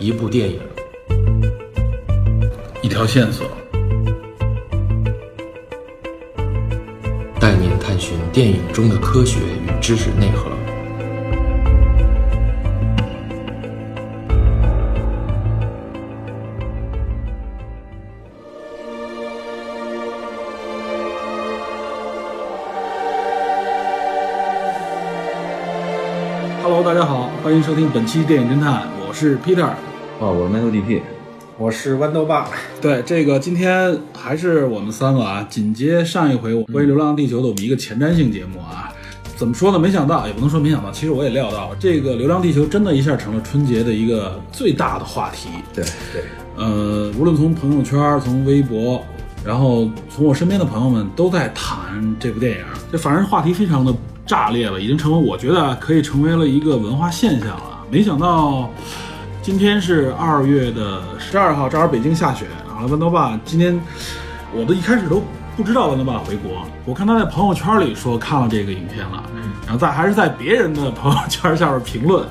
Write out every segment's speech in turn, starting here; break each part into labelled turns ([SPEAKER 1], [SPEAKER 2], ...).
[SPEAKER 1] 一部电影，
[SPEAKER 2] 一条线索，
[SPEAKER 1] 带您探寻电影中的科学与知识内核。
[SPEAKER 2] Hello，大家好，欢迎收听本期电影侦探，我是 Peter。
[SPEAKER 3] 哦，我是 m e l d p
[SPEAKER 4] 我是豌豆爸，
[SPEAKER 2] 对，这个今天还是我们三个啊，紧接上一回我关于《流浪地球》的我们一个前瞻性节目啊。怎么说呢？没想到，也不能说没想到，其实我也料到了，这个《流浪地球》真的一下成了春节的一个最大的话题。
[SPEAKER 3] 对对，
[SPEAKER 2] 呃，无论从朋友圈、从微博，然后从我身边的朋友们都在谈这部电影，就反正话题非常的炸裂了，已经成为我觉得可以成为了一个文化现象了。没想到今天是二月的十二号，正好北京下雪啊，豌豆爸今天我都一开始都。不知道豌豆爸回国，我看他在朋友圈里说看了这个影片了，然后在还是在别人的朋友圈下边评论，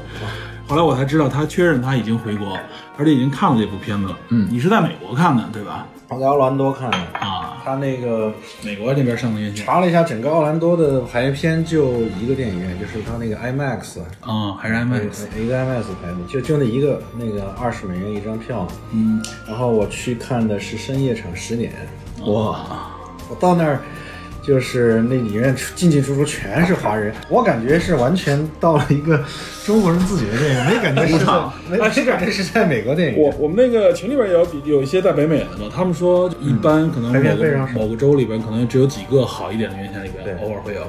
[SPEAKER 2] 后来我才知道他确认他已经回国，而且已经看了这部片子了。嗯，你是在美国看的对吧？
[SPEAKER 4] 我在奥兰多看的，
[SPEAKER 2] 啊，
[SPEAKER 4] 他那个
[SPEAKER 2] 美国那边上的院线
[SPEAKER 4] 查了一下，整个奥兰多的排片就一个电影院，就是他那个 IMAX，
[SPEAKER 2] 啊，还是 IMAX。
[SPEAKER 4] 一个 IMAX 排的，就就那一个那个二十美元一张票，嗯，然后我去看的是深夜场十点，
[SPEAKER 2] 哇，
[SPEAKER 4] 我到那儿。就是那影院出进进出出全是华人，我感觉是完全到了一个中国人自己的电影，没感觉 是在没没感觉是在美国电影
[SPEAKER 2] 我
[SPEAKER 4] 院。
[SPEAKER 2] 我们那个群里边也有比有一些在北美的嘛，他们说一般可能
[SPEAKER 4] 排
[SPEAKER 2] 某
[SPEAKER 4] 片非
[SPEAKER 2] 个
[SPEAKER 4] 常少
[SPEAKER 2] 某个州里边可能只有几个好一点的院线里
[SPEAKER 4] 对
[SPEAKER 2] 边偶尔会有，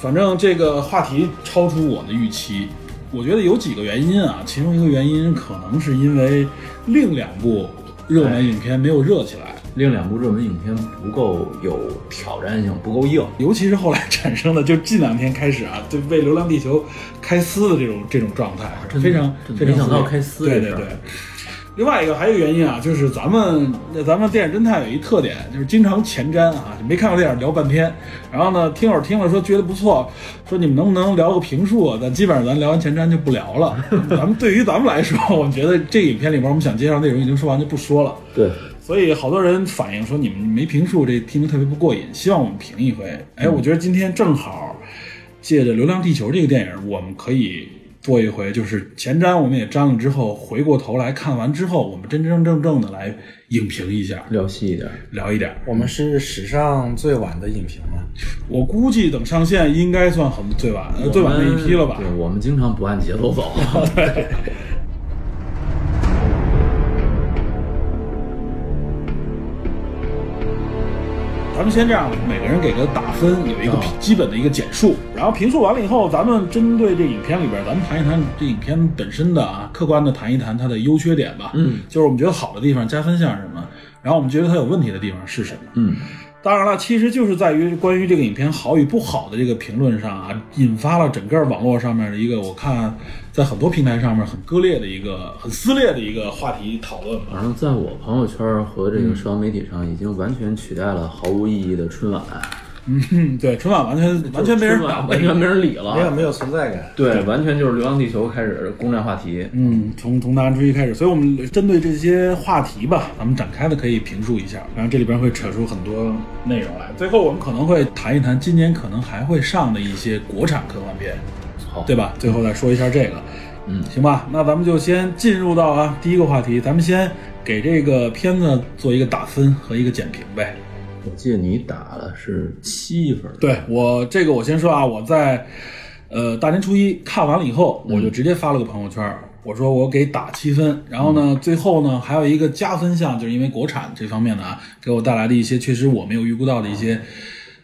[SPEAKER 2] 反正这个话题超出我的预期。我觉得有几个原因啊，其中一个原因可能是因为另两部热门影片没有热起来，
[SPEAKER 3] 另两部热门影片不够有挑战性，不够硬。
[SPEAKER 2] 尤其是后来产生的，就近两天开始啊，对为《流浪地球》开撕的这种这种状态，
[SPEAKER 3] 啊真的
[SPEAKER 2] 非常
[SPEAKER 3] 真的
[SPEAKER 2] 非常
[SPEAKER 3] 没想到
[SPEAKER 2] 撕裂
[SPEAKER 3] 开撕
[SPEAKER 2] 对
[SPEAKER 3] 这
[SPEAKER 2] 对
[SPEAKER 3] 事儿
[SPEAKER 2] 对。另外一个还有一个原因啊，就是咱们咱们电影侦探有一特点，就是经常前瞻啊，就没看过电影聊半天，然后呢，听友听了说觉得不错，说你们能不能聊个评述啊？但基本上咱聊完前瞻就不聊了。咱们对于咱们来说，我们觉得这影片里面我们想介绍的内容已经说完，就不说了。
[SPEAKER 3] 对，
[SPEAKER 2] 所以好多人反映说你们没评述，这听着特别不过瘾，希望我们评一回。哎，
[SPEAKER 4] 嗯
[SPEAKER 2] 我觉得今天正好借着《流浪地球》这个电影，我们可以做一回，就是前瞻我们也沾了之后，回过头来看完之后，我们真真正正的来影评一下，
[SPEAKER 3] 聊细一点。
[SPEAKER 2] 聊一点。
[SPEAKER 4] 我们是史上最晚的影评吗？
[SPEAKER 2] 我估计等上线应该算很最晚呃最晚的一批了吧
[SPEAKER 3] 对，？我们经常不按节奏 走。
[SPEAKER 2] 咱们先这样，每个人给个打分，有一个
[SPEAKER 3] 啊
[SPEAKER 2] 基本的一个简述，然后评述完了以后，咱们针对这影片里边，咱们谈一谈这影片本身的啊，客观的谈一谈它的优缺点吧。嗯，就是我们觉得好的地方加分项是什么，然后我们觉得它有问题的地方是什么。
[SPEAKER 3] 嗯，
[SPEAKER 2] 当然了，其实就是在于关于这个影片好与不好的这个评论上啊，引发了整个网络上面的一个，我看在很多平台上面很割裂的一个、很撕裂的一个话题讨论吧。
[SPEAKER 3] 反正在我朋友圈和
[SPEAKER 2] 嗯
[SPEAKER 3] 这个社交媒体上，已经完全取代了毫无意义的春晚，
[SPEAKER 2] 嗯，对，春晚完全完全没人
[SPEAKER 3] 春
[SPEAKER 2] 打
[SPEAKER 3] 晚，完全没人理
[SPEAKER 4] 没有
[SPEAKER 3] 了。
[SPEAKER 4] 没有存在感。
[SPEAKER 3] 对，完全就是《流浪地球》开始攻占话题。
[SPEAKER 2] 嗯，从从大年初一开始，所以我们针对这些话题吧，咱们展开的可以评述一下，然后这里边会扯出很多内容来。最后我们可能会谈一谈今年可能还会上的一些国产科幻片，
[SPEAKER 3] 好，
[SPEAKER 2] 对吧？最后再说一下这个，
[SPEAKER 3] 嗯
[SPEAKER 2] 行吧？那咱们就先进入到啊第一个话题，咱们先给这个片子做一个打分和一个简评呗。
[SPEAKER 3] 我记得你打的是七分。
[SPEAKER 2] 对我这个我先说啊，我在呃大年初一看完了以后，我就直接发了个朋友圈儿，我说我给打七分。然后呢，最后呢还有一个加分项，就是因为国产这方面的啊，给我带来的一些确实我没有预估到的一些。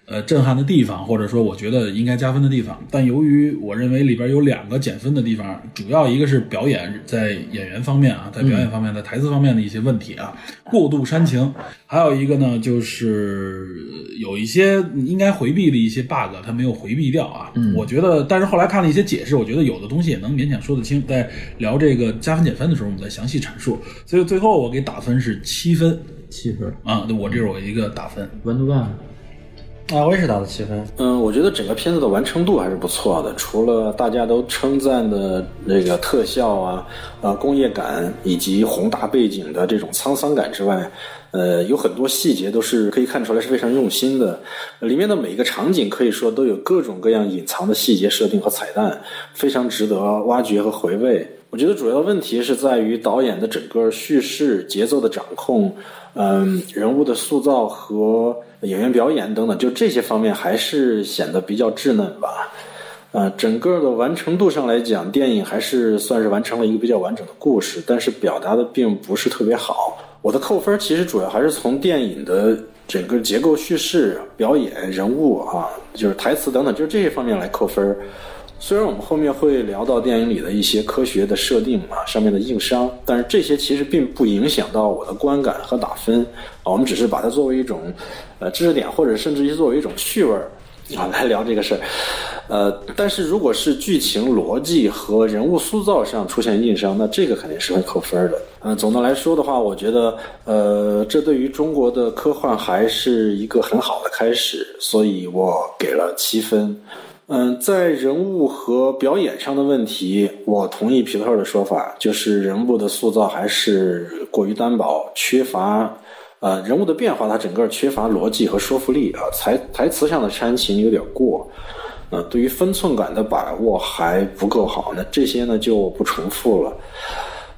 [SPEAKER 2] 呃，震撼的地方，或者说我觉得应该加分的地方，但由于我认为里边有两个减分的地方，主要一个是表演在演员方面啊，在表演方面，在台词方面的一些问题啊，过度煽情，还有一个呢就是呃有一些应该回避的一些 bug，它没有回避掉啊。
[SPEAKER 5] 嗯
[SPEAKER 2] 我觉得，但是后来看了一些解释，我觉得有的东西也能勉强说得清。在聊这个加分减分的时候，我们再详细阐述。所以最后我给打分是七分
[SPEAKER 3] 七分。
[SPEAKER 2] 啊，我这是我一个打分。
[SPEAKER 3] 豌豆瓣
[SPEAKER 4] 啊，我也是打的七分。
[SPEAKER 6] 嗯，我觉得整个片子的完成度还是不错的，除了大家都称赞的这个特效啊、呃工业感以及宏大背景的这种沧桑感之外，呃，有很多细节都是可以看出来是非常用心的。里面的每一个场景可以说都有各种各样隐藏的细节设定和彩蛋，非常值得挖掘和回味。我觉得主要问题是在于导演的整个叙事节奏的掌控，嗯，人物的塑造和演员表演等等，就这些方面还是显得比较稚嫩吧。呃，整个的完成度上来讲，电影还是算是完成了一个比较完整的故事，但是表达的并不是特别好。我的扣分其实主要还是从电影的整个结构、叙事、表演、人物啊，就是台词等等，就是这些方面来扣分儿。虽然我们后面会聊到电影里的一些科学的设定啊，上面的硬伤，但是这些其实并不影响到我的观感和打分啊。我们只是把它作为一种呃知识点，或者甚至于作为一种趣味儿啊 来聊这个事儿。呃，但是如果是剧情逻辑和人物塑造上出现硬伤，那这个肯定是会扣分儿的。嗯、总的来说的话，我觉得呃，这对于中国的科幻还是一个很好的开始，所以我给了七分。嗯，在人物和表演上的问题，我同意皮特的说法，就是人物的塑造还是过于单薄，缺乏呃人物的变化，它整个缺乏逻辑和说服力啊，台台词上的煽情有点过，呃，对于分寸感的把握还不够好，那这些呢就不重复了。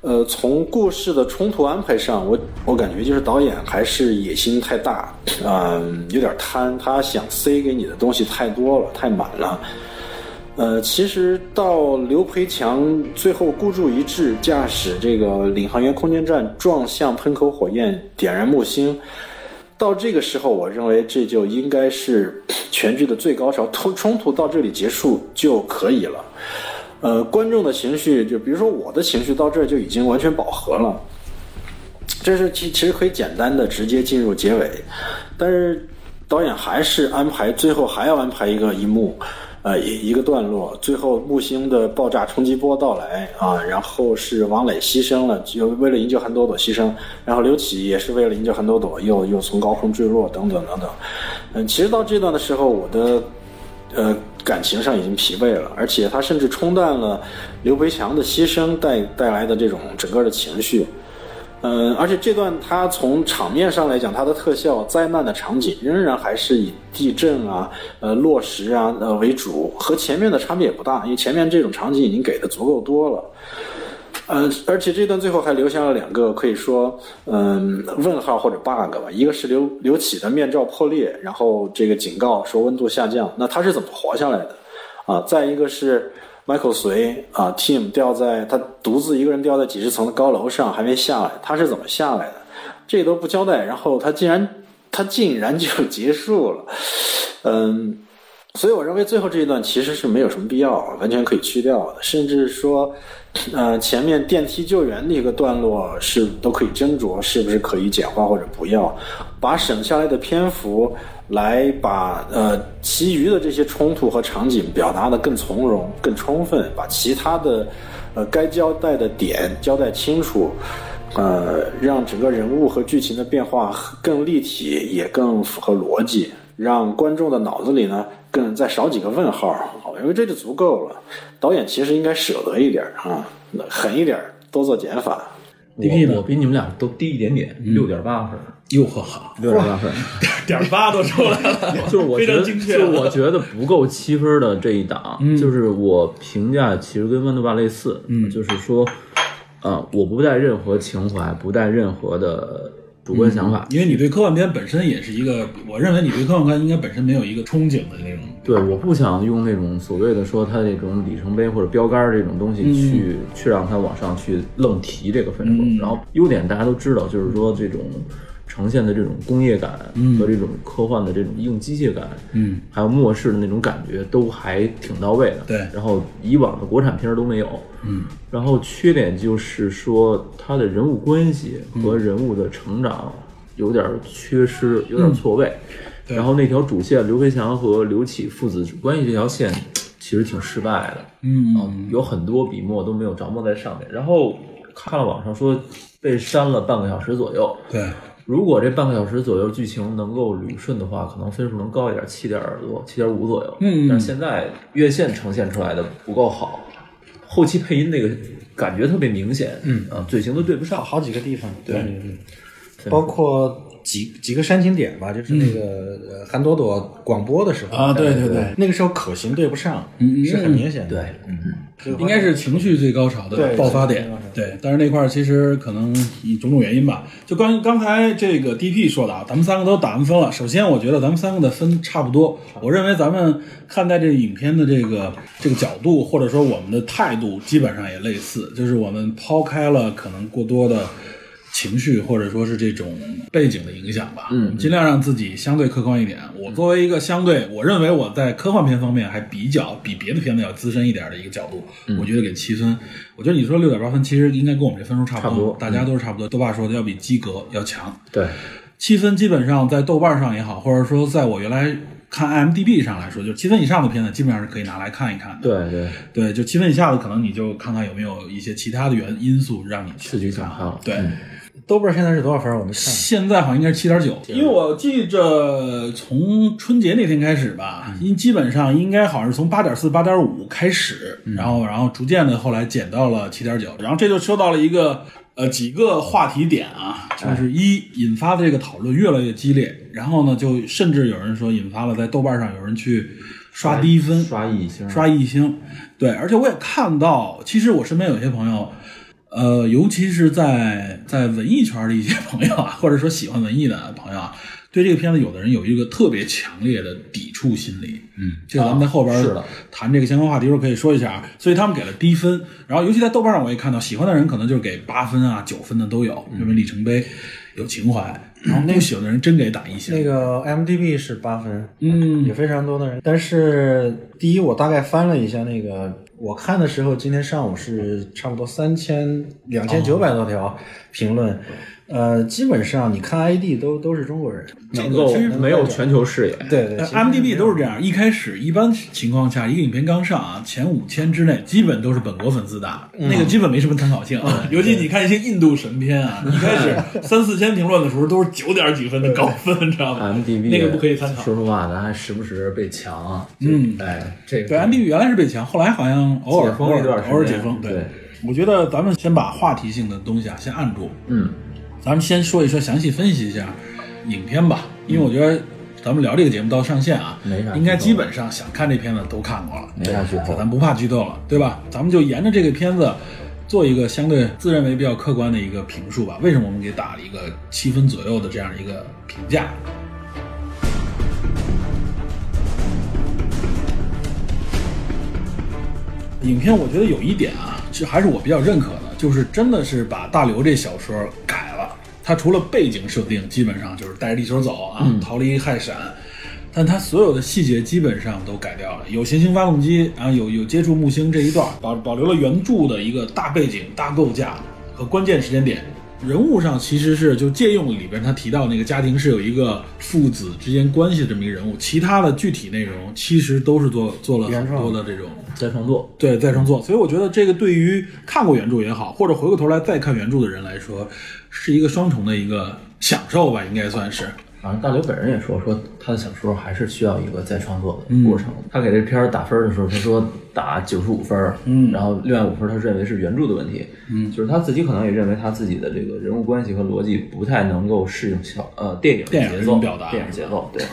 [SPEAKER 6] 呃，从故事的冲突安排上，我我感觉就是导演还是野心太大，嗯、有点贪，他想塞给你的东西太多了，太满了。呃，其实到刘培强最后孤注一掷驾驶这个领航员空间站撞向喷口火焰，点燃木星，到这个时候，我认为这就应该是全剧的最高潮，冲冲突到这里结束就可以了。呃，观众的情绪，就比如说我的情绪到这儿就已经完全饱和了，这是其其实可以简单的直接进入结尾，但是导演还是安排最后还要安排一个一幕，呃，一一个段落，最后木星的爆炸冲击波到来啊，然后是王磊牺牲了，就为了营救韩朵朵牺牲，然后刘启也是为了营救韩朵朵又又从高空坠落等等等等，嗯，其实到这段的时候，我的呃感情上已经疲惫了，而且他甚至冲淡了刘培强的牺牲带带来的这种整个的情绪。嗯，而且这段他从场面上来讲，它的特效、灾难的场景仍然还是以地震啊、呃落石啊呃为主，和前面的差别也不大，因为前面这种场景已经给的足够多了。嗯，而且这段最后还留下了两个可以说，嗯，问号或者 bug 吧。一个是刘刘启的面罩破裂，然后这个警告说温度下降，那他是怎么活下来的？啊，再一个是 Michael 随啊 Tim 掉在他独自一个人掉在几十层的高楼上还没下来，他是怎么下来的？这都不交代，然后他竟然他竟然就结束了，嗯。所以我认为最后这一段其实是没有什么必要，啊完全可以去掉的，甚至说，呃，前面电梯救援那个段落是都可以斟酌是不是可以简化或者不要，把省下来的篇幅来把呃其余的这些冲突和场景表达的更从容、更充分，把其他的呃该交代的点交代清楚。呃，让整个人物和剧情的变化更立体，也更符合逻辑，让观众的脑子里呢更再少几个问号，哦因为这就足够了。导演其实应该舍得一点儿啊，狠一点儿，多做减法。
[SPEAKER 2] DP 呢嗯
[SPEAKER 5] 我我比你们俩都低一点点，六点八分，
[SPEAKER 2] 哟呵哈，
[SPEAKER 5] 六点八分，
[SPEAKER 2] 点八都出来了，
[SPEAKER 5] 就是我
[SPEAKER 2] 非
[SPEAKER 5] 觉
[SPEAKER 2] 常
[SPEAKER 5] 得，
[SPEAKER 2] 精确嗯
[SPEAKER 5] 就
[SPEAKER 2] 了
[SPEAKER 5] 是我觉得不够七分的这一档，就是我评价其实跟豌豆爸类似，嗯，就是说，呃，我不带任何情怀，不带任何的主观想法，
[SPEAKER 2] 因为你对科幻片本身也是一个，我认为你对科幻片应该本身没有一个憧憬的那种。
[SPEAKER 5] 对，我不想用那种所谓的说它那种里程碑或者标杆儿这种东西
[SPEAKER 2] 嗯
[SPEAKER 5] 去、去让它往上去愣提这个分数。然后优点大家都知道，就是说这种呈现的这种工业感和这种科幻的这种硬机械感，
[SPEAKER 2] 嗯，
[SPEAKER 5] 还有末世的那种感觉都还挺到位的。
[SPEAKER 2] 对
[SPEAKER 5] 然后以往的国产片儿都没有。嗯，然后缺点就是说它的人物关系
[SPEAKER 2] 嗯
[SPEAKER 5] 和人物的成长有点儿缺失，有
[SPEAKER 2] 嗯
[SPEAKER 5] 点儿错位。然后那条主线，刘培强和刘启父子关系这条线，其实挺失败的。
[SPEAKER 2] 嗯
[SPEAKER 3] 啊
[SPEAKER 5] 嗯，有很多笔墨都没有着墨在上面。然后看了网上说被删了半个小时左右，
[SPEAKER 2] 对，
[SPEAKER 3] 如果这半个小时左右剧情能够捋顺的话，可能分数能高一点，七点多，七点五左右。
[SPEAKER 2] 嗯
[SPEAKER 3] 但是现在院线呈现出来的不够好，后期配音那个感觉特别明显，嗯啊，嘴型都对不上。
[SPEAKER 4] 好几个地方，对，嗯
[SPEAKER 3] 对
[SPEAKER 4] 包括几几个煽情点吧，就是那个呃韩朵朵广播的时候
[SPEAKER 2] 啊对对对，
[SPEAKER 4] 那个时候可行对不上，
[SPEAKER 2] 嗯嗯
[SPEAKER 4] 是很明显的，
[SPEAKER 3] 对，
[SPEAKER 4] 对
[SPEAKER 2] 应该是情绪最高潮的
[SPEAKER 4] 对
[SPEAKER 2] 爆发点
[SPEAKER 4] 情绪最高潮，
[SPEAKER 2] 对。但是那块儿其实可能以种种原因吧，就刚刚才这个 DP 说的啊，咱们三个都打完分了。首先，我觉得咱们三个的分差不多。我认为咱们看待这影片的这个这个角度，或者说我们的态度，基本上也类似，就是我们抛开了可能过多的。情绪或者说是这种背景的影响吧，嗯，尽量让自己相对客观一点。我作为一个相对，我认为我在科幻片方面还比较比别的片子要资深一点的一个角度，
[SPEAKER 3] 嗯
[SPEAKER 2] 我觉得给七分。我觉得你说六点八分，其实应该跟我们这分数差
[SPEAKER 3] 差不多嗯
[SPEAKER 2] 大家都是差不多。豆瓣说的要比及格要强，
[SPEAKER 3] 对，
[SPEAKER 2] 七分基本上在豆瓣上也好，或者说在我原来看 IMDB 上来说，就是七分以上的片子基本上是可以拿来看一看的。
[SPEAKER 3] 对对，
[SPEAKER 2] 对，就七分以下的，可能你就看看有没有一些其他的原因素让你
[SPEAKER 3] 刺激嗯感哈。
[SPEAKER 2] 对。
[SPEAKER 4] 豆瓣现在是多少分？我没看。
[SPEAKER 2] 现在好像应该是七点九，因为我记着从春节那天开始吧，因基本上应该好像是从八点四、八点五开始，然后然后逐渐的后来减到了七点九，然后这就说到了一个呃几个话题点啊，就是一引发的这个讨论越来越激烈，然后呢就甚至有人说引发了在豆瓣上有人去嗯刷低分，
[SPEAKER 3] 刷一星，
[SPEAKER 2] 刷一星。对，而且我也看到，其实我身边有些朋友，呃，尤其是在在文艺圈的一些 朋友啊，或者说喜欢文艺的朋友啊，对这个片子有的人有一个特别强烈的抵触心理。嗯，这个咱们在后边、
[SPEAKER 3] 啊是的
[SPEAKER 2] 谈这个相关话题的时候可以说一下啊。所以他们给了低分，然后尤其在豆瓣上我也看到，喜欢的人可能就是给八分啊、九分的都有，因为里程碑有情怀。然后不喜欢的人真给打一星。
[SPEAKER 4] 那个 m d b 是八分，
[SPEAKER 2] 嗯
[SPEAKER 4] 也非常多的人。但是第一，我大概翻了一下那个，我看的时候，今天上午是差不多三千两千九百多条评论，呃，基本上你看 ID 都都是中国人，
[SPEAKER 3] 能够
[SPEAKER 4] 这个
[SPEAKER 3] 没有全球视野。
[SPEAKER 4] 对对
[SPEAKER 2] 呃
[SPEAKER 4] 其实
[SPEAKER 2] MDB 都是这样，一开始一般情况下，一个影片刚上啊，前五千之内基本都是本国粉丝打，
[SPEAKER 4] 嗯
[SPEAKER 2] 那个基本没什么参考性啊。尤其你看一些印度神片 啊，一开始三四千评论的时候都是九点几分的高分，你知道吗
[SPEAKER 3] MDB
[SPEAKER 2] 那个不可以参考。
[SPEAKER 5] 说实话，咱还时不时被强。
[SPEAKER 3] 啊
[SPEAKER 2] 嗯
[SPEAKER 5] 哎，这个
[SPEAKER 2] 对，MDB 原来是被强，后来好像偶尔
[SPEAKER 3] 解封了一段时间
[SPEAKER 2] 偶尔解封。
[SPEAKER 3] 对，
[SPEAKER 2] 我觉得咱们先把话题性的东西啊先按住，
[SPEAKER 3] 嗯，
[SPEAKER 2] 咱们先说一说，详细分析一下影片吧，因为我觉得咱们聊这个节目到上线啊，
[SPEAKER 3] 没啥
[SPEAKER 2] 应该基本上想看这片子都看过了，
[SPEAKER 3] 没啥剧透
[SPEAKER 2] 对咱不怕剧透了，对吧？咱们就沿着这个片子做一个相对自认为比较客观的一个评述吧。为什么我们给打了一个七分左右的这样一个评价？影片我觉得有一点啊，这还是我比较认可的，就是真的是把大刘这小说改了。他除了背景设定，基本上就是带着地球走啊，
[SPEAKER 4] 嗯
[SPEAKER 2] 逃离氦闪，但他所有的细节基本上都改掉了，有行星发动机啊，有有接触木星这一段，保保留了原著的一个大背景、大构架和关键时间点。人物上其实是就借用里边他提到那个家庭是有一个父子之间关系的这么一个人物，其他的具体内容其实都是做做了
[SPEAKER 4] 原
[SPEAKER 2] 很
[SPEAKER 4] 创
[SPEAKER 2] 多的这种
[SPEAKER 3] 再创作，
[SPEAKER 2] 对，再创作。所以我觉得这个对于看过原著也好，或者回过头来再看原著的人来说，是一个双重的一个享受吧，应该算是。
[SPEAKER 3] 反正大刘本人也说，说他的小说还是需要一个再创作的
[SPEAKER 5] 嗯
[SPEAKER 3] 过程。他给这片儿打分儿的时候，他说打九十五分儿，嗯，然后另外五分儿他认为是原著的问题，嗯，就是他自己可能也认为他自己的这个人物关系和逻辑不太能够适应小呃电影的
[SPEAKER 2] 电影
[SPEAKER 3] 节
[SPEAKER 2] 这
[SPEAKER 3] 奏
[SPEAKER 2] 种表达
[SPEAKER 3] 电影节奏对。
[SPEAKER 5] 啊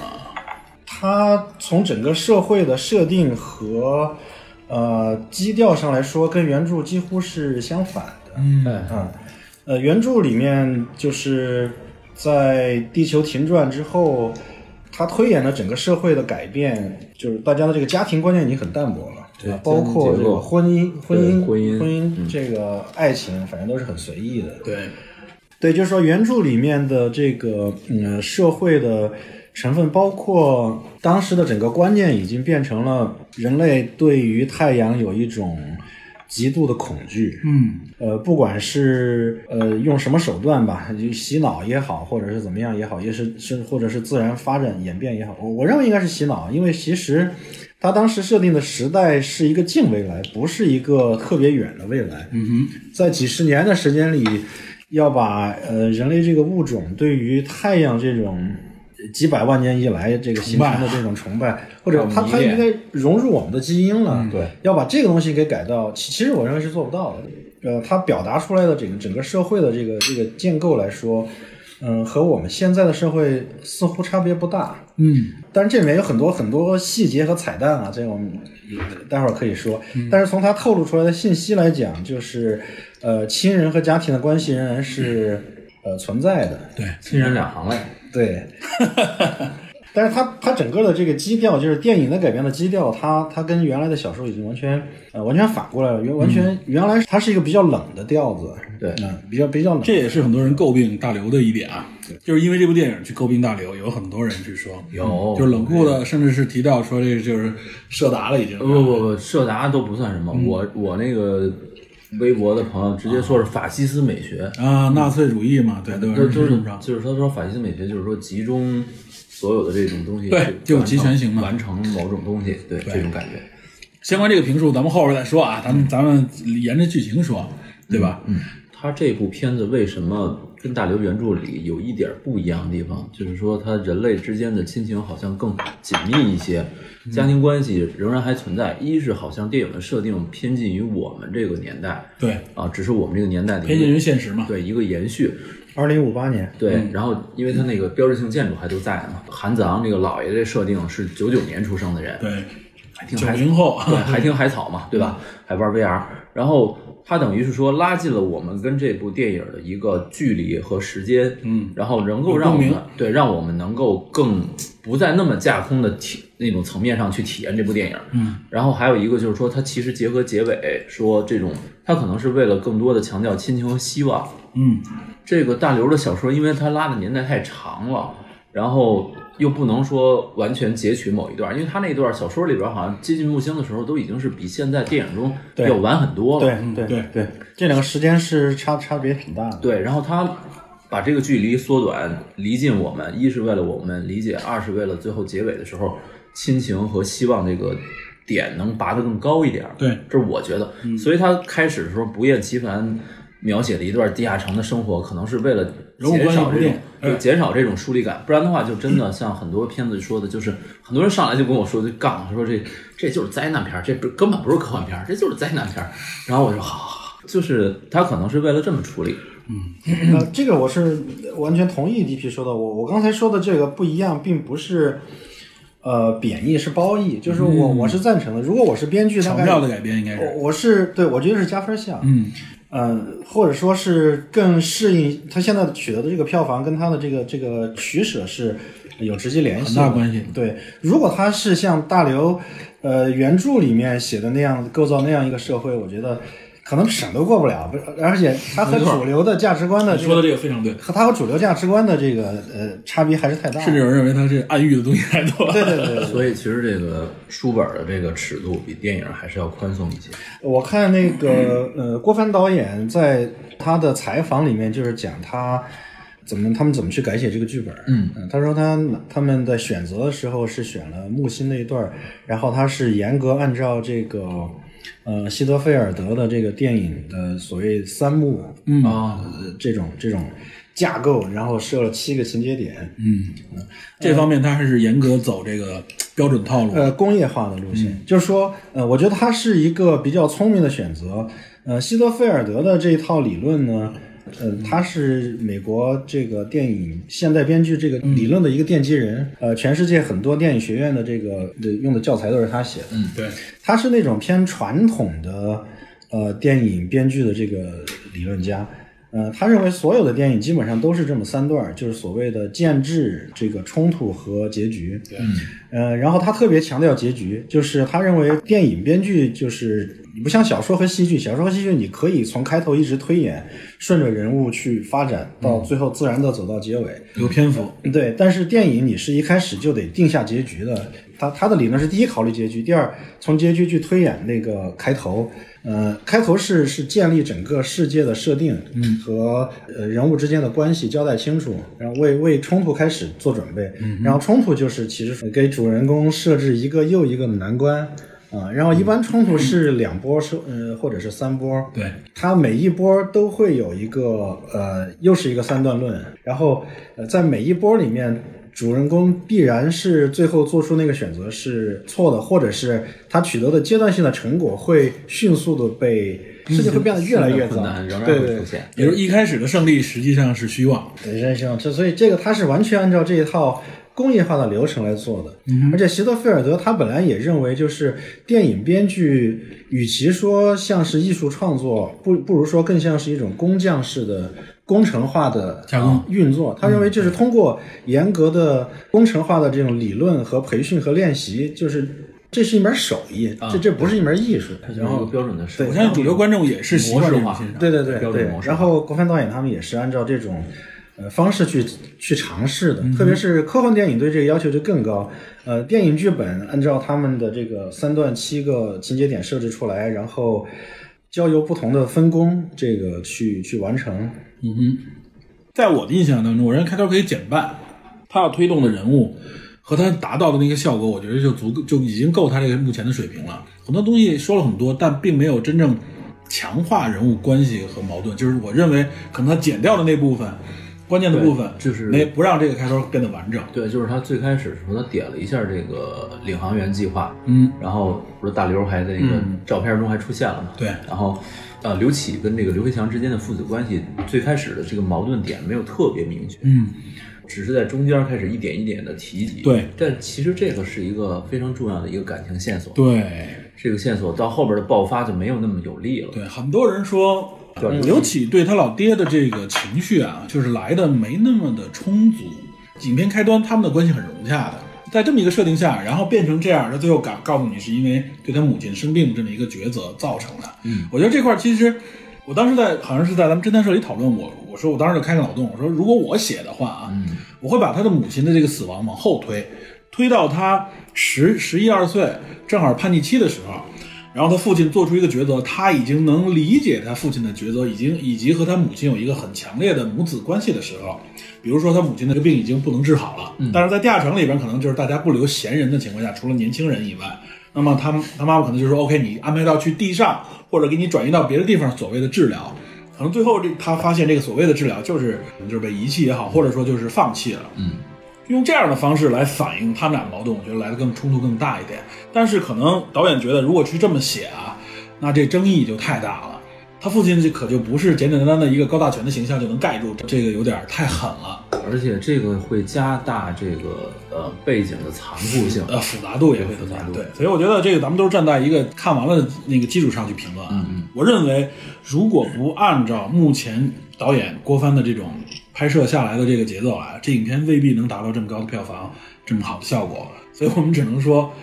[SPEAKER 4] 它从整个社会的设定和呃基调上来说，跟原著几乎是相反的。嗯啊，呃，原著里面就是在地球停转之后，呃它推演了整个社会的改变，就是大家的这个家庭观念已经很淡薄了，对，包括这个婚姻、婚姻、
[SPEAKER 3] 对婚姻嗯
[SPEAKER 4] 婚姻这个爱情，反正都是很随意的。
[SPEAKER 2] 对，
[SPEAKER 4] 对，就是说原著里面的这个嗯社会的成分，包括当时的整个观念，已经变成了人类对于太阳有一种极度的恐惧。
[SPEAKER 2] 嗯，
[SPEAKER 4] 呃，不管是呃用什么手段吧，就洗脑也好，或者是怎么样也好，也是是或者是自然发展演变也好，我我认为应该是洗脑，因为其实他当时设定的时代是一个近未来，不是一个特别远的未来。嗯哼，在几十年的时间里，要把呃人类这个物种对于太阳这种几百万年以来这个形成的这种崇拜，或者它它应该融入我们的基因了，对，要把这个东西给改到，其其实我认为是做不到的。呃，它表达出来的整个整个社会的这个这个建构来说，嗯、和我们现在的社会似乎差别不大。
[SPEAKER 2] 嗯，
[SPEAKER 4] 但是这里面有很多很多细节和彩蛋啊，这个我们待会儿可以说。但是从他透露出来的信息来讲，就是呃，亲人和家庭的关系仍然是、呃存在的。对
[SPEAKER 7] 亲人两行泪，
[SPEAKER 4] 对，但是它它整个的这个基调，就是电影的改编的基调，它它跟原来的小说已经完全呃完全反过来了，原完全、原来它是一个比较冷的调子，嗯对，嗯，比较比较冷。
[SPEAKER 2] 这也是很多人诟病大刘的一点啊，就是因为这部电影去诟病大刘，有很多人去说，
[SPEAKER 7] 有
[SPEAKER 2] 就是冷酷的，甚至是提到说这就是社达了已经。
[SPEAKER 5] 不不不，社达都不算什么。
[SPEAKER 3] 嗯
[SPEAKER 5] 我我那个微博的朋友直接说是法西斯美学，
[SPEAKER 2] 啊，纳粹主义嘛，对对，
[SPEAKER 5] 就就
[SPEAKER 2] 这
[SPEAKER 5] 是
[SPEAKER 2] 么着。
[SPEAKER 5] 嗯就是他说法西斯美学就是说集中所有的这种东西去
[SPEAKER 2] 对
[SPEAKER 5] 完成，
[SPEAKER 2] 就集权型嘛
[SPEAKER 5] 完成某种东西，对这种感觉。
[SPEAKER 2] 相关这个评述，咱们后边再说啊，咱
[SPEAKER 5] 嗯
[SPEAKER 2] 们咱们沿着剧情说，对吧？嗯，
[SPEAKER 5] 他这部片子为什么跟大刘原著里有一点不一样的地方，就是说他人类之间的亲情好像更紧密一些，
[SPEAKER 2] 嗯
[SPEAKER 5] 家庭关系仍然还存在。一是好像电影的设定偏近于我们这个年代，
[SPEAKER 2] 对，
[SPEAKER 5] 啊，只是我们这个年代里
[SPEAKER 2] 偏见于现实嘛。
[SPEAKER 5] 对一个延续。
[SPEAKER 4] 二零五八年，
[SPEAKER 5] 对，然后因为他那个标志性建筑还都在嘛，韩子昂这个老爷这设定是九九年出生的人，
[SPEAKER 2] 对，
[SPEAKER 5] 还挺
[SPEAKER 2] 九
[SPEAKER 5] 还
[SPEAKER 2] 零后，
[SPEAKER 5] 对，还听海草嘛，对吧？还玩 VR，然后它等于是说拉近了我们跟这部电影的一个距离和时间，嗯，然后能够让我
[SPEAKER 2] 有
[SPEAKER 5] 们
[SPEAKER 2] 共鸣
[SPEAKER 5] 对让我们能够更不在那么架空的体那种层面上去体验这部电影，嗯，然后还有一个就是说，它其实结合结尾说这种，它可能是为了更多的强调亲情和希望，
[SPEAKER 2] 嗯，
[SPEAKER 5] 这个大刘的小说，因为他拉的年代太长了，然后又不能说完全截取某一段，因为他那段小说里边好像接近木星的时候，都已经是比现在电影中
[SPEAKER 4] 对
[SPEAKER 5] 要晚很多了。
[SPEAKER 4] 对嗯对
[SPEAKER 2] 对
[SPEAKER 4] 对，这两个时间是差差别挺大的。
[SPEAKER 5] 对然后他把这个距离缩短，离近我们，一是为了我们理解，二是为了最后结尾的时候亲情和希望这个点能拔得更高一点。
[SPEAKER 2] 对，嗯
[SPEAKER 5] 这是我觉得，所以他开始的时候不厌其烦。描写了一段地下城的生活，可能是为了
[SPEAKER 2] 人物
[SPEAKER 5] 减
[SPEAKER 2] 关系
[SPEAKER 5] 少
[SPEAKER 2] 不
[SPEAKER 5] 这
[SPEAKER 2] 变
[SPEAKER 5] 种对，减少这种疏离感，不然的话就真的像很多片子说的，就是很多人上来就跟我说就杠，说这这就是灾难片儿，这不根本不是科幻片儿，这就是灾难片儿。然后我就 好好，好就是他可能是为了这么处理，
[SPEAKER 4] 呃，这个我是完全同意 DP 说的。我我刚才说的这个不一样，并不是呃贬义，是褒义。就是我、我是赞成的。如果我是编剧，大
[SPEAKER 2] 巧
[SPEAKER 4] 概
[SPEAKER 2] 妙的改编应该是，
[SPEAKER 4] 我我是对我觉得是加分项。
[SPEAKER 2] 嗯，
[SPEAKER 4] 嗯，或者说是更适应他现在取得的这个票房跟他的这个这个取舍是有直接联系的，
[SPEAKER 2] 很大关系
[SPEAKER 4] 对，如果他是像大刘呃原著里面写的那样构造那样一个社会，我觉得可能审都过不了，不而且他和主流的价值观的
[SPEAKER 2] 你
[SPEAKER 4] 这
[SPEAKER 2] 说的
[SPEAKER 4] 个。
[SPEAKER 2] 这个非常对，
[SPEAKER 4] 和他和主流价值观的这个呃差别还是太大了，
[SPEAKER 2] 甚至有人认为他这暗喻的东西太多。
[SPEAKER 4] 对对对对，
[SPEAKER 5] 所以其实这个书本的这个尺度比电影还是要宽松一些。
[SPEAKER 4] 我看那个呃，郭帆导演在他的采访里面，就是讲他怎么他们怎么去改写这个剧本。嗯，他说他他们在选择的时候是选了木心那一段儿，然后他是严格按照这个呃西德菲尔德的这个电影的所谓三幕嗯啊、呃这种这种架构，然后设了七个情节点。
[SPEAKER 2] 这方面他还是严格走这个标准套路。
[SPEAKER 4] 呃，工业化的路线，就是说，呃，我觉得它是一个比较聪明的选择。呃，希德菲尔德的这一套理论呢，呃，他是美国这个电影现代编剧这个理论的一个奠基人。呃，全世界很多电影学院的这个的用的教材都是他写的。嗯，
[SPEAKER 2] 对，
[SPEAKER 4] 他是那种偏传统的呃电影编剧的这个理论家。呃，他认为所有的电影基本上都是这么三段儿，就是所谓的建制、这个冲突和结局。对，呃，然后他特别强调结局，就是他认为电影编剧就是你不像小说和戏剧，小说和戏剧你可以从开头一直推演，顺着人物去发展，到最后自然的走到结尾。
[SPEAKER 2] 有篇幅，
[SPEAKER 4] 对，但是电影你是一开始就得定下结局的。他他的理论是第一考虑结局，第二从结局去推演那个开头。呃，开头是是建立整个世界的设定，嗯，和呃人物之间的关系交代清楚，然后为为冲突开始做准备，嗯，然后冲突就是其实给主人公设置一个又一个的难关，啊、然后一般冲突是两波是呃或者是三波，
[SPEAKER 2] 对，
[SPEAKER 4] 它每一波都会有一个呃又是一个三段论，然后呃在每一波里面。主人公必然是最后做出那个选择是错的，或者是他取得的阶段性的成果会迅速的被世界会变得越来越
[SPEAKER 3] 困嗯
[SPEAKER 4] 糟
[SPEAKER 3] 难，仍然
[SPEAKER 4] 对
[SPEAKER 3] 会
[SPEAKER 4] 对
[SPEAKER 3] 出现。
[SPEAKER 2] 比如一开始的胜利实际上是虚妄，
[SPEAKER 4] 对，真希望这，所以这个它是完全按照这一套工业化的流程来做的。
[SPEAKER 2] 嗯
[SPEAKER 4] 而且席特菲尔德他本来也认为，就是电影编剧与其说像是艺术创作，不不如说更像是一种工匠式的。工程化的啊
[SPEAKER 2] 加工嗯
[SPEAKER 4] 运作，他认为就是通过严格的工程化的这种理论和培训和练习，就是这是一门手艺，
[SPEAKER 2] 啊
[SPEAKER 4] 这这不是一门艺术。
[SPEAKER 3] 然后标准的是
[SPEAKER 4] 对
[SPEAKER 2] 我相信主流观众也是习惯这种
[SPEAKER 3] 模式化
[SPEAKER 2] 欣赏。
[SPEAKER 4] 对对对
[SPEAKER 3] 标准
[SPEAKER 4] 对
[SPEAKER 3] 模。式
[SPEAKER 4] 然后国片导演他们也是按照这种呃方式去去尝试
[SPEAKER 3] 嗯
[SPEAKER 4] 的，特别是科幻电影对这个要求就更高。呃，电影剧本按照他们的这个三段七个情节点设置出来，然后交由不同的分工这个去去完成。
[SPEAKER 2] 在我的印象当中，我认为开头可以减半，他要推动的人物和他达到的那个效果，我觉得就足够，就已经够他这个目前的水平了。很多东西说了很多，但并没有真正强化人物关系和矛盾。就是我认为可能他减掉的那部分，关键的部分，
[SPEAKER 3] 就是
[SPEAKER 2] 没不让这个开头变得完整。
[SPEAKER 3] 对，就是他最开始的时候，他点了一下这个领航员计划，
[SPEAKER 2] 嗯，
[SPEAKER 3] 然后不是大刘还在那个照片中还出现了嘛？
[SPEAKER 2] 对
[SPEAKER 3] 然后呃，刘启跟这个刘培强之间的父子关系，最开始的这个矛盾点没有特别明确，
[SPEAKER 2] 嗯，
[SPEAKER 3] 只是在中间开始一点一点的提及。
[SPEAKER 2] 对，
[SPEAKER 3] 但其实这个是一个非常重要的一个感情线索，
[SPEAKER 2] 对
[SPEAKER 3] 这个线索到后边的爆发就没有那么有力了。
[SPEAKER 2] 对，很多人说。刘启对他老爹的这个情绪啊，就是来的没那么的充足。影片开端，他们的关系很融洽的，在这么一个设定下，然后变成这样，他最后告告诉你是因为对他母亲生病的这么一个抉择造成的。嗯，我觉得这块儿其实，我当时在好像是在咱们侦探社里讨论我，我说我当时就开个脑洞，我说如果我写的话啊，我会把他的母亲的这个死亡往后推，推到他十十一二岁，正好叛逆期的时候。然后他父亲做出一个抉择，他已经能理解他父亲的抉择，已经以及和他母亲有一个很强烈的母子关系的时候，比如说他母亲的这个病已经不能治好了，但是在地下城里边可能就是大家不留闲人的情况下，除了年轻人以外，那么他他妈妈可能就说 OK，你安排到去地上，或者给你转移到别的地方所谓的治疗，可能最后这他发现这个所谓的治疗就是嗯就是被遗弃也好，或者说就是放弃了，用这样的方式来反映他们俩矛盾，我觉得来的更冲突更大一点。但是可能导演觉得，如果去这么写啊，那这争议就太大了。他父亲这可就不是简简单单的一个高大全的形象就能盖住，这个有点太狠了，
[SPEAKER 3] 而且这个会加大这个呃背景的残酷性。
[SPEAKER 2] 呃，复杂度也会很大
[SPEAKER 3] 复杂。度
[SPEAKER 2] 对，所以我觉得这个咱们都是站在一个看完了的那个基础上去评论。嗯嗯，我认为如果不按照目前导演郭帆的这种拍摄下来的这个节奏啊，这影片未必能达到这么高的票房，这么好的效果。所以我们只能说，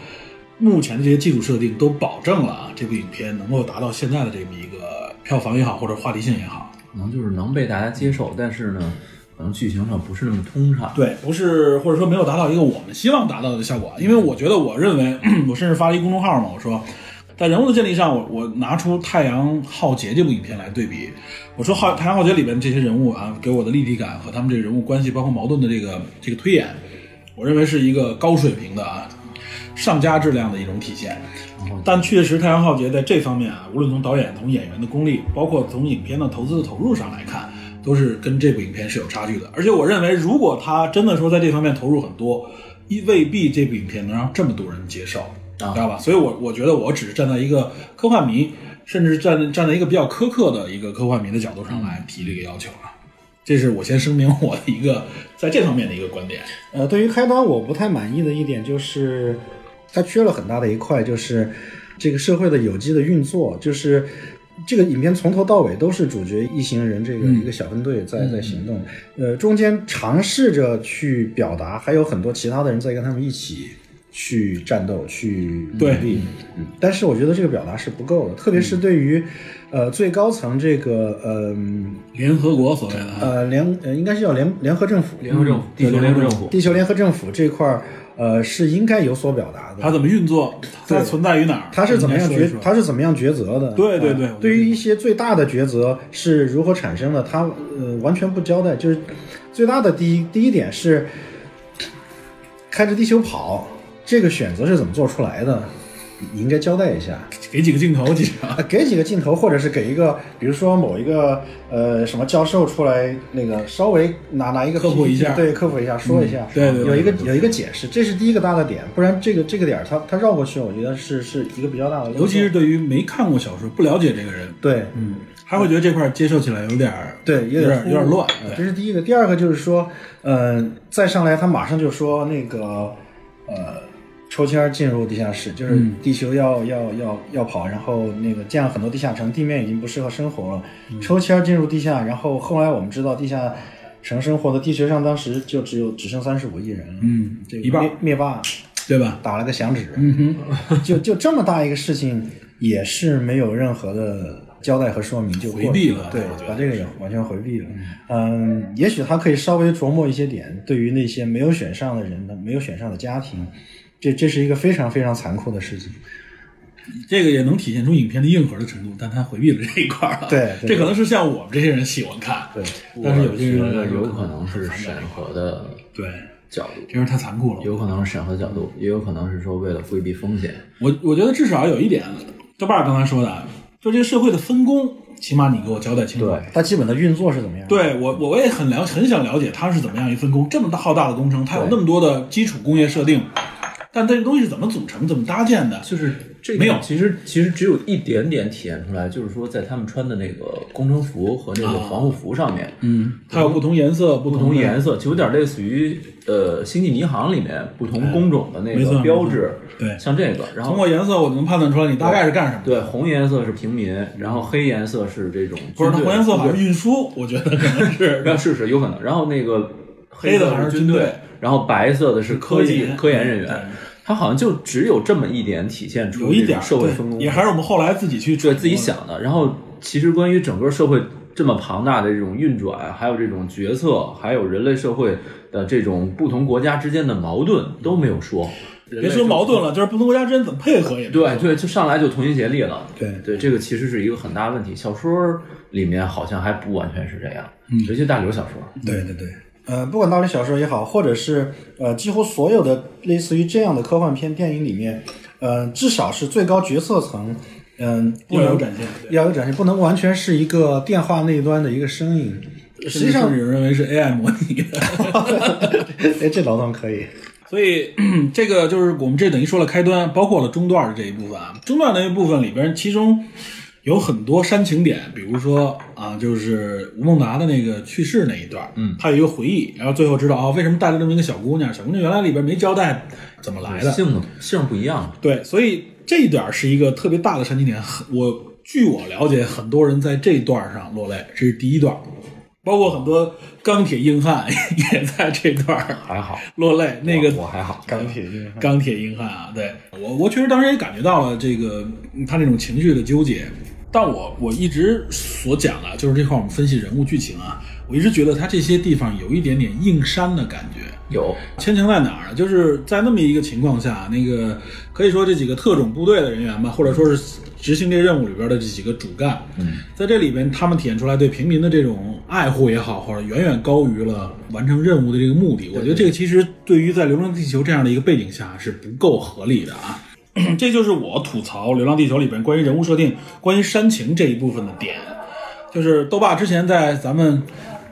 [SPEAKER 2] 目前的这些基础设定都保证了啊，这部影片能够达到现在的这么一个票房也好，或者话题性也好。
[SPEAKER 3] 可能就是能被大家接受，但是呢，可能剧情上不是那么通畅。
[SPEAKER 2] 对，不是或者说没有达到一个我们希望达到的效果，因为我觉得我认为， 我甚至发了一公众号嘛，我说在人物的建立上，我我拿出《太阳浩劫》这部影片来对比，我说浩《太阳浩劫》里边这些人物啊，给我的立体感和他们这个人物关系，包括矛盾的这个这个推演，我认为是一个高水平的啊，上佳质量的一种体现。但确实，《太阳浩劫》在这方面啊，无论从导演、从演员的功力，包括从影片的投资的投入上来看，都是跟这部影片是有差距的。而且我认为，如果他真的说在这方面投入很多，一未必这部影片能让这么多人接受，知道吧？所以我我觉得我只是站在一个科幻迷，甚至站站在一个比较苛刻的一个科幻迷的角度上来提这个要求啊。这是我先声明我的一个在这方面的一个观点。
[SPEAKER 4] 呃，对于开端我不太满意的一点就是，它缺了很大的一块，就是这个社会的有机的运作，就是。这个影片从头到尾都是主角一行人这个一个小分队在、在行动，呃，中间尝试着去表达，还有很多其他的人在跟他们一起去战斗、去努
[SPEAKER 2] 对
[SPEAKER 4] 力，嗯但是我觉得这个表达是不够的，特别是对于，呃，最高层这个，呃
[SPEAKER 2] 联合国所谓的啊
[SPEAKER 4] 呃联呃应该是叫联联合政府，
[SPEAKER 3] 联合政府，地球联合政府，
[SPEAKER 4] 地球联合政府这块儿，呃，是应该有所表达
[SPEAKER 2] 它
[SPEAKER 4] 的。
[SPEAKER 2] 怎么运作，它
[SPEAKER 4] 对
[SPEAKER 2] 存在于哪儿，
[SPEAKER 4] 它是怎么样
[SPEAKER 2] 应该说一
[SPEAKER 4] 抉
[SPEAKER 2] 说，
[SPEAKER 4] 它是怎么样抉择的？
[SPEAKER 2] 对对对
[SPEAKER 4] 啊
[SPEAKER 2] 我
[SPEAKER 4] 对于一些最大的抉择是如何产生的，它呃完全不交代。就是最大的第一第一点是开着地球跑，这个选择是怎么做出来的？你应该交代一下。
[SPEAKER 2] 给几个镜头，其实啊
[SPEAKER 4] 啊，给几个镜头，或者是给一个，比如说某一个呃什么教授出来，那个稍微拿拿一个
[SPEAKER 2] 科普一下嗯
[SPEAKER 4] PPT 对，科普一下，说一下，
[SPEAKER 2] 对对对
[SPEAKER 4] 有一个有一个解释，这是第一个大的点，不然这个这个点儿他他绕过去，我觉得是是一个比较大的漏洞，
[SPEAKER 2] 尤其是对于没看过小说、不了解这个人，
[SPEAKER 4] 对，
[SPEAKER 2] 嗯，他会觉得这块儿接受起来有点儿
[SPEAKER 4] 对，
[SPEAKER 2] 有
[SPEAKER 4] 有
[SPEAKER 2] 点儿有点儿乱。
[SPEAKER 4] 呃
[SPEAKER 2] 对
[SPEAKER 4] 这是第一个，第二个就是说，呃，再上来他马上就说那个，呃，抽签儿进入地下室，就是
[SPEAKER 2] 嗯
[SPEAKER 4] 地球要、要要要跑，然后那个建了很多地下城，地面已经不适合生活了，
[SPEAKER 2] 嗯
[SPEAKER 4] 抽签儿进入地下，然后后来我们知道地下城生活的地球上当时就只有只剩三十五亿人了，
[SPEAKER 2] 嗯
[SPEAKER 4] 这个
[SPEAKER 2] 一半
[SPEAKER 4] 灭灭霸
[SPEAKER 2] 对吧？
[SPEAKER 4] 打了个响指，嗯哼，就就这么大一个事情，也是没有任何的交代和说明就过去
[SPEAKER 2] 回避了
[SPEAKER 4] 对
[SPEAKER 2] 我觉，得
[SPEAKER 4] 把这个也完全回避了。嗯，也许他可以稍微琢磨一些点，对于那些没有选上的人的、没有选上的家庭，这这是一个非常非常残酷的事情。
[SPEAKER 2] 这个也能体现出影片的硬核的程度，但他回避了这一块儿了。
[SPEAKER 4] 对对
[SPEAKER 2] 这可能是像我们这些人喜欢看，
[SPEAKER 4] 对，
[SPEAKER 2] 但是有些
[SPEAKER 5] 觉
[SPEAKER 2] 人
[SPEAKER 5] 得有可能是审核的
[SPEAKER 2] 对，
[SPEAKER 5] 角度，
[SPEAKER 2] 这人太残酷了。
[SPEAKER 5] 有可能是审核角度，也有可能是说为了规避风险。
[SPEAKER 2] 我我觉得至少有一点，豆瓣儿刚才说的啊，就这个社会的分工，起码你给我交代清楚。
[SPEAKER 5] 对
[SPEAKER 4] 它基本的运作是怎么样？，
[SPEAKER 2] 对我，我也很了，很想了解它是怎么样一分工，这么大浩大的工程，它有那么多的基础工业设定，但这个东西是怎么组成、怎么搭建的？
[SPEAKER 3] 就是这个
[SPEAKER 2] 没有
[SPEAKER 3] 其
[SPEAKER 5] 其实其实只有一点点体现出来，就是说在他们穿的那个工程服和那个
[SPEAKER 2] 啊
[SPEAKER 5] 防护服上面，
[SPEAKER 2] 嗯，它有不同颜色、不
[SPEAKER 3] 不
[SPEAKER 2] 同
[SPEAKER 3] 同
[SPEAKER 2] 的
[SPEAKER 3] 颜色，就有点类似于呃《星际迷航》里面不同工种的那
[SPEAKER 2] 哎没错
[SPEAKER 3] 个标志，
[SPEAKER 2] 没错对
[SPEAKER 3] 像这个，然
[SPEAKER 2] 通
[SPEAKER 3] 后
[SPEAKER 2] 过颜色我就能判断出来你大概是干什么的。
[SPEAKER 3] 对红颜色是平民，然后黑颜色是这种
[SPEAKER 2] 不是，它
[SPEAKER 3] 军
[SPEAKER 2] 红
[SPEAKER 3] 队
[SPEAKER 2] 颜色好像是运输，我觉得可能 是
[SPEAKER 3] 那是是有可能。然后那个
[SPEAKER 2] 黑的
[SPEAKER 3] 色
[SPEAKER 2] 还是
[SPEAKER 3] 是
[SPEAKER 2] 军
[SPEAKER 3] 队，
[SPEAKER 2] 队
[SPEAKER 3] 然后白色的是科技
[SPEAKER 2] 科研嗯
[SPEAKER 3] 科研人
[SPEAKER 2] 对
[SPEAKER 3] 员，他好像就只有这么一点体现出
[SPEAKER 2] 有一
[SPEAKER 3] 这
[SPEAKER 2] 点
[SPEAKER 3] 种
[SPEAKER 2] 儿
[SPEAKER 3] 社会
[SPEAKER 2] 对
[SPEAKER 3] 分工，
[SPEAKER 2] 也还是我们后来自己去
[SPEAKER 3] 对自己想的。然后其实关于整个社会这么庞大的这种运转，还有这种决策，还有人类社会的这种不同国家之间的矛盾都没有说。
[SPEAKER 2] 别说矛盾了，就是不同国家之间怎么配合也没有
[SPEAKER 3] 对对，就上来就同心协力了。
[SPEAKER 4] 对
[SPEAKER 3] 对，这个其实是一个很大的问题。小说里面好像还不完全是这样，
[SPEAKER 2] 嗯
[SPEAKER 3] 尤其大刘小说。
[SPEAKER 4] 对对对。呃，不管道理小说也好，或者是呃，几乎所有的类似于这样的科幻片电影里面，呃，至少是最高决策层，嗯、不
[SPEAKER 2] 要
[SPEAKER 4] 能
[SPEAKER 2] 有展现。对
[SPEAKER 4] 要有展现，不能完全是一个电话那一端的一个声音。 实际上
[SPEAKER 2] 甚，至有人认为是 AI 模拟的，
[SPEAKER 4] 哎，这劳动可以。
[SPEAKER 2] 所以 这个就是我们这等于说了开端，包括了中段的这一部分啊。中段那一部分里边，其中有很多煽情点，比如说啊，就是吴孟达的那个去世那一段，嗯，他有一个回忆，然后最后知道啊、哦，为什么带着这么一个小姑娘，小姑娘原来里边没交代怎么来的，
[SPEAKER 3] 性性不一样，
[SPEAKER 2] 对，所以这一点是一个特别大的煽情点。很我据我了解，很多人在这段上落泪，这是第一段，包括很多钢铁硬汉 也在这段
[SPEAKER 3] 还好
[SPEAKER 2] 落泪。那个
[SPEAKER 3] 我还好。
[SPEAKER 4] 钢铁硬汉
[SPEAKER 2] 啊钢铁硬汉啊，对我我确实当时也感觉到了这个嗯他那种情绪的纠结。但我我一直所讲的，就是这块我们分析人物剧情啊，我一直觉得他这些地方有一点点硬伤的感觉。
[SPEAKER 3] 有
[SPEAKER 2] 牵强在哪儿呢？就是在那么一个情况下，那个可以说这几个特种部队的人员吧，或者说是执行这任务里边的这几个主干，嗯，在这里边他们体现出来对平民的这种爱护也好，或者远远高于了完成任务的这个目的。我觉得这个其实对于在《流浪地球》这样的一个背景下是不够合理的啊。这就是我吐槽《流浪地球》里边关于人物设定、关于煽情这一部分的点。就是豆爸之前在咱们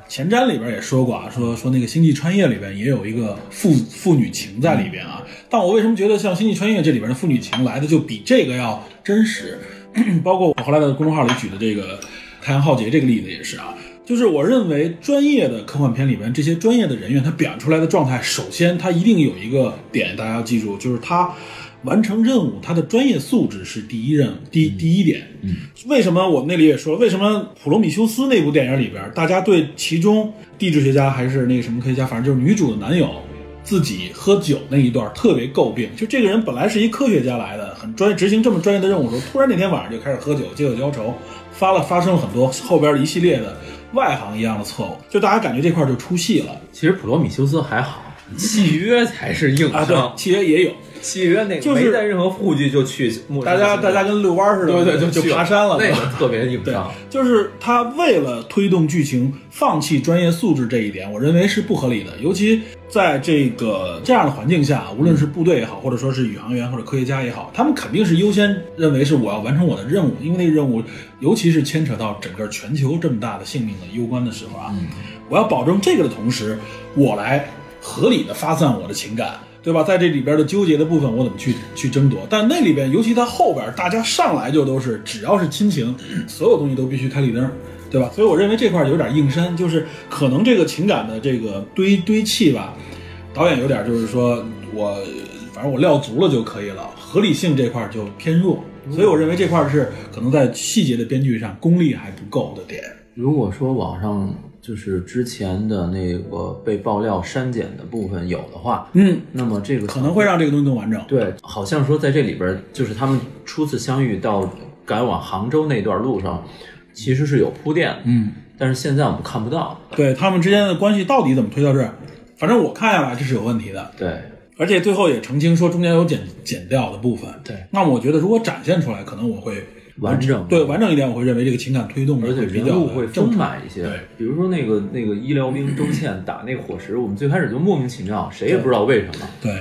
[SPEAKER 2] 前瞻里边也说过啊，说说那个《星际穿越》里边也有一个父父女情在里边啊。但我为什么觉得像《星际穿越》这里边的父女情来的就比这个要真实？ 包括我后来在公众号里举的这个太阳浩劫这个例子也是啊。就是我认为专业的科幻片里边，这些专业的人员他表现出来的状态，首先他一定有一个点，大家要记住，就是他完成任务，他的专业素质是第一任务，第第一点。嗯，为什么我们那里也说，为什么《普罗米修斯》那部电影里边，大家对其中地质学家还是那个什么科学家，反正就是女主的男友自己喝酒那一段特别诟病，就这个人本来是一科学家来的，很专业，执行这么专业的任务的时候，突然那天晚上就开始喝酒，借酒浇愁，发了发生了很多后边一系列的外行一样的错误，就大家感觉这块儿就出戏了。
[SPEAKER 3] 其实普罗米修斯还好，契约才是硬
[SPEAKER 2] 啊，对，
[SPEAKER 3] 伤。
[SPEAKER 2] 契约也有。
[SPEAKER 5] 契约那
[SPEAKER 2] 就
[SPEAKER 5] 个
[SPEAKER 2] 是
[SPEAKER 5] 没带任何护具就去陌
[SPEAKER 2] 大
[SPEAKER 5] 生的
[SPEAKER 2] 家
[SPEAKER 5] 星球
[SPEAKER 2] 大家跟遛弯儿似的，
[SPEAKER 5] 对对
[SPEAKER 2] 就
[SPEAKER 5] 去
[SPEAKER 2] 爬山了，
[SPEAKER 5] 那个特别硬
[SPEAKER 2] 对
[SPEAKER 5] 伤。，
[SPEAKER 2] 就是他为了推动剧情，放弃专业素质这一点，我认为是不合理的。尤其在这个这样的环境下，无论是部队也好，或者说是宇航员或者科学家也好，他们肯定是优先认为是我要完成我的任务，因为那个任务，尤其是牵扯到整个全球这么大的性命的攸关的时候啊，我要保证这个的同时，我来合理的发散我的情感。对吧？在这里边的纠结的部分，我怎么去去争夺？但那里边，尤其它后边，大家上来就都是，只要是亲情，所有东西都必须开绿灯，对吧？所以我认为这块有点硬伤，就是可能这个情感的这个堆堆砌吧，导演有点就是说我反正我料足了就可以了，合理性这块就偏弱，所以我认为这块是可能在细节的编剧上功力还不够的点。
[SPEAKER 5] 如果说网上就是之前的那个被爆料删减的部分有的话，
[SPEAKER 2] 嗯，
[SPEAKER 5] 那么这个
[SPEAKER 2] 可能会让这个东西更完整。
[SPEAKER 5] 对，好像说在这里边儿，就是他们初次相遇到赶往杭州那段路上，其实是有铺垫的，
[SPEAKER 2] 嗯，
[SPEAKER 5] 但是现在我们看不到。
[SPEAKER 2] 对他们之间的关系到底怎么推到这儿？反正我看下来这是有问题的。
[SPEAKER 5] 对，
[SPEAKER 2] 而且最后也澄清说中间有剪剪掉的部分。
[SPEAKER 5] 对
[SPEAKER 2] 那我觉得如果展现出来，可能我会
[SPEAKER 5] 完整
[SPEAKER 2] 对完整一点，我会认为这个情感推动
[SPEAKER 5] 而且
[SPEAKER 2] 比
[SPEAKER 5] 人
[SPEAKER 2] 较
[SPEAKER 5] 物会
[SPEAKER 2] 丰
[SPEAKER 5] 丰满一些
[SPEAKER 2] 对，
[SPEAKER 5] 比如说那个那个医疗兵周倩打那个火石，我们最开始就莫名其妙，谁也不知道为什么，
[SPEAKER 2] 对，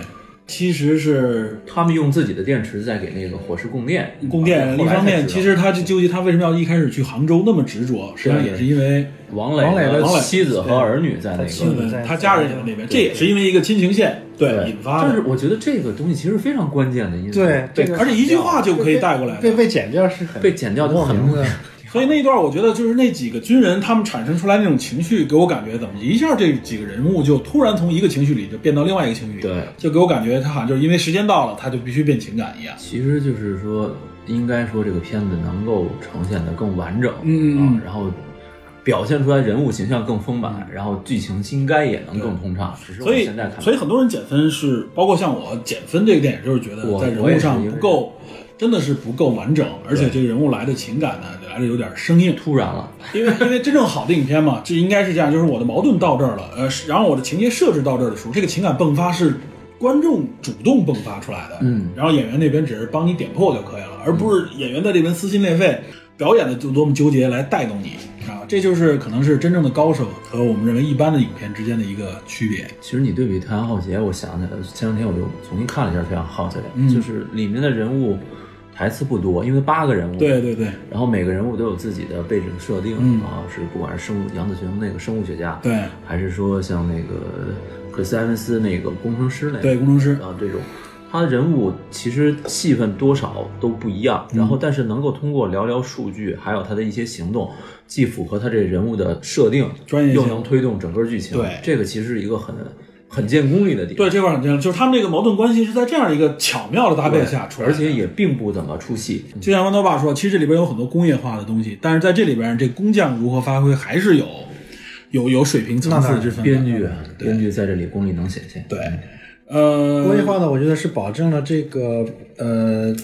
[SPEAKER 2] 其实是
[SPEAKER 5] 他们用自己的电池在给那个火石供电，
[SPEAKER 2] 供电一
[SPEAKER 5] 啊后来才
[SPEAKER 2] 方面，
[SPEAKER 5] 知道
[SPEAKER 2] 其实他就纠结他为什么要一开始去杭州那么执着，实际上也是因为呃
[SPEAKER 5] 王磊
[SPEAKER 3] 王磊
[SPEAKER 5] 的
[SPEAKER 3] 的
[SPEAKER 5] 妻子和儿女在那
[SPEAKER 3] 妻子
[SPEAKER 5] 个。
[SPEAKER 3] 对
[SPEAKER 2] 他家人也在那边，这也是因为一个亲情线对引发
[SPEAKER 5] 但是
[SPEAKER 2] 的。
[SPEAKER 5] 我觉得这个东西其实非常关键的因素，
[SPEAKER 4] 对
[SPEAKER 5] 被
[SPEAKER 4] 这个
[SPEAKER 2] 而且一句话就可以带过来
[SPEAKER 4] 被
[SPEAKER 2] 的，
[SPEAKER 4] 被剪掉是很
[SPEAKER 5] 被剪掉就
[SPEAKER 4] 莫
[SPEAKER 5] 很
[SPEAKER 4] 名的。
[SPEAKER 2] 所以那一段我觉得就是那几个军人他们产生出来那种情绪，给我感觉怎么一下这几个人物就突然从一个情绪里就变到另外一个情绪里，
[SPEAKER 5] 对，
[SPEAKER 2] 就给我感觉他好像就是因为时间到了，他就必须变情感一样。
[SPEAKER 5] 其实就是说，应该说这个片子能够呈现的更完整，
[SPEAKER 2] 嗯嗯
[SPEAKER 5] 啊，然后表现出来人物形象更丰满，然后剧情应该也能更通畅。只是我
[SPEAKER 2] 所
[SPEAKER 5] 们
[SPEAKER 2] 以
[SPEAKER 5] 现在看，，
[SPEAKER 2] 所以很多人减分是，包括像我减分这个电影，就是觉得
[SPEAKER 5] 我
[SPEAKER 2] 在人
[SPEAKER 5] 我也
[SPEAKER 2] 物
[SPEAKER 5] 是
[SPEAKER 2] 上
[SPEAKER 5] 因为
[SPEAKER 2] 不够，真的是不够完整，而且这个人物来的情感呢，来的有点生硬。
[SPEAKER 5] 突然了，
[SPEAKER 2] 因为因为真正好的影片嘛，这应该是这样，就是我的矛盾到这儿了，呃，是然后我的情节设置到这儿的时候，这个情感迸发是观众主动迸发出来的，
[SPEAKER 5] 嗯
[SPEAKER 2] 然后演员那边只是帮你点破就可以了，而不是演员在这边撕心裂肺，表演的就多么纠结来带动你啊，这就是可能是真正的高手和我们认为一般的影片之间的一个区别，
[SPEAKER 5] 其实你对比《太阳浩劫》，我想起来了，前两天我又重新看了一下《太阳浩劫》
[SPEAKER 2] 嗯
[SPEAKER 5] 就是里面的人物台词不多，因为八个人物，
[SPEAKER 2] 对对对
[SPEAKER 5] 然后每个人物都有自己的背景设定、
[SPEAKER 2] 嗯
[SPEAKER 5] 啊，是不管是生物杨子雄那个生物学家，
[SPEAKER 2] 对
[SPEAKER 5] 还是说像那个克里斯埃文斯那个工程师那个
[SPEAKER 2] 对，工程师，
[SPEAKER 5] 啊这种，他人物其实戏份多少都不一样，然
[SPEAKER 2] 嗯
[SPEAKER 5] 后但是能够通过聊聊数据，还有他的一些行动，既符合他这人物的设定，
[SPEAKER 2] 专业性
[SPEAKER 5] 又能推动整个剧情，
[SPEAKER 2] 对
[SPEAKER 5] 这个其实是一个很很见功力的地方。
[SPEAKER 2] 对这块儿很重要，就是他们这个矛盾关系是在这样一个巧妙的搭配下出来
[SPEAKER 5] 而
[SPEAKER 2] 的，嗯
[SPEAKER 5] 且也并不怎么出戏，
[SPEAKER 2] 就像豌豆爸说，其实这里边有很多工业化的东西，但是在这里边，这工匠如何发挥还是有有有水平层次之分的。
[SPEAKER 5] 编剧啊编剧在这里功力能显现。
[SPEAKER 2] 嗯对，呃，
[SPEAKER 4] 工业化呢，我觉得是保证了这个呃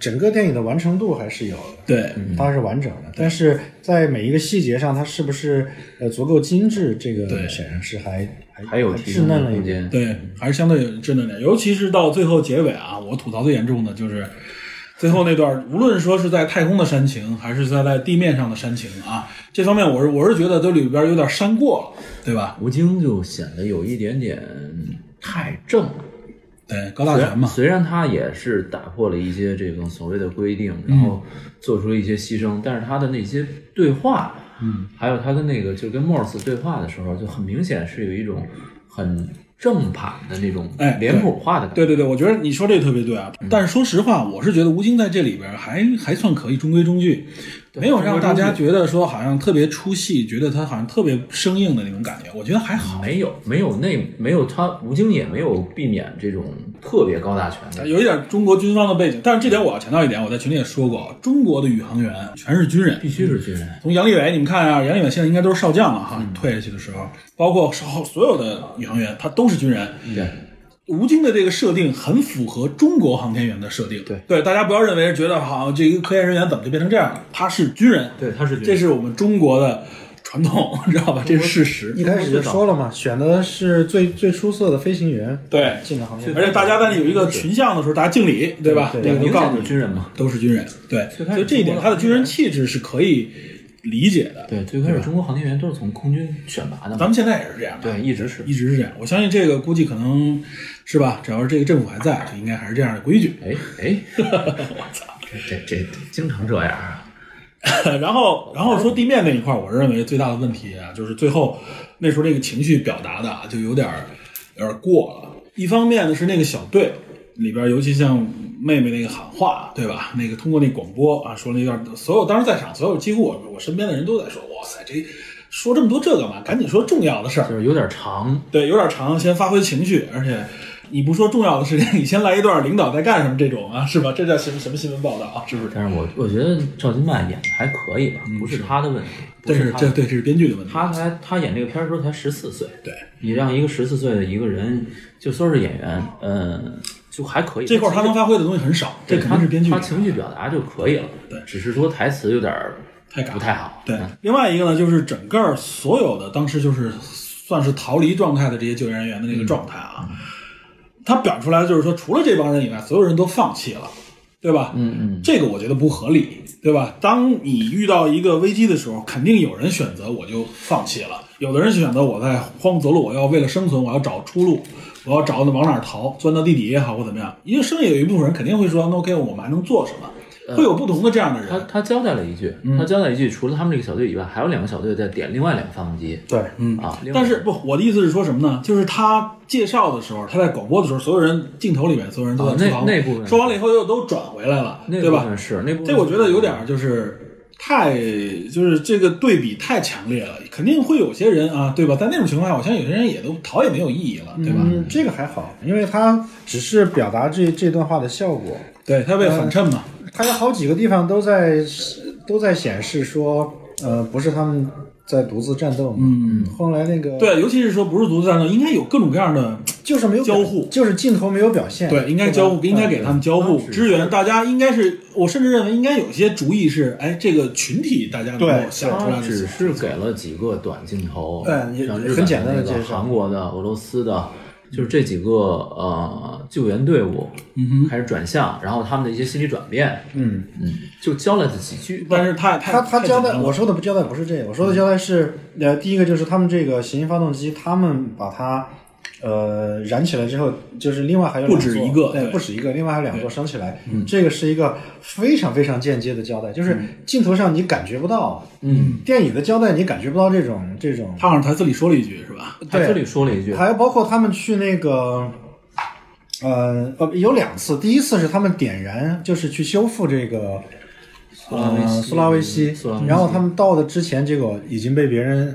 [SPEAKER 4] 整个电影的完成度还是有的，
[SPEAKER 2] 对
[SPEAKER 5] 嗯
[SPEAKER 4] 当然是完整的，但是在每一个细节上，它是不是呃足够精致，这个
[SPEAKER 2] 对
[SPEAKER 4] 显然是还
[SPEAKER 5] 还有提
[SPEAKER 4] 稚
[SPEAKER 5] 升的
[SPEAKER 4] 嫩了一
[SPEAKER 5] 空
[SPEAKER 4] 点。
[SPEAKER 5] 间。
[SPEAKER 2] 对，还是相对稚嫩点，尤其是到最后结尾啊，我吐槽最严重的就是。最后那段，无论说是在太空的煽情，还是在在地面上的煽情啊，这方面我是我是觉得都里边有点煽过了，对吧？
[SPEAKER 5] 吴京就显得有一点点太正了。
[SPEAKER 2] 对，高大全嘛，
[SPEAKER 5] 虽然他也是打破了一些这种所谓的规定，然后
[SPEAKER 2] 嗯
[SPEAKER 5] 做出了一些牺牲，但是他的那些对话，嗯，还有他跟那个就是跟莫尔斯对话的时候，就很明显是有一种很正版的那种
[SPEAKER 2] 哎
[SPEAKER 5] 脸谱化的感觉。
[SPEAKER 2] 对对对，我觉得你说这特别对啊。
[SPEAKER 5] 嗯
[SPEAKER 2] 但是说实话，我是觉得吴京在这里边还还算可以，中规中矩，没有让大家觉得说好像特别出戏，觉得他好像特别生硬的那种感觉。我觉得还好，
[SPEAKER 5] 没有，没有那没有他，吴京也没有避免这种特别高大全的。
[SPEAKER 2] 有一点中国军方的背景。但是这点我要强调一点，我在群里也说过，中国的宇航员全是军人，
[SPEAKER 5] 必须是嗯军人，
[SPEAKER 2] 从杨利伟，你们看啊，杨利伟现在应该都是少将了哈，退下去的时候，包括少所有的宇航员，他都是军人。
[SPEAKER 5] 对，
[SPEAKER 2] 吴京的这个设定很符合中国航天员的设定。
[SPEAKER 5] 对
[SPEAKER 2] 大家不要认为觉得好像这个科研人员怎么就变成这样了，他是军人，
[SPEAKER 5] 对，他是军人
[SPEAKER 2] 这是我们中国的传统， 知道吧？这是事实。
[SPEAKER 4] 一开始就说了嘛，选的是最最出色的飞行员
[SPEAKER 2] 对，
[SPEAKER 4] 进的行业，
[SPEAKER 2] 而且大家在有一个群像的时候，大家敬礼，对吧？
[SPEAKER 4] 对
[SPEAKER 2] 那个
[SPEAKER 4] 对
[SPEAKER 2] 都
[SPEAKER 5] 明
[SPEAKER 2] 告
[SPEAKER 5] 显
[SPEAKER 2] 诉
[SPEAKER 5] 就是
[SPEAKER 2] 你
[SPEAKER 5] 军人嘛。
[SPEAKER 2] 都是军人，对，所以这一点他的军人气质是可以理解的。
[SPEAKER 5] 对，最开始中国航天员都是从空军选拔的
[SPEAKER 2] 咱
[SPEAKER 5] 嘛。
[SPEAKER 2] 们现在也是这样的，啊
[SPEAKER 5] 对，一直是。
[SPEAKER 2] 一直是这样。我相信这个估计可能是吧，只要是这个政府还在，就应该还是这样的规矩。
[SPEAKER 5] 哎哎，我操，这这这经常这样啊！
[SPEAKER 2] 然后，然后说地面那一块儿，我认为最大的问题啊，就是最后那时候那个情绪表达的啊，就有点儿有点儿过了。一方面呢是那个小队里边儿，尤其像妹妹那个喊话，啊对吧？那个通过那广播啊，说那段，所有当时在场所有几乎我我身边的人都在说，哇塞，这说这么多这干嘛？赶紧说重要的事儿
[SPEAKER 5] 就。是有点长，
[SPEAKER 2] 对，有点长，先发挥情绪，而且你不说重要的事情，你先来一段领导在干什么这种啊，是吧？这叫什么什么新闻报道啊？是不是？
[SPEAKER 5] 但是我我觉得赵今麦演的还可以吧，不是他的问题，不
[SPEAKER 2] 这
[SPEAKER 5] 是
[SPEAKER 2] 是
[SPEAKER 5] 他
[SPEAKER 2] 这嗯对，这是编剧的问题。
[SPEAKER 5] 他才他演这个片儿的时候才十四岁，
[SPEAKER 2] 对，
[SPEAKER 5] 你让一个十四岁的一个人就说是演员，嗯，就还可以。
[SPEAKER 2] 这块儿他能发挥的东西很少，这
[SPEAKER 5] 对
[SPEAKER 2] 肯定是编剧
[SPEAKER 5] 他
[SPEAKER 2] 的
[SPEAKER 5] 他情绪表达就可以了，
[SPEAKER 2] 对
[SPEAKER 5] 只是说台词有点儿
[SPEAKER 2] 太尬
[SPEAKER 5] 不太好，
[SPEAKER 2] 对
[SPEAKER 5] 嗯，
[SPEAKER 2] 另外一个呢，就是整个儿所有的当时就是算是逃离状态的这些救援人员的
[SPEAKER 5] 嗯
[SPEAKER 2] 那个状态啊，他表现出来就是说，除了这帮人以外，所有人都放弃了，对吧？嗯嗯，这个我觉得不合理，对吧？当你遇到一个危机的时候，肯定有人选择我就放弃了，有的人选择我在慌不择路，我要为了生存，我要找出路。我要找往哪儿逃，钻到地底也好，或怎么样，因为剩下有一部分人肯定会说，那 OK，我们还能做什么？会有不同的这样的人，
[SPEAKER 5] 呃他他交代了一句，
[SPEAKER 2] 嗯
[SPEAKER 5] 他交代一句，除了他们这个小队以外，还有两个小队在点另外两个发动机
[SPEAKER 4] 对，
[SPEAKER 5] 啊。另外
[SPEAKER 2] 嗯但是不，我的意思是说什么呢？就是他介绍的时候，他在广播的时候，所有人镜头里面，所有人都在
[SPEAKER 5] 啊那
[SPEAKER 2] 厨房
[SPEAKER 5] 那部分
[SPEAKER 2] 说完了以后又都转回来了，
[SPEAKER 5] 那
[SPEAKER 2] 对
[SPEAKER 5] 部
[SPEAKER 2] 吧？
[SPEAKER 5] 分是那部分
[SPEAKER 2] 这我觉得有点儿就是太就是这个对比太强烈了，肯定会有些人啊，对吧？在那种情况下，我相信有些人也都逃也没有意义了，对吧？
[SPEAKER 4] 嗯，这个还好，因为他只是表达这这段话的效果，
[SPEAKER 2] 对他被反衬嘛，
[SPEAKER 4] 他有好几个地方都在都在显示说，呃，不是他们在独自战斗嘛，嗯，后来那
[SPEAKER 5] 呃
[SPEAKER 4] 个，
[SPEAKER 2] 对，尤其是说不是独自战斗，应该有各种各样的，
[SPEAKER 4] 就是没有表
[SPEAKER 2] 交互
[SPEAKER 4] 就是镜头没有表现，
[SPEAKER 2] 对，应该
[SPEAKER 4] 吧嗯
[SPEAKER 2] 交互，应该给他们交互支援。大家应该是，我甚至认为应该有些主意是，哎，这个群体大家能
[SPEAKER 4] 对
[SPEAKER 2] 够想出来
[SPEAKER 5] 他
[SPEAKER 2] 的
[SPEAKER 5] 哦只是给了几个短镜头，
[SPEAKER 4] 嗯也
[SPEAKER 5] 像
[SPEAKER 4] 也
[SPEAKER 5] 日
[SPEAKER 4] 很
[SPEAKER 5] 本
[SPEAKER 4] 简单的
[SPEAKER 5] 那个
[SPEAKER 4] 介绍
[SPEAKER 5] 韩国的、俄罗斯的，就是这几个呃救援队伍开始转向，然后他们的一些心理转变，
[SPEAKER 4] 嗯，
[SPEAKER 5] 嗯，就交代了几句。
[SPEAKER 2] 但是太太
[SPEAKER 4] 他他
[SPEAKER 2] 太
[SPEAKER 4] 交
[SPEAKER 2] 简
[SPEAKER 4] 代
[SPEAKER 2] 单了嗯
[SPEAKER 4] 我说的不交代不是这个，我说的交代是，呃，第一个就是他们这个行星发动机，他们把它呃燃起来之后，就是另外还有
[SPEAKER 2] 不
[SPEAKER 4] 两
[SPEAKER 2] 止
[SPEAKER 4] 座
[SPEAKER 2] 一个
[SPEAKER 4] 对，
[SPEAKER 2] 对嗯
[SPEAKER 4] 不止一个，另外还有两座升起来，这个是一个非常非常间接的交代，就是镜头上你感觉不到，嗯，电影的交代你感觉不到这种这种，
[SPEAKER 2] 他好像台词里说了一句是吧？
[SPEAKER 5] 他这里说了一句，
[SPEAKER 4] 还有包括他们去那个。呃呃，有两次，第一次是他们点燃，就是去修复这个
[SPEAKER 5] 苏拉维
[SPEAKER 4] 呃
[SPEAKER 5] 西，
[SPEAKER 4] 苏拉维西
[SPEAKER 5] 苏拉维西，
[SPEAKER 4] 然后他们到的之前，结果已经被别人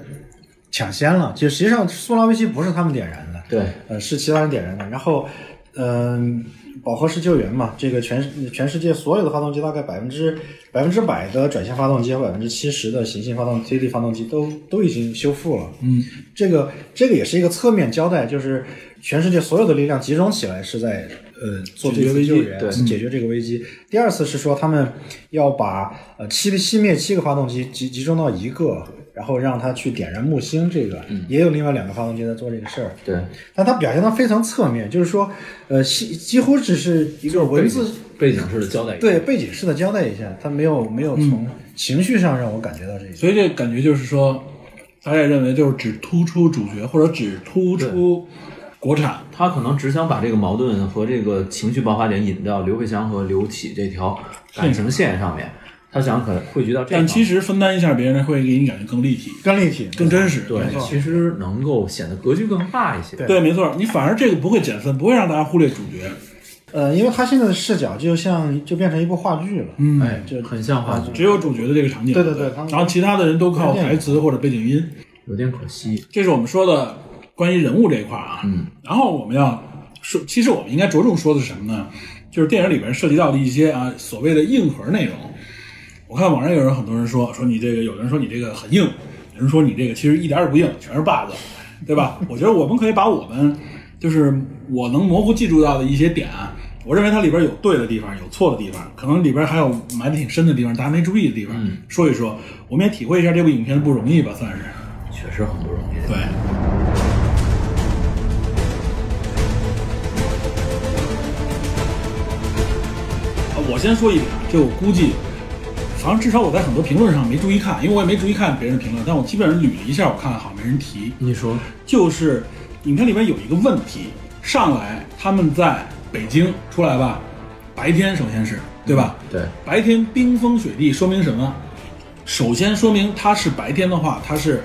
[SPEAKER 4] 抢先了。就实际上苏拉维西不是他们点燃的，
[SPEAKER 5] 对，
[SPEAKER 4] 呃，是其他人点燃的。然后，嗯、饱和式救援嘛，这个全全世界所有的发动机，大概百分之百分之百的转向发动机和百分之七十的行星发动 TD 发动机都都已经修复了。嗯，这个这个也是一个侧面交代，就是全世界所有的力量集中起来是在呃做这次救援，
[SPEAKER 5] 对
[SPEAKER 4] 解决这个危机。第二次是说他们要把呃七熄灭七个发动机集集中到一个。然后让它去点燃木星，这个、也有另外两个发动机在做这个事儿。
[SPEAKER 5] 对，
[SPEAKER 4] 但它表现的非常侧面，就是说，呃，几几乎只是一个文字
[SPEAKER 5] 背景式的交代一句。
[SPEAKER 4] 对背景式的交代一下，它没有没有从情绪上让我感觉到这一些。
[SPEAKER 2] 所以这感觉就是说，大家也认为就是只突出主角或者只突出国产，
[SPEAKER 5] 他可能只想把这个矛盾和这个情绪爆发点引到刘培强和刘启这条感情线上面，他想可汇聚到这。
[SPEAKER 2] 但其，实分担一下别人会给你感觉更立体、
[SPEAKER 4] 更立体，
[SPEAKER 2] 更真实。
[SPEAKER 5] 对，其实能够显得格局更大一些。
[SPEAKER 4] 对
[SPEAKER 2] 对，没错，你反而这个不会减分，不会让大家忽略主角。
[SPEAKER 4] 呃，因为他现在的视角就像就变成一部话剧了，嗯，
[SPEAKER 5] 哎，
[SPEAKER 4] 就
[SPEAKER 5] 很像话
[SPEAKER 4] 嗯
[SPEAKER 5] 剧，
[SPEAKER 2] 只有主角的这个场景，
[SPEAKER 4] 对对对他们
[SPEAKER 2] 然后其他的人都靠台词或者背景音。
[SPEAKER 5] 有点可惜。
[SPEAKER 2] 这是我们说的关于人物这一块啊。嗯，然后我们要说，其实我们应该着重说的是什么呢？就是电影里边涉及到的一些啊所谓的硬核内容。我看网上有人很多人说说你这个，有的人说你这个很硬，有人说你这个其实一点儿也不硬，全是 bug，对吧？我觉得我们可以把我们就是我能模糊记住到的一些点啊，我认为它里边有对的地方，有错的地方，可能里边还有埋的挺深的地方，大家没注意的地方，说一说，我们也体会一下这部影片的不容易吧，算是。
[SPEAKER 5] 确实很不容易。
[SPEAKER 2] 对，啊我先说一点，这我估计，反正至少我在很多评论上没注意看，因为我也没注意看别人的评论，但我基本上捋了一下，我看好像没人提。
[SPEAKER 3] 你说
[SPEAKER 2] 就是影片里面有一个问题，上来他们在北京出来吧，白天首先是对吧？
[SPEAKER 5] 对，
[SPEAKER 2] 白天冰封雪地，说明什么？首先说明它是白天的话，它是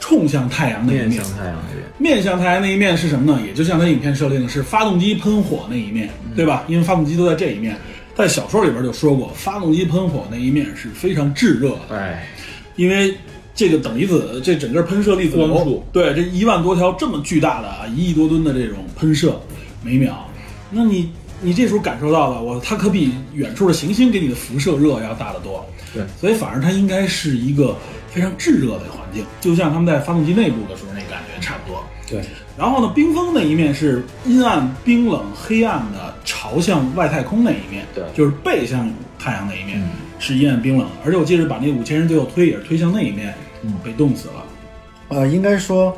[SPEAKER 2] 冲向太阳的一面，
[SPEAKER 5] 面向太阳那边，
[SPEAKER 2] 面向太阳那一面是什么呢？也就像它影片设定的是发动机喷火那一面，对吧？因为发动机都在这一面，在小说里边就说过，发动机喷火那一面是非常炙热的，
[SPEAKER 5] 哎，
[SPEAKER 2] 因为这个等离子，这整个喷射粒子
[SPEAKER 3] 光
[SPEAKER 2] 流
[SPEAKER 3] 束，
[SPEAKER 2] 对，这一万多条这么巨大的啊，一亿多吨的这种喷射每秒，那你你这时候感受到了，我它可比远处的行星给你的辐射热要大得多。
[SPEAKER 5] 对，
[SPEAKER 2] 所以反而它应该是一个非常炙热的环境，就像他们在发动机内部的时候那感觉差不多。
[SPEAKER 4] 对，
[SPEAKER 2] 然后呢，冰封那一面是阴暗、冰冷、黑暗的，朝向外太空那一面，
[SPEAKER 5] 对
[SPEAKER 2] 就是背向太阳那一面、是阴暗冰冷。而且我记得把那五千人最后推也是推向那一面，被冻死了。
[SPEAKER 4] 呃，应该说，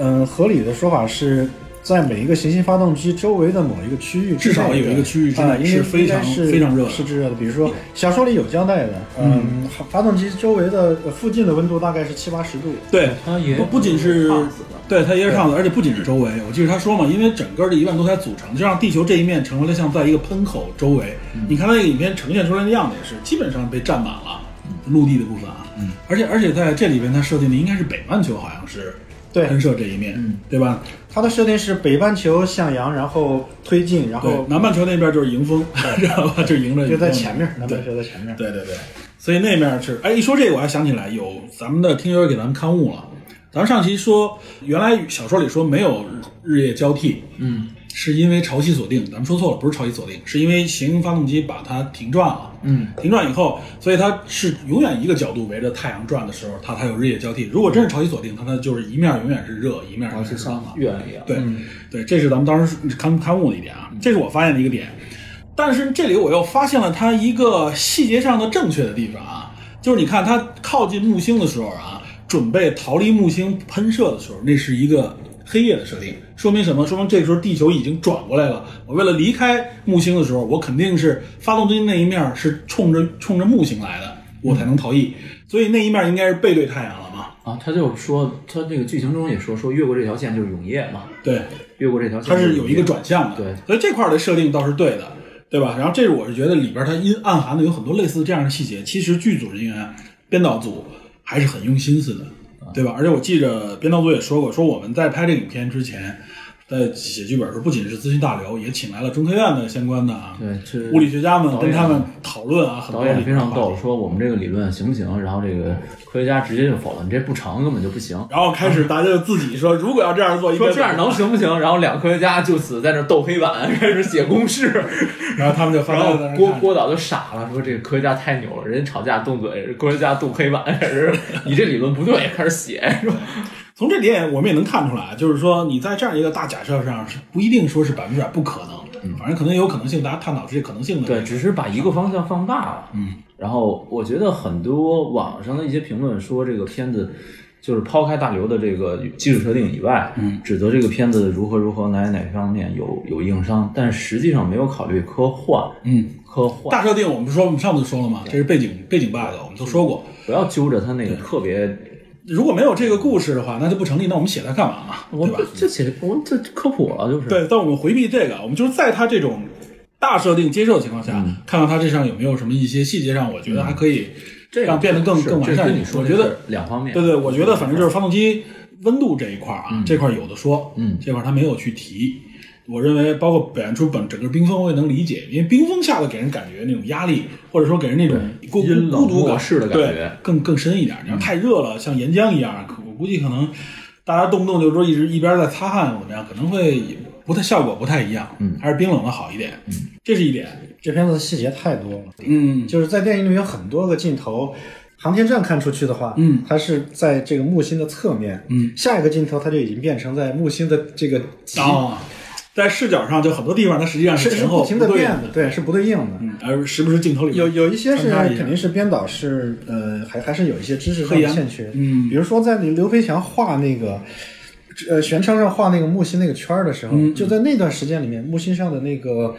[SPEAKER 4] 嗯、合理的说法是在每一个行星发动机周围的某一个区域之内的，
[SPEAKER 2] 至少有一个区域之内
[SPEAKER 4] 啊应该
[SPEAKER 2] 是非常
[SPEAKER 4] 应该是
[SPEAKER 2] 非常热的嗯
[SPEAKER 4] 是炙热的。比如说小说里有交代的，嗯，发动机周围的呃附近的温度大概是七八十度，
[SPEAKER 2] 对，
[SPEAKER 5] 它也
[SPEAKER 2] 不不仅是
[SPEAKER 5] 烫死的
[SPEAKER 2] 对它一是上子，而且不仅是周围。我记得他说嘛，因为整个这一万多台组成，就让地球这一面成为了像在一个喷口周围。
[SPEAKER 4] 嗯
[SPEAKER 2] 你看它那个影片呈现出来的样子也是，基本上被占满了
[SPEAKER 4] 嗯
[SPEAKER 2] 陆地的部分啊。而且而且在这里边，它设定的应该是北半球，好像是
[SPEAKER 4] 对嗯
[SPEAKER 2] 喷射这一面，对吧？
[SPEAKER 4] 它的设定是北半球向阳，然后推进，然
[SPEAKER 2] 对
[SPEAKER 4] 后，
[SPEAKER 2] 南半球那边就是迎风， 知道吧？就迎着
[SPEAKER 4] 就在
[SPEAKER 2] 迎风
[SPEAKER 4] 前面，
[SPEAKER 2] 嗯
[SPEAKER 4] 南
[SPEAKER 2] 对
[SPEAKER 4] 半球在前面。
[SPEAKER 2] 对对对，所以那面是，哎，一说这个我还想起来，有咱们的听友给咱们刊物了。咱们上期说，原来小说里说没有日夜交替，嗯，是因为潮汐锁定，咱们说错了，不是潮汐锁定，是因为行星发动机把它停转了，嗯，停转以后，所以它是永远一个角度围着太阳转的时候，它才有日夜交替。如果真是潮汐锁定，它它就是一面永远是热，一
[SPEAKER 5] 哎
[SPEAKER 2] 面永远是上了，
[SPEAKER 5] 月亮一样。
[SPEAKER 2] 对、对，这是咱们当时刊刊物的一点啊，这是我发现的一个点。但是这里我又发现了它一个细节上的正确的地方啊，就是你看它靠近木星的时候啊，准备逃离木星喷射的时候，那是一个黑夜的设定，说明什么？说明这时候地球已经转过来了。我为了离开木星的时候，我肯定是发动机那一面是冲着冲着木星来的，我才能逃逸。所以那一面应该是背对太阳了嘛？
[SPEAKER 5] 啊，他就说他那个剧情中也说说越过这条线就是永夜嘛，
[SPEAKER 2] 对，
[SPEAKER 5] 越过这条线
[SPEAKER 2] 它是有一个
[SPEAKER 5] 就
[SPEAKER 2] 转向的，
[SPEAKER 5] 对，
[SPEAKER 2] 所以这块儿的设定倒是对的，对吧？然后这是我是觉得里边它因暗含的有很多类似这样的细节，其实剧组人员、编导组还是很用心思的，
[SPEAKER 5] 啊
[SPEAKER 2] 对吧？而且我记着编导组也说过，说我们在拍这个影片之前，在写剧本的时候，不仅是咨询大刘，也请来了中科院的相关的啊，
[SPEAKER 5] 永夜对，是
[SPEAKER 2] 物理学家们
[SPEAKER 5] 导
[SPEAKER 2] 跟
[SPEAKER 5] 演
[SPEAKER 2] 他们讨论啊，很多
[SPEAKER 5] 导演
[SPEAKER 2] 理
[SPEAKER 5] 非
[SPEAKER 2] 论
[SPEAKER 5] 常
[SPEAKER 2] 话
[SPEAKER 5] 逗，
[SPEAKER 2] 题。
[SPEAKER 5] 说我们这个理论行不行？然后这个科学家直接就否了，你这不成，根本就不行。
[SPEAKER 2] 然后开始大家就自己说，如果要这样做，应该
[SPEAKER 5] 说这样
[SPEAKER 2] 怎么
[SPEAKER 5] 能行不行？然后两个科学家就此在那儿斗黑板， 开始写公式。
[SPEAKER 2] 办，然后他们就翻
[SPEAKER 5] 然
[SPEAKER 2] 到
[SPEAKER 5] 后
[SPEAKER 2] 在那儿
[SPEAKER 5] 郭
[SPEAKER 2] 看
[SPEAKER 5] 郭导就傻了，说这个科学家太牛了，人家吵架动嘴，科学家动黑板，开始你这理论不对，开始写，说
[SPEAKER 2] 从这点我们也能看出来，啊就是说你在这样一个大假设上是不一定说是百分之百不可能，反正可能有可能性，大家探讨这些可能性的。
[SPEAKER 5] 嗯对，只是把一个方向放大了。嗯，然后我觉得很多网上的一些评论说这个片子。就是抛开大刘的这个技术设定以外，嗯，指责这个片子如何如何哪哪方面有有硬伤，但实际上没有考虑科幻，
[SPEAKER 2] 嗯，
[SPEAKER 5] 科幻
[SPEAKER 2] 大设定我们说我们上次说了嘛，这是背景背景 bug，我们都说过。
[SPEAKER 5] 不要揪着他那个特别，
[SPEAKER 2] 如果没有这个故事的话，那就不成立。那我们写它干嘛嘛？
[SPEAKER 5] 我
[SPEAKER 2] 对吧
[SPEAKER 5] 们？就写我们就科普了，就是
[SPEAKER 2] 对，但我们回避这个，我们就是在它这种大设定接受的情况下，
[SPEAKER 5] 嗯
[SPEAKER 2] 看到它这上有没有什么一些细节上，我觉得还可以
[SPEAKER 5] 这
[SPEAKER 2] 让变得更更完善一
[SPEAKER 5] 跟
[SPEAKER 2] 点。
[SPEAKER 5] 你说
[SPEAKER 2] 我
[SPEAKER 5] 的
[SPEAKER 2] 觉得
[SPEAKER 5] 是两方面，
[SPEAKER 2] 对对，我觉得反正就是发动机温度这一块儿啊，这块儿有的说，
[SPEAKER 5] 嗯
[SPEAKER 2] 这块儿他没有去提。我认为，包括表现出本整个冰封，我也能理解，因为冰封下的给人感觉那种压力，或者说给人那种孤
[SPEAKER 5] 阴冷
[SPEAKER 2] 孤独
[SPEAKER 5] 漠
[SPEAKER 2] 感
[SPEAKER 5] 视的感觉嗯
[SPEAKER 2] 对，更更深一点。你要太热了，像岩浆一样，可我估计可能大家动不动就说一直一边在擦汗或怎么样，可能会也不太效果不太一样。嗯，还是冰冷的好一点，嗯，这是一点。
[SPEAKER 4] 这片子的细节太多了，
[SPEAKER 2] 嗯，
[SPEAKER 4] 就是在电影里面有很多个镜头，航天站看出去的话，
[SPEAKER 2] 嗯，
[SPEAKER 4] 它是在这个木星的侧面，嗯，下一个镜头它就已经变成在木星的这个极
[SPEAKER 2] 啊，在视角上就很多地方它实际上
[SPEAKER 4] 是
[SPEAKER 2] 前
[SPEAKER 4] 是
[SPEAKER 2] 后
[SPEAKER 4] 不停的
[SPEAKER 2] 对
[SPEAKER 4] 变的，对，是不对应的。
[SPEAKER 2] 嗯，而时不时镜头里
[SPEAKER 4] 有有一些是
[SPEAKER 2] 穿插一下
[SPEAKER 4] 肯定是编导是呃，还还是有一些知识上
[SPEAKER 2] 黑
[SPEAKER 4] 的
[SPEAKER 2] 羊
[SPEAKER 4] 欠缺，
[SPEAKER 2] 嗯
[SPEAKER 4] 比如说在你刘培强画那个。呃，悬窗上画那个木星那个圈儿的时候，
[SPEAKER 2] 嗯
[SPEAKER 4] 就在那段时间里面，木星上的那个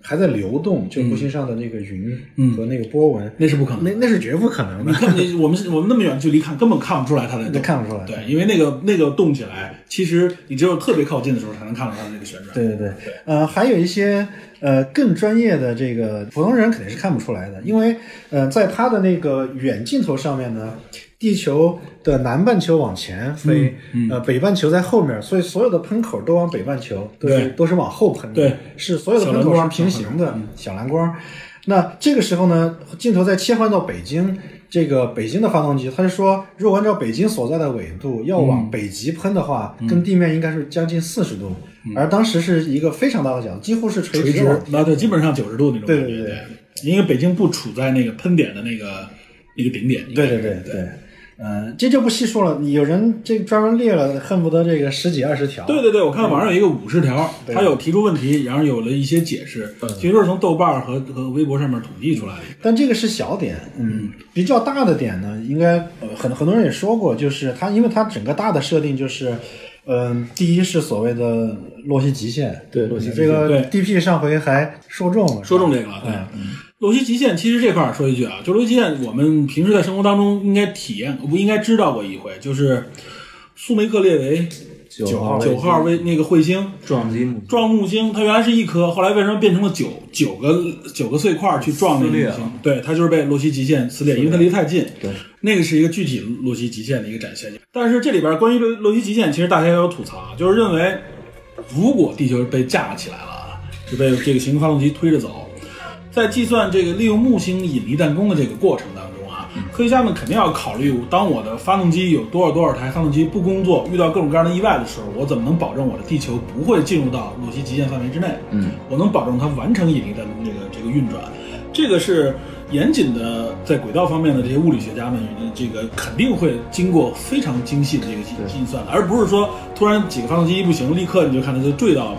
[SPEAKER 4] 还在流动，就木星上的那个云和那个波纹，
[SPEAKER 2] 嗯那是不可能的
[SPEAKER 4] 那那是绝不可能
[SPEAKER 2] 你
[SPEAKER 4] 的，
[SPEAKER 2] 看你 我们我们那么远距离看，根本看不出来它在
[SPEAKER 4] 那
[SPEAKER 2] 动。
[SPEAKER 4] 看不出来。
[SPEAKER 2] 对，因为那个那个动起来，其实你只有特别靠近的时候才能看到它的那个旋转。
[SPEAKER 4] 对对对，呃，还有一些呃更专业的这个普通人肯定是看不出来的，因为呃，在它的那个远镜头上面呢，地球的南半球往前飞，
[SPEAKER 2] 嗯
[SPEAKER 4] 呃，北半球在后面，所以所有的喷口都往北半球，都是
[SPEAKER 2] 对
[SPEAKER 4] 都是往后喷的，
[SPEAKER 2] 对
[SPEAKER 4] 是所有的
[SPEAKER 2] 小
[SPEAKER 4] 喷
[SPEAKER 2] 蓝
[SPEAKER 4] 口是
[SPEAKER 2] 光
[SPEAKER 4] 平行的小蓝光。那这个时候呢，镜头再切换到北京。这个北京的发动机，它是说，如果按照北京所在的纬度要往北极喷的话，跟地面应该是将近四十度，而当时是一个非常大的角度，几乎是嗯垂
[SPEAKER 2] 垂
[SPEAKER 4] 直往
[SPEAKER 2] 直，那对，基本上九十度那种感
[SPEAKER 4] 对
[SPEAKER 2] 觉。
[SPEAKER 4] 对对
[SPEAKER 2] 因为北京不处在那个喷点的那个那个顶点。
[SPEAKER 4] 对对对对，嗯、这就不细说了。有人这专门列了，恨不得这个十几二十条。
[SPEAKER 2] 对对对，我看网上有一个五十条，他有提出问题，然后有了一些解释，
[SPEAKER 4] 嗯
[SPEAKER 2] 其实都是从豆瓣儿和和微博上面统计出来的。
[SPEAKER 4] 但这个是小点，嗯，比较大的点呢，应该呃很很多人也说过，就是它，因为它整个大的设定就是，嗯、第一是所谓的洛希极限，
[SPEAKER 3] 对
[SPEAKER 4] 洛希这个
[SPEAKER 2] 对
[SPEAKER 4] DP 上回还说中了，
[SPEAKER 2] 说中这个了，对。洛希极限其实这块儿说一句啊，就洛希极限，我们平时在生活当中应该体验，不应该知道过一回，就是苏梅克列维
[SPEAKER 5] 九号
[SPEAKER 2] 九号卫那个彗星
[SPEAKER 5] 撞击木
[SPEAKER 2] 撞木星，它原来是一颗，后来为什么变成了九九个九个碎块儿去撞那
[SPEAKER 5] 撕
[SPEAKER 2] 个
[SPEAKER 5] 裂
[SPEAKER 2] 木
[SPEAKER 5] 了
[SPEAKER 2] 星？对，它就是被洛希极限撕裂，因为它离得太近。对，那个是一个具体洛希极限的一个展现。但是这里边儿关于洛洛希极限，其实大家也有吐槽啊，就是认为如果地球被架起来了啊，就被这个行星发动机推着走，在计算这个利用木星引力弹弓的这个过程当中啊，科学家们肯定要考虑，当我的发动机有多少多少台发动机不工作，遇到各种各样的意外的时候，我怎么能保证我的地球不会进入到洛希极限范围之内？嗯，我能保证它完成引力弹弓这个这个运转，这个是严谨的，在轨道方面的这些物理学家们，这个肯定会经过非常精细的这个计计算的，而不是说突然几个发动机一不行，立刻你就看它就坠到。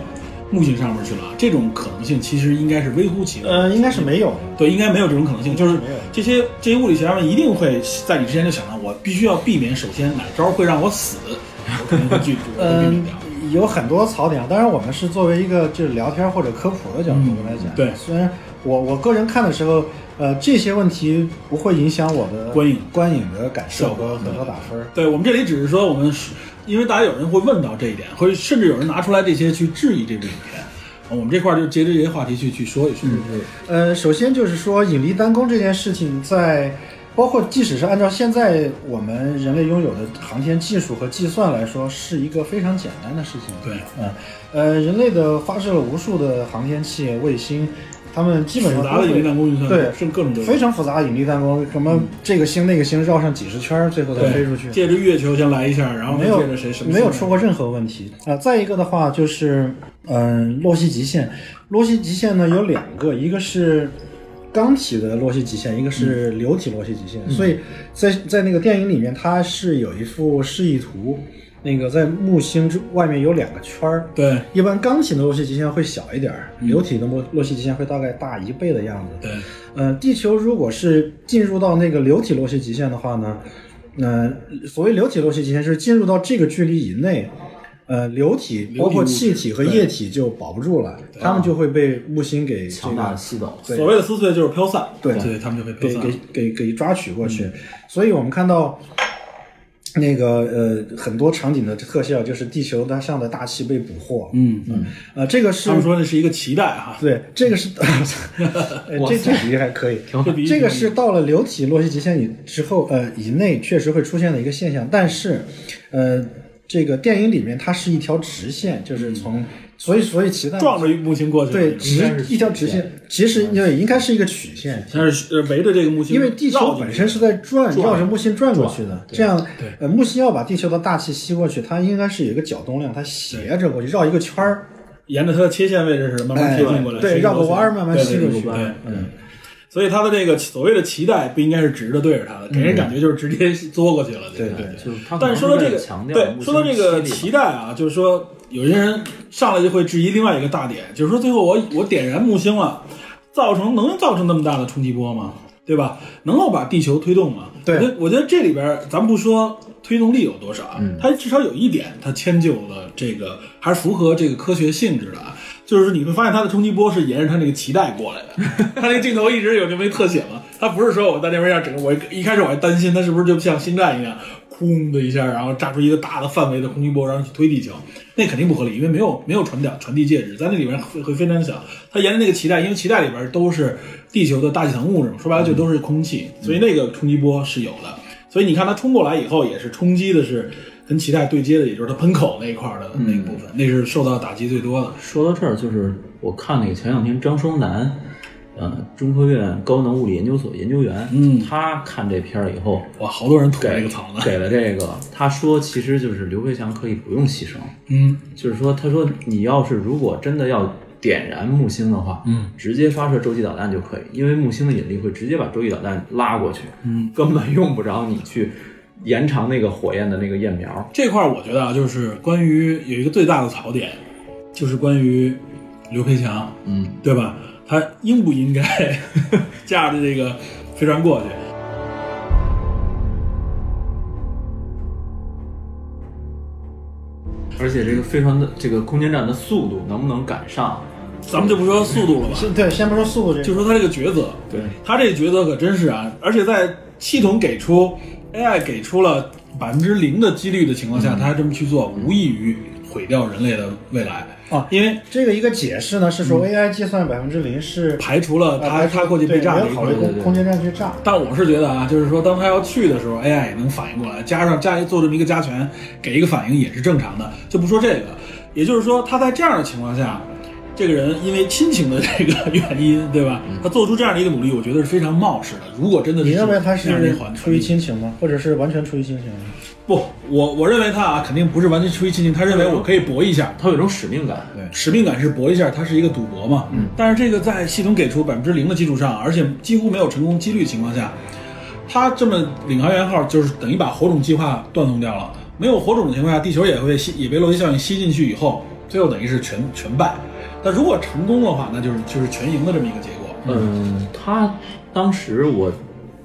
[SPEAKER 2] 木星上面去了，这种可能性其实应该是微乎其微。
[SPEAKER 4] 呃，应该是没有的。
[SPEAKER 2] 对，应该没有这种可能性。就是
[SPEAKER 4] 没有
[SPEAKER 2] 这些这些物理学家们一定会在你之前就想到，我必须要避免，首先哪招会让我死，我肯定会拒绝，我会避免
[SPEAKER 4] 嗯
[SPEAKER 2] 掉。，
[SPEAKER 4] 有很多槽点，当然我们是作为一个就是聊天或者科普的角度来讲。
[SPEAKER 2] 对
[SPEAKER 4] 虽然我我个人看的时候，呃，这些问题不会影响我的
[SPEAKER 2] 观影
[SPEAKER 4] 观影的感
[SPEAKER 2] 效
[SPEAKER 4] 受
[SPEAKER 2] 果
[SPEAKER 4] 和和和打分儿。
[SPEAKER 2] 对我们这里只是说，我们是因为大家有人会问到这一点，会甚至有人拿出来这些去质疑这部影片。我们这块儿就接着这些话题去去说一说。
[SPEAKER 4] 呃，首先就是说引力单弓这件事情在。包括，即使是按照现在我们人类拥有的航天技术和计算来说，是一个非常简单的事情。
[SPEAKER 2] 对，
[SPEAKER 4] 嗯，呃，人类的发射了无数的航天器、卫星，他们基本上
[SPEAKER 2] 复
[SPEAKER 4] 都
[SPEAKER 2] 杂的
[SPEAKER 4] 会
[SPEAKER 2] 引力弹弓运算，
[SPEAKER 4] 对，
[SPEAKER 2] 是各种各样
[SPEAKER 4] 非常复杂的引力弹弓，什么这个星那个星绕上几十圈儿，最后才
[SPEAKER 2] 嗯对
[SPEAKER 4] 飞出去，
[SPEAKER 2] 借着月球先来一下，然后
[SPEAKER 4] 没
[SPEAKER 2] 再
[SPEAKER 4] 有
[SPEAKER 2] 借着谁什么
[SPEAKER 4] 没有
[SPEAKER 2] 星
[SPEAKER 4] 出过任何问题啊、呃再一个的话就是，嗯、洛希极限，洛希极限呢有两个，一个是。钢体的洛希极限，一个是
[SPEAKER 2] 嗯
[SPEAKER 4] 流体洛希极限，所以在在那个电影里面，它是有一幅示意图，那个在木星之外面有两个圈儿，
[SPEAKER 2] 对
[SPEAKER 4] 一般钢体的洛希极限会小一点儿，
[SPEAKER 2] 嗯
[SPEAKER 4] 流体的洛洛希极限会大概大一倍的样子。
[SPEAKER 2] 对
[SPEAKER 4] 呃，地球如果是进入到那个流体洛希极限的话呢，呃，所谓流体洛希极限是进入到这个距离以内，呃，流体
[SPEAKER 2] 流体
[SPEAKER 4] 包括
[SPEAKER 2] 物质
[SPEAKER 4] 气体和
[SPEAKER 2] 对啊
[SPEAKER 4] 液体就保不住了，它们就会被木星给这
[SPEAKER 5] 强大的
[SPEAKER 4] 个
[SPEAKER 5] 吸走，
[SPEAKER 4] 对
[SPEAKER 2] 所谓的撕碎就是飘散，
[SPEAKER 4] 对
[SPEAKER 2] 对，他们就被飘
[SPEAKER 4] 给
[SPEAKER 2] 散。嗯
[SPEAKER 4] 给给给抓取过去。所以我们看到。那个呃，很多场景的特效就是地球它上的大气被捕获，
[SPEAKER 2] 嗯
[SPEAKER 4] 嗯，呃，这个是
[SPEAKER 2] 他们说那是一个脐带哈，
[SPEAKER 4] 对，这个是， 呃这这比喻还可以。
[SPEAKER 2] 这比喻
[SPEAKER 4] 这个是到了流体洛希极限以之后，呃，以内确实会出现的一个现象，但是，呃，这个电影里面它是一条直线，就是从，所以所以脐带
[SPEAKER 2] 撞着木星过去了，
[SPEAKER 4] 对直一条直线，其实对应该是一个曲线，
[SPEAKER 2] 它是呃围着这个木星，
[SPEAKER 4] 因为地球本身是在转，绕着木星转过去的。这样，呃，木星要把地球的大气吸过去，它应该是有一个角动量，它斜着过去绕一个圈儿。
[SPEAKER 2] 沿着它的切线位置是慢慢
[SPEAKER 4] 哎
[SPEAKER 2] 贴近过来，
[SPEAKER 4] 对
[SPEAKER 2] 吸
[SPEAKER 4] 绕个
[SPEAKER 2] 过去
[SPEAKER 4] 弯儿慢慢
[SPEAKER 2] 对
[SPEAKER 4] 吸过
[SPEAKER 2] 对
[SPEAKER 4] 去
[SPEAKER 2] 对
[SPEAKER 4] 嗯
[SPEAKER 2] 对，所以它的这个所谓的脐带不应该是直的对着它的，给人感觉就是直接嘬过去了。对
[SPEAKER 4] 嗯对
[SPEAKER 2] 对。
[SPEAKER 5] 就是他可
[SPEAKER 2] 但
[SPEAKER 5] 能
[SPEAKER 2] 说到
[SPEAKER 5] 为
[SPEAKER 2] 这
[SPEAKER 5] 了
[SPEAKER 2] 个
[SPEAKER 5] 强，调
[SPEAKER 2] 对，说到这个
[SPEAKER 5] 吸力
[SPEAKER 2] 脐带啊，就是说有些人上来就会质疑另外一个大点，就是说最后我我点燃木星了，造成能造成那么大的冲击波吗？对吧？能够把地球推动吗？
[SPEAKER 4] 对
[SPEAKER 2] 我觉得我觉得这里边儿咱不说推动力有多少啊，
[SPEAKER 5] 嗯
[SPEAKER 2] 它至少有一点，它迁就了这个，还是符合这个科学性质的啊。就是你会发现它的冲击波是沿着它那个脐带过来 的，它那个镜头一直有这么一特写嘛，它不是说我在那边要整个我一开始我还担心它是不是就像星战一样，轰的一下，然后炸出一个大的范围的空击波，然后去推地球，那肯定不合理，因为没有没有传导传递介质，在那里边会会非常小。它沿着那个脐带，因为脐带里边都是地球的大气层物质嘛，说白了就都是空气，所以那个冲击波是有的。所以你看它冲过来以后，也是冲击的是跟脐带对接的，也就是它喷口那一块儿的那个部分，那是受到打击最多的。
[SPEAKER 5] 说到这儿，就是我看那个前两天张双南，呃，中科院高能物理研究所研究员，
[SPEAKER 2] 嗯
[SPEAKER 5] 他看这片儿以后，
[SPEAKER 2] 哇，好多人吐这
[SPEAKER 5] 给
[SPEAKER 2] 个槽呢。
[SPEAKER 5] 给了这个，他说其实就是刘培强可以不用牺牲，
[SPEAKER 2] 嗯
[SPEAKER 5] 就是说，他说你要是如果真的要点燃木星的话，
[SPEAKER 2] 嗯，
[SPEAKER 5] 直接发射洲际导弹就可以，因为木星的引力会直接把洲际导弹拉过去，嗯， 根本用不着你去延长那个火焰的那个焰苗。
[SPEAKER 2] 这块儿我觉得啊，就是关于有一个最大的槽点，就是关于刘培强，
[SPEAKER 5] 嗯，
[SPEAKER 2] 对吧？他应不应该 驾着这个飞船过去？
[SPEAKER 5] 而且这个飞船的这个空间站的速度能不能赶上？
[SPEAKER 2] 咱们就不说速度了吧，
[SPEAKER 4] 先对，先不说速度这
[SPEAKER 2] 就
[SPEAKER 4] 个，
[SPEAKER 2] 说他这个抉择，
[SPEAKER 5] 对，
[SPEAKER 2] 他这个抉择可真是啊！而且在系统给出 AI 给出了百分之零的几率的情况
[SPEAKER 4] 嗯
[SPEAKER 2] 下，他还这么去做，无异于毁掉人类的未来
[SPEAKER 4] 啊
[SPEAKER 2] 因为
[SPEAKER 4] 这个一个解释呢是说
[SPEAKER 2] 嗯
[SPEAKER 4] AI 计算百分之零是
[SPEAKER 2] 排除了
[SPEAKER 4] 呃
[SPEAKER 2] 他他过去被
[SPEAKER 4] 对
[SPEAKER 2] 炸
[SPEAKER 4] 没
[SPEAKER 2] 的
[SPEAKER 4] 有
[SPEAKER 2] 一
[SPEAKER 4] 考
[SPEAKER 2] 块
[SPEAKER 4] 虑
[SPEAKER 2] 儿
[SPEAKER 4] 空空间站去炸。
[SPEAKER 2] 但我是觉得啊，就是说，当他要去的时候，AI 也能反应过来，加上加做这么一个加权，给一个反应也是正常的，就不说这个。也就是说，他在这样的情况下，这个人因为亲情的这个原因，对吧？他做出这样的一个努力，我觉得是非常冒失的。如果真的是
[SPEAKER 4] 嗯你认为他
[SPEAKER 2] 这样的一
[SPEAKER 4] 是
[SPEAKER 2] 个环
[SPEAKER 4] 出于亲情吗？或者是完全出于亲情吗？
[SPEAKER 2] 不，我我认为他啊，肯定不是完全出于亲情，他认
[SPEAKER 4] 嗯
[SPEAKER 2] 为我可以搏一下，
[SPEAKER 5] 它有一种使命感。对，
[SPEAKER 2] 使命感是搏一下，它是一个赌博嘛。嗯，但是这个在系统给出百分之零的基础上，而且几乎没有成功几率情况下，他这么领航员号就是等于把火种计划断送掉了。没有火种的情况下，地球也会吸，也被洛基效应吸进去以后，最后等于是全全败。但如果成功的话，那就是就是全赢的这么一个结果。
[SPEAKER 5] 嗯，他当时我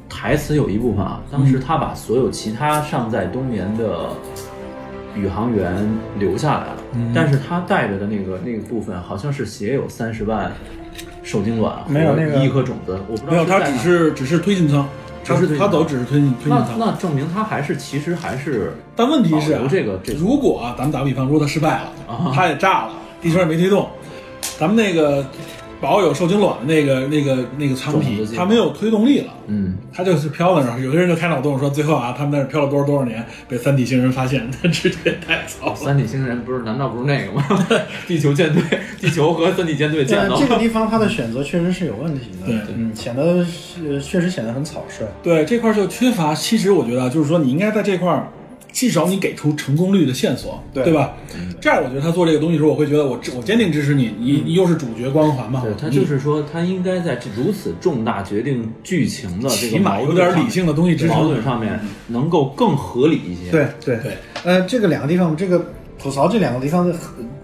[SPEAKER 5] 台词有一部分啊，当时他把所有其他尚在冬眠的宇航员留下来了，但是他带着的那个那个部分啊好像是携有三十万受精卵，
[SPEAKER 4] 没有那个
[SPEAKER 5] 一颗种子，我不知道
[SPEAKER 2] 没有，他
[SPEAKER 5] 在
[SPEAKER 2] 只
[SPEAKER 5] 哪
[SPEAKER 2] 是只是推进舱，
[SPEAKER 5] 只是推进舱
[SPEAKER 2] 他他走只是推进推进
[SPEAKER 5] 那
[SPEAKER 2] 舱。
[SPEAKER 5] 那证明他还是其实还是
[SPEAKER 2] 但问题是、
[SPEAKER 5] 保
[SPEAKER 2] 啊
[SPEAKER 5] 留，这个啊这个
[SPEAKER 2] 如果、啊、咱们打个比方，如果它失败了，它也炸了，地球也没推动，咱们那个保有受精卵的那个那个那个舱
[SPEAKER 5] 种
[SPEAKER 2] 体
[SPEAKER 5] 子，计划
[SPEAKER 2] 它没有推动力了。
[SPEAKER 5] 嗯，
[SPEAKER 2] 它就是飘在那儿，有些人就开脑洞说，最后啊，他们在那儿飘了多少多少年，被三体星人发现， 他直接带走了。
[SPEAKER 5] 三体星人不是难道不是那个吗？ 地球舰队，地球和三体舰队见
[SPEAKER 4] 但
[SPEAKER 5] 到
[SPEAKER 4] 这个地方他的选择确实是有问题的，
[SPEAKER 2] 对
[SPEAKER 4] 嗯，显得是确实显得很草率。
[SPEAKER 2] 对这块儿就缺乏，其实我觉得啊就是说，你应该在这块儿，至少你给出成功率的线索，对
[SPEAKER 4] 对
[SPEAKER 2] 吧？
[SPEAKER 5] 嗯
[SPEAKER 2] 这样我觉得他做这个东西的时候，我会觉得我支我坚定支持你，你你又是主角光环嘛，嗯
[SPEAKER 5] 对他
[SPEAKER 2] 你
[SPEAKER 5] 就是说，他应该在这如此重大决定剧情的这
[SPEAKER 2] 起
[SPEAKER 5] 个
[SPEAKER 2] 码
[SPEAKER 5] 矛
[SPEAKER 2] 有
[SPEAKER 5] 盾
[SPEAKER 2] 点
[SPEAKER 5] 上
[SPEAKER 2] 理性的东西支撑
[SPEAKER 5] 矛盾上面，能够更合理一些。，
[SPEAKER 4] 对对
[SPEAKER 2] 对，
[SPEAKER 4] 呃，这个两个地方，这个吐槽这两个地方的，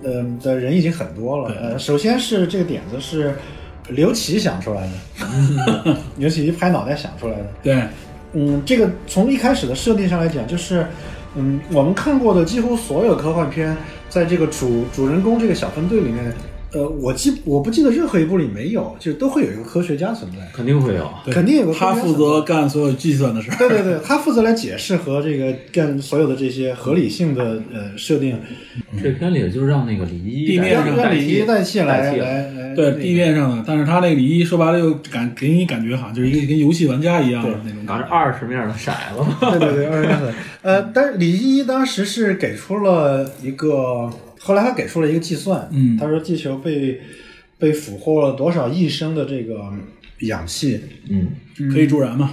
[SPEAKER 4] 呃的人已经很多了。呃，首先是这个点子是刘琦想出来的， 刘琦一拍脑袋想出来的。
[SPEAKER 2] 对，
[SPEAKER 4] 嗯，这个从一开始的设定上来讲，就是，嗯，我们看过的几乎所有科幻片，在这个主主人公这个小分队里面，呃，我记我不记得任何一部里没有，就是都会有一个科学家存在，
[SPEAKER 5] 肯定会有。
[SPEAKER 2] 对
[SPEAKER 4] 肯定有个
[SPEAKER 2] 他
[SPEAKER 4] 科学家
[SPEAKER 2] 负
[SPEAKER 4] 存在
[SPEAKER 2] 责干所有计算的事儿。
[SPEAKER 4] 对对对，他负责来解释和这个跟所有的这些合理性的呃设定，
[SPEAKER 2] 嗯
[SPEAKER 5] 这片里也就让那个李一
[SPEAKER 2] 地面
[SPEAKER 5] 代
[SPEAKER 2] 上
[SPEAKER 4] 让让李一代谢来
[SPEAKER 5] 代替了
[SPEAKER 4] 来来
[SPEAKER 2] 对
[SPEAKER 4] 那个
[SPEAKER 2] 地面上的，但是他那个李一说白了又感给你感觉好像就是一个跟游戏玩家一样的那种
[SPEAKER 5] 拿
[SPEAKER 2] 感
[SPEAKER 5] 着
[SPEAKER 2] 觉。
[SPEAKER 5] 二十面的骰子，
[SPEAKER 4] 对对对，二十三岁。呃，但是李一当时是给出了一个，后来他给出了一个计算，
[SPEAKER 2] 嗯
[SPEAKER 4] 他说地球被被俘获了多少亿升的这个氧气，
[SPEAKER 5] 嗯，
[SPEAKER 2] 可以助燃嘛？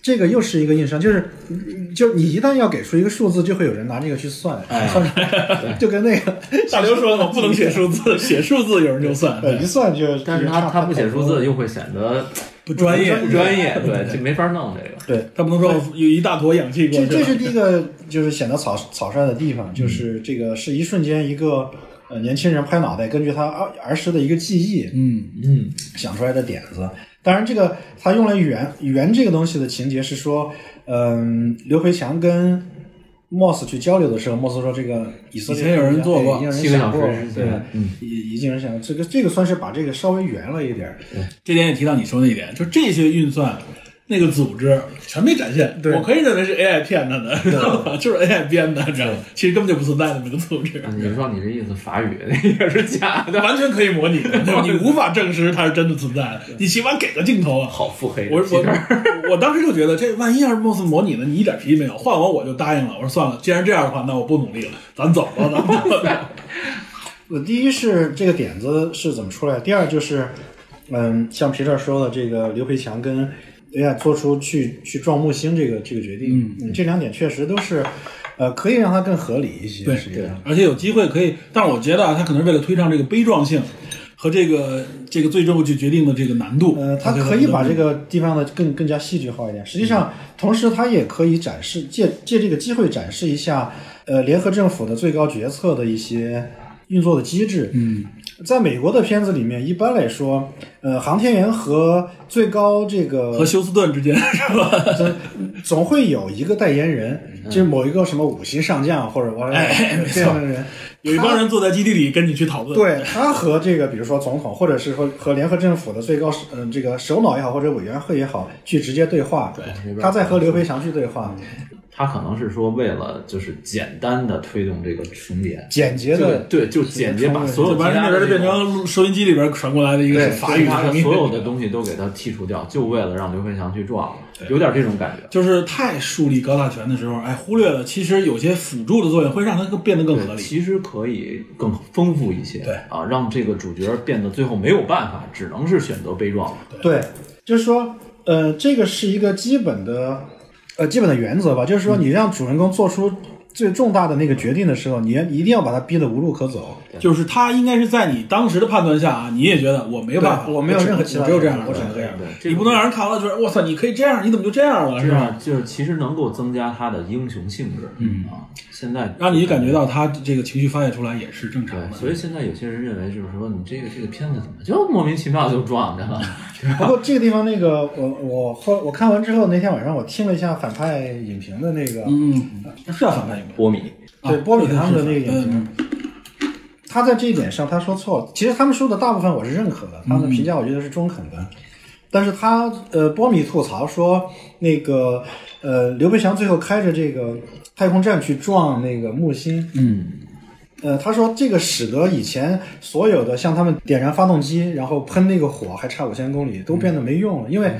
[SPEAKER 4] 这个又是一个硬伤，就是就你一旦要给出一个数字，就会有人拿这个去算，
[SPEAKER 2] 哎
[SPEAKER 4] 算出来就跟那个
[SPEAKER 2] 大刘说了，我不能写数字，写数字有人就算。
[SPEAKER 4] 呃一算就，
[SPEAKER 5] 但是
[SPEAKER 4] 就差
[SPEAKER 5] 他他不写
[SPEAKER 4] 太多
[SPEAKER 5] 数字
[SPEAKER 4] 了
[SPEAKER 5] 又会显得
[SPEAKER 2] 不专业，
[SPEAKER 5] 不专业，对，这没法弄这个。
[SPEAKER 4] 对，
[SPEAKER 2] 他不能说有一大坨氧气过
[SPEAKER 4] 这
[SPEAKER 2] 去。
[SPEAKER 4] 这是第一个就是显得草草率的地方，就是
[SPEAKER 2] 嗯
[SPEAKER 4] 这个是一瞬间一个呃年轻人拍脑袋，根据他儿儿时的一个记忆，
[SPEAKER 2] 嗯
[SPEAKER 4] 想出来的点子。当然，这个他用来圆圆这个东西的情节是说，嗯，刘培强跟莫斯去交流的时候，莫斯说这个以色列哎
[SPEAKER 2] 以前有人做过
[SPEAKER 4] 已经有
[SPEAKER 5] 七
[SPEAKER 4] 人
[SPEAKER 5] 个
[SPEAKER 4] 想
[SPEAKER 5] 小时
[SPEAKER 4] 过
[SPEAKER 5] 之，前
[SPEAKER 4] 对，
[SPEAKER 2] 嗯
[SPEAKER 4] 已已经有人想这个这个算是把这个稍微圆了一点儿。
[SPEAKER 2] 这点也提到你说那一点，就这些运算。那个组织全没展现，
[SPEAKER 4] 对
[SPEAKER 2] 我可以认为是 AI 骗他的，知道吧？ 就是 AI 编的，知道吗？其实根本就不存在的那么个组织，
[SPEAKER 5] 你说你这意思，法语那也是假 的，
[SPEAKER 2] 完全可以模拟的，对吧？你无法证实它是真的存在的，你起码给个镜头啊，
[SPEAKER 5] 好腹黑。
[SPEAKER 2] 我
[SPEAKER 5] 其实
[SPEAKER 2] 我我当时就觉得，这万一要是貌似模拟的，你一点脾气没有，换我我就答应了。我说算了，既然这样的话，那我不努力了，咱走吧，咱们走 吧。
[SPEAKER 4] 我呃第一是这个点子是怎么出来的，第二就是，嗯，像皮特说的，这个刘培强跟 AI 做出去去撞木星这个这个决定，嗯，这两点确实都是，呃，可以让它更合理一些，
[SPEAKER 2] 对
[SPEAKER 5] 啊
[SPEAKER 4] 实际上，
[SPEAKER 2] 而且有机会可以，但是我觉得啊，他可能是为了推上这个悲壮性和这个这个最终去决定的这个难度，
[SPEAKER 4] 呃，它可以把这个地方的更更加戏剧化一点。实际
[SPEAKER 2] 嗯
[SPEAKER 4] 上，同时它也可以展示借借这个机会展示一下，呃，联合政府的最高决策的一些运作的机制。嗯，在美国的片子里面，一般来说，呃，航天员和最高这个
[SPEAKER 2] 和休斯顿之间 是吧？
[SPEAKER 4] 总会有一个代言人，就是某一个什么五星上将或者我
[SPEAKER 2] 嗯哎没错
[SPEAKER 4] 这样的人，
[SPEAKER 2] 有一帮人坐在基地里跟你去讨论，，
[SPEAKER 4] 对他和这个比如说总统，或者是和和联合政府的最高嗯、呃这个首脑也好，或者委员会也好，去直接对话。对，他在和刘培强去对话，
[SPEAKER 5] 他可能是说为了就是简单的推动这个重叠，
[SPEAKER 4] 简洁的
[SPEAKER 5] 对，就简洁把所有
[SPEAKER 2] 就完
[SPEAKER 5] 其
[SPEAKER 2] 了
[SPEAKER 5] 他
[SPEAKER 2] 那
[SPEAKER 5] 的
[SPEAKER 2] 边就变成收音机里边传过来的一个
[SPEAKER 4] 对
[SPEAKER 2] 法语
[SPEAKER 5] 他
[SPEAKER 2] 声
[SPEAKER 5] 的
[SPEAKER 2] 音，
[SPEAKER 5] 所有的东西都给他剔除掉，就为了让刘培强去撞，有点这种感觉。
[SPEAKER 2] 就是太树立高大全的时候，哎，忽略了其实有些辅助的作用会让它更变得更合
[SPEAKER 5] 对
[SPEAKER 2] 理。
[SPEAKER 5] 其实可以更丰富一些，
[SPEAKER 2] 对
[SPEAKER 5] 啊，让这个主角变得最后没有办法，只能是选择悲壮。
[SPEAKER 4] 对，就是说，呃，这个是一个基本的，呃，基本的原则吧，就是说，你让主人公做出最重大的那个决定的时候，你一定要把他逼得无路可走。
[SPEAKER 2] 就是他应该是在你当时的判断下啊，你也觉得我没有办法，
[SPEAKER 4] 对我没有
[SPEAKER 2] 只
[SPEAKER 4] 任何其他
[SPEAKER 2] 我只有这样，
[SPEAKER 4] 的我只能
[SPEAKER 2] 这样
[SPEAKER 4] 这样
[SPEAKER 5] 对
[SPEAKER 2] 你不能让人看完了觉得，哇塞，你可以这样，你怎么就这样了，
[SPEAKER 5] 这
[SPEAKER 2] 是吧？
[SPEAKER 5] 样就是其实能够增加他的英雄性质，嗯啊，现在
[SPEAKER 2] 让你感觉到他这个情绪发泄出来也是正常
[SPEAKER 5] 对，
[SPEAKER 2] 的。
[SPEAKER 5] 所以现在有些人认为就是说你这个这个片子怎么就莫名其妙就 撞着了？
[SPEAKER 4] 不过这个地方，那个我我后我看完之后，那天晚上我听了一下反派影评的那个，
[SPEAKER 2] 嗯，是要反叛一个
[SPEAKER 5] 波米，
[SPEAKER 4] 啊对波米他们的那个影
[SPEAKER 2] 嗯
[SPEAKER 4] 评，他在这一点上他说错了。其实他们说的大部分我是认可的，他们的评价我觉得是中肯的。但是他呃，波米吐槽说，那个呃，刘培强最后开着这个太空站去撞那个木星，
[SPEAKER 5] 嗯，
[SPEAKER 4] 呃，他说这个使得以前所有的像他们点燃发动机，然后喷那个火，还差五千公里，都变得
[SPEAKER 2] 嗯
[SPEAKER 4] 没用了，因为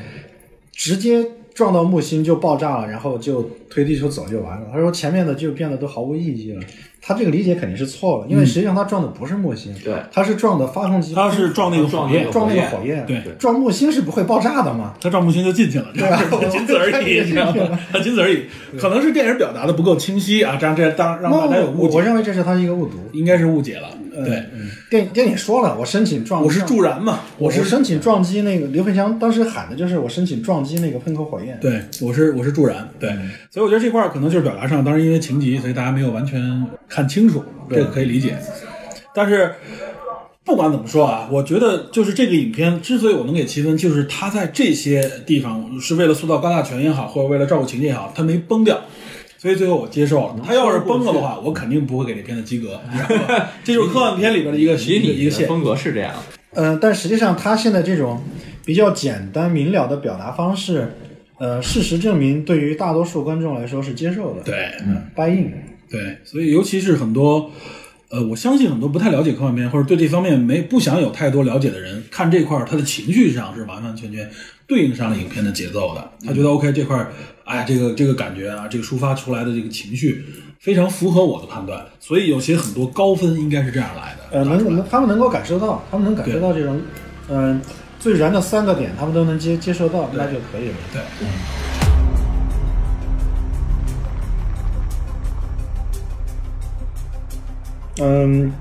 [SPEAKER 4] 直接撞到木星就爆炸了，然后就推地球走就完了。他说前面的就变得都毫无意义了。他这个理解肯定是错了，因
[SPEAKER 2] 嗯
[SPEAKER 4] 为实际上他撞的不是木星，
[SPEAKER 5] 对
[SPEAKER 4] 他是撞的发动机，
[SPEAKER 2] 他是撞那个火
[SPEAKER 5] 撞
[SPEAKER 2] 焰
[SPEAKER 5] 那，
[SPEAKER 4] 撞那个
[SPEAKER 5] 火
[SPEAKER 4] 火焰，
[SPEAKER 2] 对，
[SPEAKER 4] 撞木星是不会爆炸的嘛。
[SPEAKER 2] 他撞木星就进去 了，
[SPEAKER 4] 对啊
[SPEAKER 2] 就是仅此而 已，知道吗？他仅此而已，可能是电影表达的不够清晰啊，这样这样当让大家有误
[SPEAKER 4] 我哦我
[SPEAKER 2] 解，
[SPEAKER 4] 认为这是他一个误读。
[SPEAKER 2] 应该是误解了。呃
[SPEAKER 4] 嗯
[SPEAKER 2] 对，，
[SPEAKER 4] 嗯电电影说了，我申请撞，
[SPEAKER 2] 我是助燃嘛，
[SPEAKER 4] 我
[SPEAKER 2] 是
[SPEAKER 4] 申请撞击那个刘培强当时喊的就是我申请撞击那个喷口火焰。
[SPEAKER 2] 对，我是我是助燃，对，所以我觉得这块儿可能就是表达上，当然因为情急，所以大家没有完全看清楚，这个可以理解。但是不管怎么说啊，我觉得就是这个影片之所以我能给七分，就是它在这些地方是为了塑造高大全也好，或者为了照顾情节也好，它没崩掉。所以最后我接受了，他要是崩了的话，我肯定不会给这片子及格。你知道吧 这就是科幻片里边的 一个
[SPEAKER 5] 其
[SPEAKER 2] 一
[SPEAKER 5] 实
[SPEAKER 2] 个
[SPEAKER 5] 你
[SPEAKER 2] 一个
[SPEAKER 5] 的
[SPEAKER 2] 线。
[SPEAKER 5] 风格是这样，
[SPEAKER 4] 嗯，但实际上他现在这种比较简单明了的表达方式，呃，事实证明对于大多数观众来说是接受的，
[SPEAKER 2] 对，
[SPEAKER 4] 嗯，buy in。
[SPEAKER 2] 对，所以尤其是很多，呃，我相信很多不太了解科幻片或者对这方面没不想有太多了解的人，看这块儿他的情绪上是完完全全对应上了影片的节奏的。他觉得 OK 这块儿，哎，这个这个感觉啊，这个抒发出来的这个情绪非常符合我的判断，所以有些很多高分应该是这样来的。
[SPEAKER 4] 呃，能能，他们能够感受到，他们能感受到这种，嗯、最燃的三个点，他们都能接接受到，那就可以了。
[SPEAKER 2] 对，
[SPEAKER 4] 嗯，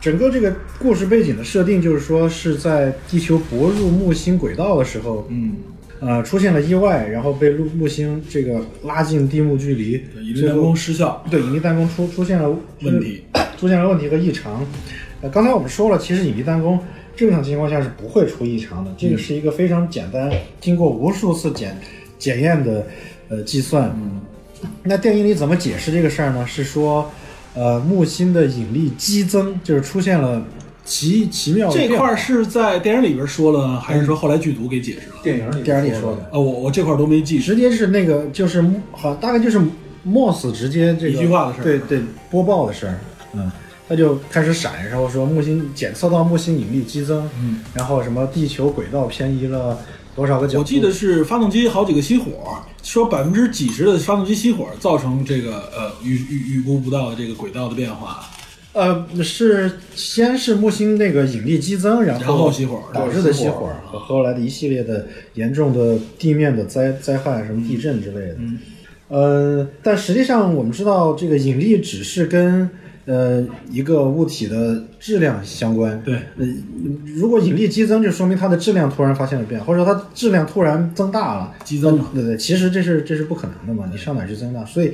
[SPEAKER 4] 整个这个故事背景的设定就是说是在地球薄入木星轨道的时候，嗯，呃，出现了意外，然后被木木星这个拉近地幕距离，
[SPEAKER 2] 引力
[SPEAKER 4] 最
[SPEAKER 2] 弹
[SPEAKER 4] 后
[SPEAKER 2] 弓失效，
[SPEAKER 4] 对引力弹弓出出现了
[SPEAKER 2] 问题，
[SPEAKER 4] 出现了问题和异常。呃，刚才我们说了，其实引力弹弓正常情况下是不会出异常的，这
[SPEAKER 2] 嗯
[SPEAKER 4] 个是一个非常简单，经过无数次检检验的呃计算。
[SPEAKER 2] 嗯
[SPEAKER 4] 那电影里怎么解释这个事儿呢？是说，呃，木星的引力激增，就是出现了奇奇妙的
[SPEAKER 2] 这
[SPEAKER 4] 变
[SPEAKER 2] 块
[SPEAKER 4] 化
[SPEAKER 2] 儿是在电影里边说了，还是说后来剧组给解释了？
[SPEAKER 3] 电影里
[SPEAKER 4] 电影里说的，
[SPEAKER 2] 啊，我我这块儿都没记。
[SPEAKER 4] 直接是那个就是好，大概就是 Moss 直接这个
[SPEAKER 2] 一句话的事儿
[SPEAKER 4] 对对，播报的事儿，嗯，他就开始闪，然后说木星检测到木星引力激增，嗯，然后什么地球轨道偏移了多少个角度？啊
[SPEAKER 2] 我记得是发动机好几个熄火，说百分之几十的发动机熄火造成这个呃预预预估不到的这个轨道的变化，
[SPEAKER 4] 呃，是先是木星那个引力激增，然后
[SPEAKER 2] 然后熄火
[SPEAKER 4] 导致的熄火和后来的一系列的严重的地面的灾灾害，什么地震之类的。呃，但实际上我们知道，这个引力只是跟呃一个物体的质量相关。
[SPEAKER 2] 对
[SPEAKER 4] 呃，如果引力激增，就说明它的质量突然发现了变化，或者说它质量突然增大了。
[SPEAKER 2] 激增了。
[SPEAKER 4] 对对，其实这是这是不可能的嘛，你上哪儿去增大？所以，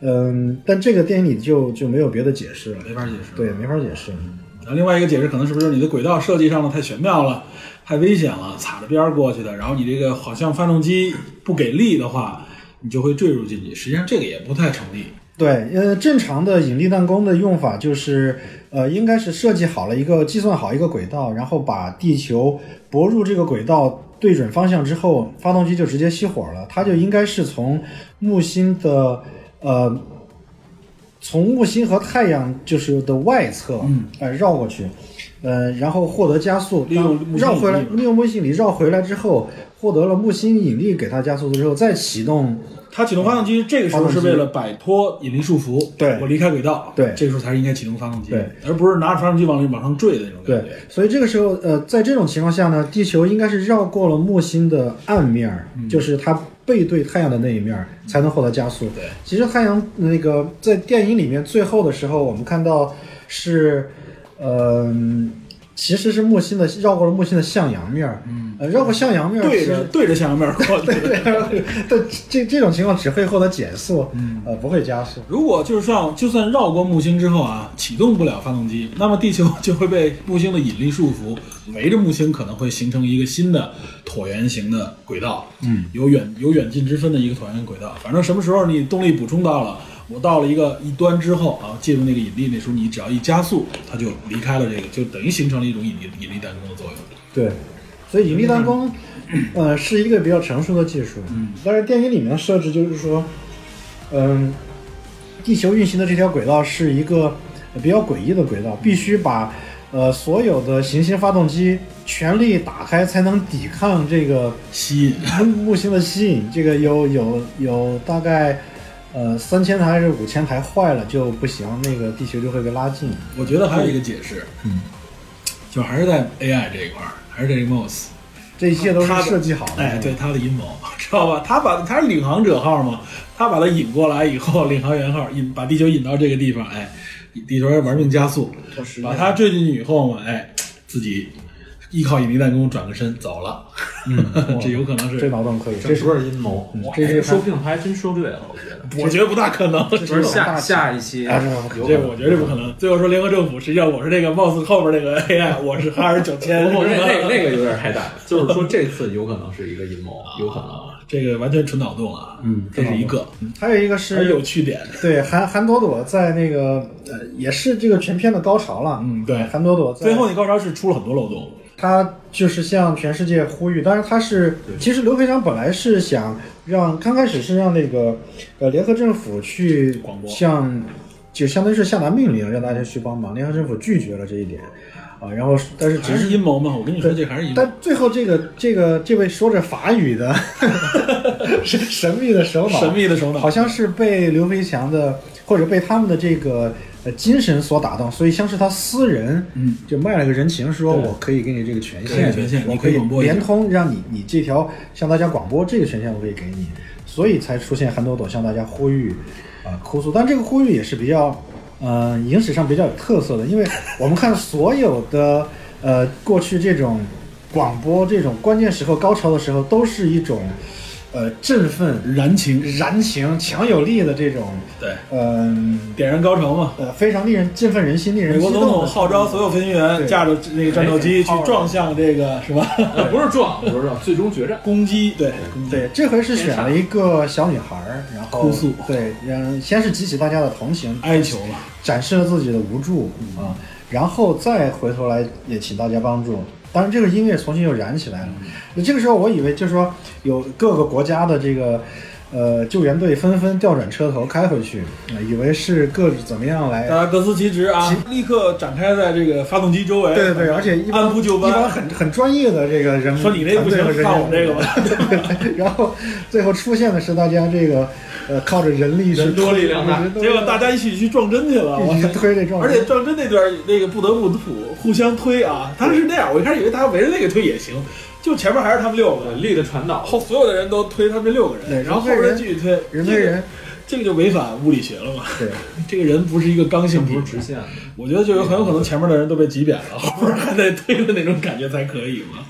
[SPEAKER 4] 嗯，但这个电影里就就没有别的解释了，
[SPEAKER 2] 没法解释
[SPEAKER 4] 对，没法解释。
[SPEAKER 2] 然后另外一个解释可能是不是你的轨道设计上的太玄妙了，太危险了，擦着边儿过去的。然后你这个好像发动机不给力的话，你就会坠入进去。实际上这个也不太成立。
[SPEAKER 4] 对，呃，正常的引力弹弓的用法就是，呃，应该是设计好了一个计算好一个轨道，然后把地球泊入这个轨道对准方向之后，发动机就直接熄火了。它就应该是从木星的呃，从木星和太阳就是的外侧，嗯，呃，绕过去，呃，然后获得加速，
[SPEAKER 2] 利用木星
[SPEAKER 4] 绕回来
[SPEAKER 2] 引，力
[SPEAKER 4] 利用木星引力绕回来之后，获得了木星引力给它加速之后，再启动。
[SPEAKER 2] 它启动发动机这个时候是为了摆脱引力束缚，
[SPEAKER 4] 对
[SPEAKER 2] 我离开轨道，
[SPEAKER 4] 对
[SPEAKER 2] 这时候才是应该启动发动机，
[SPEAKER 4] 对，
[SPEAKER 2] 而不是拿着发动机往里往上坠的那种感
[SPEAKER 4] 对
[SPEAKER 2] 觉。，
[SPEAKER 4] 所以这个时候，呃，在这种情况下呢，地球应该是绕过了木星的暗面儿，就是它背对太阳的那一面儿，才能获得加速。
[SPEAKER 2] 对，
[SPEAKER 4] 其实太阳那个在电影里面最后的时候，我们看到是，嗯、其实是木星的绕过了木星的向阳面儿，嗯，呃，绕过向阳面儿，
[SPEAKER 2] 对着对着向阳面过去。
[SPEAKER 4] 对，但这这种情况只会获得减速，呃，不会加速。
[SPEAKER 2] 如果就是像就算绕过木星之后啊，启动不了发动机，那么地球就会被木星的引力束缚，围着木星可能会形成一个新的椭圆形的轨道，嗯，有远有远近之分的一个椭圆轨道。反正什么时候你动力补充到了，我到了一个一端之后啊，借助那个引力，那时候你只要一加速，它就离开了这个，就等于形成了一种引力引力弹弓的作用。
[SPEAKER 4] 对，所以引力弹弓，呃，是一个比较成熟的技术。嗯，但是电影里面的设置就是说，嗯，地球运行的这条轨道是一个呃比较诡异的轨道，必须把呃所有的行星发动机全力打开，才能抵抗这 个
[SPEAKER 2] 吸引
[SPEAKER 4] 木木星的吸引。这个有有有大概。呃，三千台还是五千台坏了就不行，那个地球就会被拉近。
[SPEAKER 2] 我觉得还有一个解释，嗯，就还是在 AI 这一块儿，还是这个 MOS，
[SPEAKER 4] 这一切都是
[SPEAKER 2] 它的
[SPEAKER 4] 设计好的。嗯
[SPEAKER 2] 哎，对他的阴谋， 知道吧？他把他是领航者号嘛，他把他引过来以后，领航员号引把地球引到这个地方，哎，地球人玩命加速，把他坠进去以后嘛，哎，自己依靠引力弹弓转个身走了，嗯， 这有可能
[SPEAKER 4] 这
[SPEAKER 2] 是，
[SPEAKER 4] 脑洞可以，这是
[SPEAKER 5] 是阴谋？
[SPEAKER 4] 这是
[SPEAKER 3] 说不定他还真说对了，我觉得。
[SPEAKER 2] 我觉得不大可能。
[SPEAKER 5] 不是
[SPEAKER 4] 大
[SPEAKER 5] 下下一期
[SPEAKER 2] 哎
[SPEAKER 4] 啊这个不可能
[SPEAKER 5] 有
[SPEAKER 2] 这我觉得不可能。最后说联合政府，实际上我是这个 MOS 后边那个 AI，我是哈尔九千，
[SPEAKER 5] 不
[SPEAKER 2] 我
[SPEAKER 5] 是
[SPEAKER 2] 是
[SPEAKER 5] 那那那个有点太大，就是说这次有可能是一个阴谋，有可能。
[SPEAKER 2] 这个完全纯脑洞啊，嗯，这是一个，
[SPEAKER 4] 还有一个是
[SPEAKER 2] 还有趣点，
[SPEAKER 4] 对，韩韩朵朵在那个呃，也是这个全片的高潮了。
[SPEAKER 2] 嗯对
[SPEAKER 4] 韩朵朵在
[SPEAKER 2] 最后那高潮是出了很多漏洞，
[SPEAKER 4] 她就是向全世界呼吁，当然她是，其实刘培强本来是想让刚开始是让那个呃联合政府去
[SPEAKER 2] 广播
[SPEAKER 4] 向就相当于是下达命令让大家去帮忙，联合政府拒绝了这一点啊，然后但是
[SPEAKER 2] 还
[SPEAKER 4] 只
[SPEAKER 2] 是
[SPEAKER 4] 是。
[SPEAKER 2] 阴谋嘛？我跟你说，
[SPEAKER 4] 对
[SPEAKER 2] 这还是阴谋。
[SPEAKER 4] 但最后这个这个这位说着法语的 神神秘的首脑，
[SPEAKER 2] 神秘的首脑，
[SPEAKER 4] 好像是被刘培强的或者被他们的这个呃精神所打动，所以像是他私人，
[SPEAKER 2] 嗯，
[SPEAKER 4] 就卖了个人情，说我可以给你这个权
[SPEAKER 2] 给
[SPEAKER 4] 限，
[SPEAKER 2] 你权限
[SPEAKER 4] 我
[SPEAKER 2] 你可以
[SPEAKER 4] 以
[SPEAKER 2] 广播一下
[SPEAKER 4] 联通让你你这条向大家广播这个权限我可以给你，所以才出现韩朵朵向大家呼吁啊、哭诉，但这个呼吁也是比较。呃影史上比较有特色的，因为我们看所有的呃过去这种广播这种关键时刻高潮的时候，都是一种呃振奋、
[SPEAKER 2] 燃情，
[SPEAKER 4] 燃情、强有力的这种，
[SPEAKER 2] 对，
[SPEAKER 4] 嗯、
[SPEAKER 2] 点燃高潮嘛。
[SPEAKER 4] 呃非常令人振奋人心、令
[SPEAKER 2] 美
[SPEAKER 4] 人激
[SPEAKER 2] 国
[SPEAKER 4] 动
[SPEAKER 2] 总统
[SPEAKER 4] 的。
[SPEAKER 2] 号召所有飞行员
[SPEAKER 4] 对哎啊
[SPEAKER 2] 驾着那个战斗机去撞向这个是 吧？
[SPEAKER 5] 呃不是撞，不是撞，最终决战。
[SPEAKER 2] 攻击对攻击
[SPEAKER 4] 对，这回是选了一个小女孩儿，然后
[SPEAKER 2] 哭诉
[SPEAKER 4] 对，嗯，先是激起大家的同情，
[SPEAKER 2] 哀求嘛。
[SPEAKER 4] 展示了自己的无助啊，然后再回头来也请大家帮助。当然，这个音乐重新又燃起来了。那这个时候，我以为就是说有各个国家的这个呃救援队纷纷调转车头开回去，啊以为是各自怎么样来
[SPEAKER 2] 大家各司其职啊，立刻展开在这个发动机周围。
[SPEAKER 4] 对对对，而且一般
[SPEAKER 2] 按部就班
[SPEAKER 4] 一般很很专业的这个人，
[SPEAKER 2] 说你那不行
[SPEAKER 4] 团队和人
[SPEAKER 2] 看我这个吧
[SPEAKER 4] 对。对对 然后最后出现的是大家这个呃靠着人力去
[SPEAKER 2] 人多
[SPEAKER 4] 推
[SPEAKER 2] 力量大
[SPEAKER 4] 人，多 力
[SPEAKER 2] 结
[SPEAKER 4] 量
[SPEAKER 2] 果大家一起去撞针去了，我
[SPEAKER 4] 一起推这撞
[SPEAKER 2] 而
[SPEAKER 4] 人，
[SPEAKER 2] 且撞针那段儿那个不得不吐，互相推啊，他是那样，我一开始以为大家围着那个推也行，就前面还是他们六个，
[SPEAKER 5] 力的传导，
[SPEAKER 2] 后所有的人都推他们这六个
[SPEAKER 4] 对
[SPEAKER 2] 人，然后后边人继续推，这
[SPEAKER 4] 人推
[SPEAKER 2] 个
[SPEAKER 4] 人，
[SPEAKER 2] 这个就违反物理学了嘛，
[SPEAKER 4] 对，
[SPEAKER 2] 这个人不是一个刚性体
[SPEAKER 5] 不是
[SPEAKER 2] 质
[SPEAKER 5] 直，线的。
[SPEAKER 2] 我觉得就有很有可能前面的人都被挤扁了，后边还得推的那种感觉才可以嘛。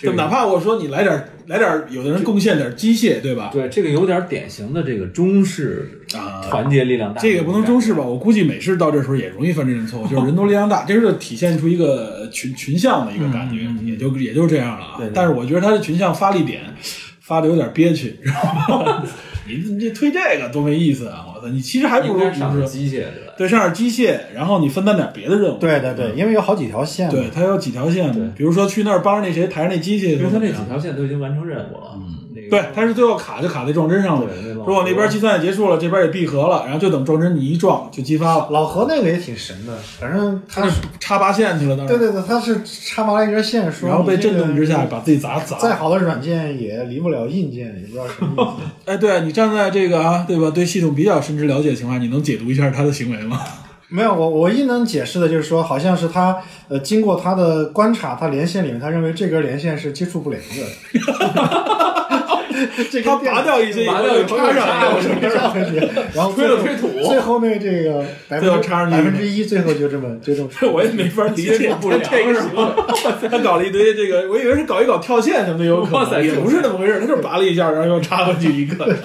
[SPEAKER 2] 就哪怕我说你来点儿来点儿，有的人贡献点儿机械，对吧？
[SPEAKER 5] 对，这个有点典型的这个中式
[SPEAKER 2] 啊
[SPEAKER 5] 团结力量大，
[SPEAKER 2] 这个不能中式吧？我估计美式到这时候也容易犯这种错误，就是人多力量大，这是体现出一个群群像的一个感觉，
[SPEAKER 5] 嗯
[SPEAKER 2] 也就也就这样了啊。但是我觉得他的群像发力点发的有点憋屈，知道吗？ 你你推这个多没意思啊！我操，你其实还不
[SPEAKER 5] 应
[SPEAKER 2] 如
[SPEAKER 5] 该上
[SPEAKER 2] 就是是
[SPEAKER 5] 机械对吧？
[SPEAKER 2] 对上点机械，然后你分担点别的任务。
[SPEAKER 4] 对对对，因为有好几条线嘛，
[SPEAKER 2] 对，他有几条线
[SPEAKER 5] 对，
[SPEAKER 2] 比如说去那儿帮着那谁抬着那机器，
[SPEAKER 5] 因为他那几条线都已经完成任务了，嗯，那个
[SPEAKER 2] 对，他是最后卡就卡在撞针上了
[SPEAKER 5] 对那。老
[SPEAKER 2] 如果那边计算也结束了，这边也闭合了，然后就等撞针你一撞就激发了，
[SPEAKER 4] 老何那个也挺神的，反正他
[SPEAKER 2] 嗯
[SPEAKER 4] 是
[SPEAKER 2] 插拔线去了。当时
[SPEAKER 4] 对对对，他是插麻了一根线，
[SPEAKER 2] 嗯
[SPEAKER 4] 说
[SPEAKER 2] 然后被
[SPEAKER 4] 你这
[SPEAKER 2] 震
[SPEAKER 4] 个
[SPEAKER 2] 动之下把自己砸砸
[SPEAKER 4] 再好的软件也离不了硬件，也不知道什么意思。
[SPEAKER 2] 哎，对你站在这个啊，对吧？对系统比较深知了解的情况下，你能解读一下他的行为吗？
[SPEAKER 4] 没有，我我一能解释的就是说，好像是他呃，经过他的观察，他连线里面，他认为这根连线是接触不了的。 这
[SPEAKER 2] 他
[SPEAKER 4] 根电
[SPEAKER 2] 拔掉一些，
[SPEAKER 5] 拔掉一些
[SPEAKER 2] 插上，
[SPEAKER 5] 插上
[SPEAKER 4] 插回去，然后
[SPEAKER 5] 推 了推土
[SPEAKER 4] 最后那这个百
[SPEAKER 2] 最后
[SPEAKER 4] 分
[SPEAKER 2] 插上去。
[SPEAKER 4] 百分之一，最后就这么就这么
[SPEAKER 2] 我也没法理
[SPEAKER 5] 接
[SPEAKER 2] 解
[SPEAKER 5] 触不良
[SPEAKER 2] 这个什么，他搞了一堆这个，我以为是搞一搞跳线什么的，有可
[SPEAKER 5] 哇塞
[SPEAKER 2] 能也不是那么回事，他就是拔了一下，然后又插回去一个。啊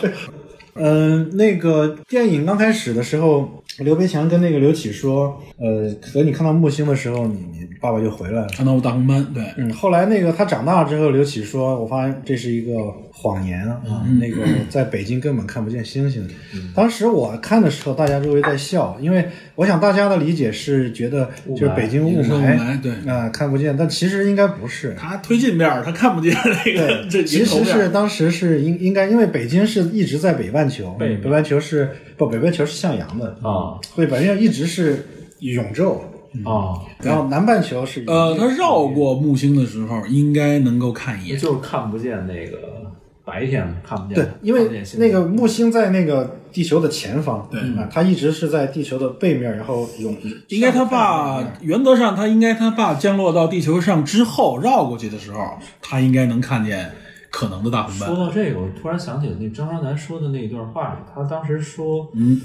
[SPEAKER 4] 嗯、那个电影刚开始的时候，刘培强跟那个刘启说，呃，等你看到木星的时候，你你爸爸就回来了。
[SPEAKER 2] 看到我大红斑，对，
[SPEAKER 4] 嗯，后来那个他长大了之后，刘启说：“我发现这是一个谎言啊，那个在北京根本看不见星星。”当时我看的时候，大家周围在笑，因为我想大家的理解是觉得就是北京雾
[SPEAKER 2] 也是雾
[SPEAKER 4] 霾，
[SPEAKER 2] 霾对
[SPEAKER 4] 啊、看不见，但其实应该不是。
[SPEAKER 2] 他推进面儿他看不见那个
[SPEAKER 4] 对，
[SPEAKER 2] 这
[SPEAKER 4] 其
[SPEAKER 2] 迎头
[SPEAKER 4] 实
[SPEAKER 2] 面
[SPEAKER 4] 是
[SPEAKER 2] 儿，
[SPEAKER 4] 当时是应应该，因为北京是一直在北半球，
[SPEAKER 5] 北
[SPEAKER 4] 北半球是不北半球是向阳的，
[SPEAKER 5] 啊
[SPEAKER 4] 所以北半球一直是永昼，
[SPEAKER 2] 嗯
[SPEAKER 5] 啊，
[SPEAKER 4] 然后南半球是
[SPEAKER 2] 呃，他绕过木星的时候应该能够看一眼。
[SPEAKER 5] 就是看不见那个白天看不见，
[SPEAKER 4] 对，因
[SPEAKER 5] 看不
[SPEAKER 4] 为
[SPEAKER 5] 见星
[SPEAKER 4] 那
[SPEAKER 5] 星
[SPEAKER 4] 个木星在那个地球的前方，
[SPEAKER 2] 对
[SPEAKER 4] 啊，它一直是在地球的背面，然后涌。
[SPEAKER 2] 应该他爸原则上，他应该他爸降落到地球上之后绕过去的时候，他应该能看见可能的大红
[SPEAKER 5] 说
[SPEAKER 2] 斑。
[SPEAKER 5] 到这个，我突然想起那张双南说的那一段话，他当时说，嗯，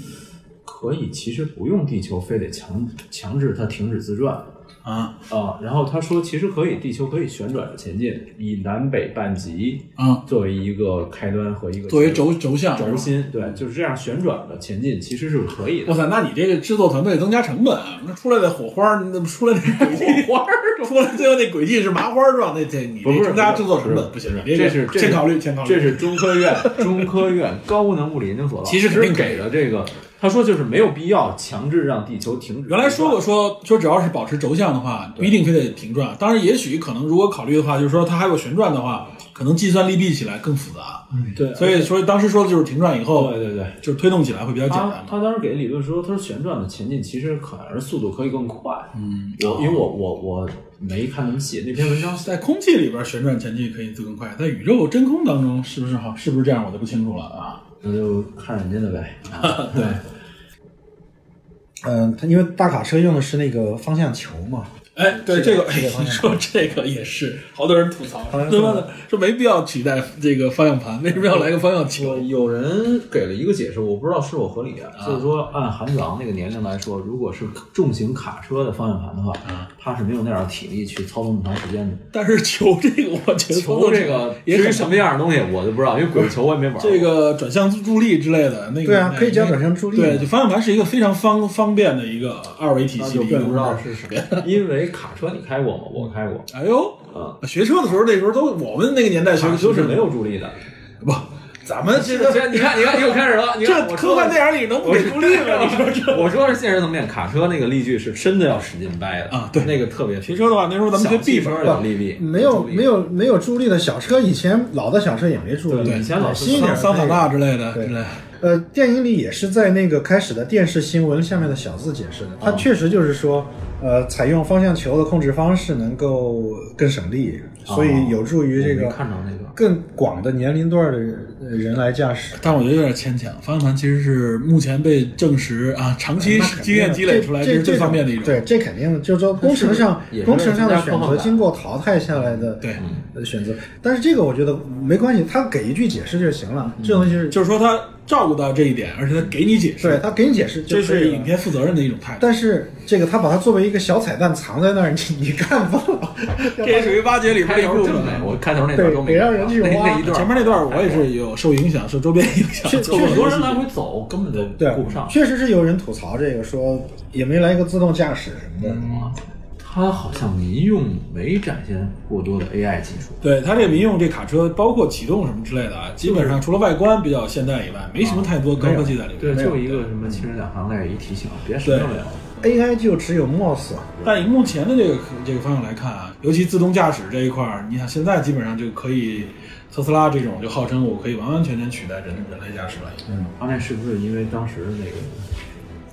[SPEAKER 5] 可以，其实不用地球非得强强制它停止自转。
[SPEAKER 2] 啊
[SPEAKER 5] 啊，然后他说，其实可以，地球可以旋转着前进，以南北半极
[SPEAKER 2] 啊，
[SPEAKER 5] 作为一个开端和一个
[SPEAKER 2] 作为轴轴向。
[SPEAKER 5] 轴心，对，就是这样旋转着前进，其实是可以
[SPEAKER 2] 哇
[SPEAKER 5] 的。
[SPEAKER 2] 塞，那你这个制作团队增加成本啊！那出来的火花，那出来那轨迹，火花 出来最后那轨迹是麻花状，那这你
[SPEAKER 5] 不是
[SPEAKER 2] 这增加
[SPEAKER 5] 不是
[SPEAKER 2] 制作成本
[SPEAKER 5] 不
[SPEAKER 2] 不
[SPEAKER 5] 是
[SPEAKER 2] 行，啊
[SPEAKER 5] 这是这是
[SPEAKER 2] 先考虑，先考虑。
[SPEAKER 5] 这是中科院中科院高能物理研究所老
[SPEAKER 2] 其实肯
[SPEAKER 5] 师
[SPEAKER 2] 定可以
[SPEAKER 5] 给的这个，他说就是没有必要强制让地球停止。
[SPEAKER 2] 原来说过说说只要是保持轴向的话，不一定非得平转。当然，也许可能如果考虑的话，就是说它还有旋转的话，可能计算利弊起来更复杂。
[SPEAKER 5] 对，
[SPEAKER 2] 所以说当时说的就是停转以后，
[SPEAKER 5] 对对对，
[SPEAKER 2] 就是推动起来会比较简
[SPEAKER 5] 他
[SPEAKER 2] 单嘛。
[SPEAKER 5] 他当时给理论说，他说旋转的前进其实反而速度可以更快。嗯，我因为我我我没看那么细那篇文章，
[SPEAKER 2] 在空气里边旋转前进可以自更快，在宇宙真空当中是不是好？是不是这样？我就不清楚了啊。
[SPEAKER 5] 那就看人家的 呗。
[SPEAKER 2] 对，
[SPEAKER 4] 呃嗯，它因为大卡车用的是那个方向球嘛，
[SPEAKER 2] 哎，对这个，哎，
[SPEAKER 4] 这个方向
[SPEAKER 2] 你说这个也是，好多人吐槽，
[SPEAKER 4] 向
[SPEAKER 2] 他妈的说没必要取代这个方向盘，为什么要来个方向
[SPEAKER 5] 有
[SPEAKER 2] 球？
[SPEAKER 5] 有人给了一个解释，我不知道是否合理啊，就是说按韩子昂那个年龄来说，如果是重型卡车的方向盘的话，他是没有那样的体力去操纵那么长时间的。
[SPEAKER 2] 但是球这个，我觉得
[SPEAKER 5] 球这个
[SPEAKER 2] 也
[SPEAKER 5] 至于
[SPEAKER 2] 很
[SPEAKER 5] 什么样的东西，我就不知道，因为滚球我也没玩过。
[SPEAKER 2] 这个转向助力之类的，那个
[SPEAKER 4] 对啊
[SPEAKER 2] 那个
[SPEAKER 4] 可以加转向助力啊
[SPEAKER 2] 对，就方向盘是一个非常方方便的一个二维体
[SPEAKER 5] 那
[SPEAKER 2] 系
[SPEAKER 5] 就
[SPEAKER 2] 的一个
[SPEAKER 5] 不知道
[SPEAKER 2] 工具。
[SPEAKER 5] 是 什么，啊因为卡车你开过吗？我开过，
[SPEAKER 2] 哎呦，
[SPEAKER 5] 啊，
[SPEAKER 2] 学车的时候，那时候都我们那个年代学
[SPEAKER 5] 卡
[SPEAKER 2] 的
[SPEAKER 5] 车
[SPEAKER 2] 都
[SPEAKER 5] 是没有助力的。
[SPEAKER 2] 不，咱们这
[SPEAKER 5] 这你看，你看，又开始了。你看
[SPEAKER 2] 这科幻电影里能不
[SPEAKER 5] 我
[SPEAKER 2] 给
[SPEAKER 5] 说
[SPEAKER 2] 助力吗？你说这。
[SPEAKER 5] 我说是现实层面，卡车那个力矩是真的要使劲掰的
[SPEAKER 2] 啊对
[SPEAKER 5] 那个特别。
[SPEAKER 2] 学车的话，那时候咱们学
[SPEAKER 5] 小
[SPEAKER 2] B
[SPEAKER 5] 汽
[SPEAKER 2] 分
[SPEAKER 5] 车
[SPEAKER 2] 儿
[SPEAKER 5] 有力臂，
[SPEAKER 4] 没有没有没有助力的小车，以前老的小车也没助力，
[SPEAKER 5] 对以前老是
[SPEAKER 4] 新一点
[SPEAKER 2] 桑塔纳
[SPEAKER 4] 纳
[SPEAKER 2] 之类的，
[SPEAKER 4] 对
[SPEAKER 2] 之类的
[SPEAKER 4] 呃，电影里也是在那个开始的电视新闻下面的小字解释的，它确实就是说，呃，采用方向球的控制方式能够更省力，所以有助于这
[SPEAKER 5] 我
[SPEAKER 4] 个
[SPEAKER 5] 没看到那个
[SPEAKER 4] 更广的年龄段的人来驾驶。
[SPEAKER 2] 但我觉得有点牵强。方向盘其实是目前被证实啊，长期经验积累出来，
[SPEAKER 4] 这
[SPEAKER 2] 这是最方便的一
[SPEAKER 4] 种。
[SPEAKER 2] 种。
[SPEAKER 4] 对，这肯定的就是说工程上
[SPEAKER 5] 也是
[SPEAKER 4] 工程上的选
[SPEAKER 5] 增加科
[SPEAKER 4] 择
[SPEAKER 5] 幻感
[SPEAKER 4] 经过淘汰下来的
[SPEAKER 2] 对
[SPEAKER 4] 呃选择，但是这个我觉得没关系，他给一句解释就行了，这东西是
[SPEAKER 2] 就是说他照顾到这一点，而且他给你解
[SPEAKER 4] 对
[SPEAKER 2] 释，
[SPEAKER 4] 他给你解释就
[SPEAKER 2] 这
[SPEAKER 4] 可
[SPEAKER 2] 是
[SPEAKER 4] 以
[SPEAKER 2] 影
[SPEAKER 4] 了。
[SPEAKER 2] 片负责任的一种态度。
[SPEAKER 4] 但是这个他把它作为一个小彩蛋藏在那儿，你你看吧，
[SPEAKER 2] 这也属于巴结里边
[SPEAKER 5] 开
[SPEAKER 2] 的一
[SPEAKER 5] 头
[SPEAKER 2] 部
[SPEAKER 5] 真
[SPEAKER 2] 分。
[SPEAKER 5] 美，我开头那段都
[SPEAKER 4] 对
[SPEAKER 5] 没看
[SPEAKER 4] 得让人去
[SPEAKER 5] 那
[SPEAKER 4] 挖
[SPEAKER 5] 那一段，
[SPEAKER 2] 前面那段我也是有受影响，受周边影响。
[SPEAKER 4] 确
[SPEAKER 2] 做
[SPEAKER 4] 确
[SPEAKER 2] 过多
[SPEAKER 4] 实
[SPEAKER 5] 很多人
[SPEAKER 2] 细节
[SPEAKER 5] 来回走根本就
[SPEAKER 4] 对
[SPEAKER 5] 顾不，上。
[SPEAKER 4] 确实是有人吐槽这个，说也没来个自动驾驶什么
[SPEAKER 5] 嗯
[SPEAKER 4] 的。
[SPEAKER 5] 它好像民用没展现过多的 AI 技术，
[SPEAKER 2] 对它这民用这卡车，包括启动什么之类的啊，基本上除了外观比较现代以外，没什么太多高科技在里面。
[SPEAKER 5] 对，就一个什么亲人导航类一提醒，别什
[SPEAKER 2] 对
[SPEAKER 5] 么都没有。
[SPEAKER 4] AI 就只有 MOS，
[SPEAKER 2] 但以目前的这个这个方向来看啊，尤其自动驾驶这一块儿，你想现在基本上就可以，特斯拉这种就号称我可以完完全全取代人人类驾驶了。
[SPEAKER 5] 他那是不是因为当时那个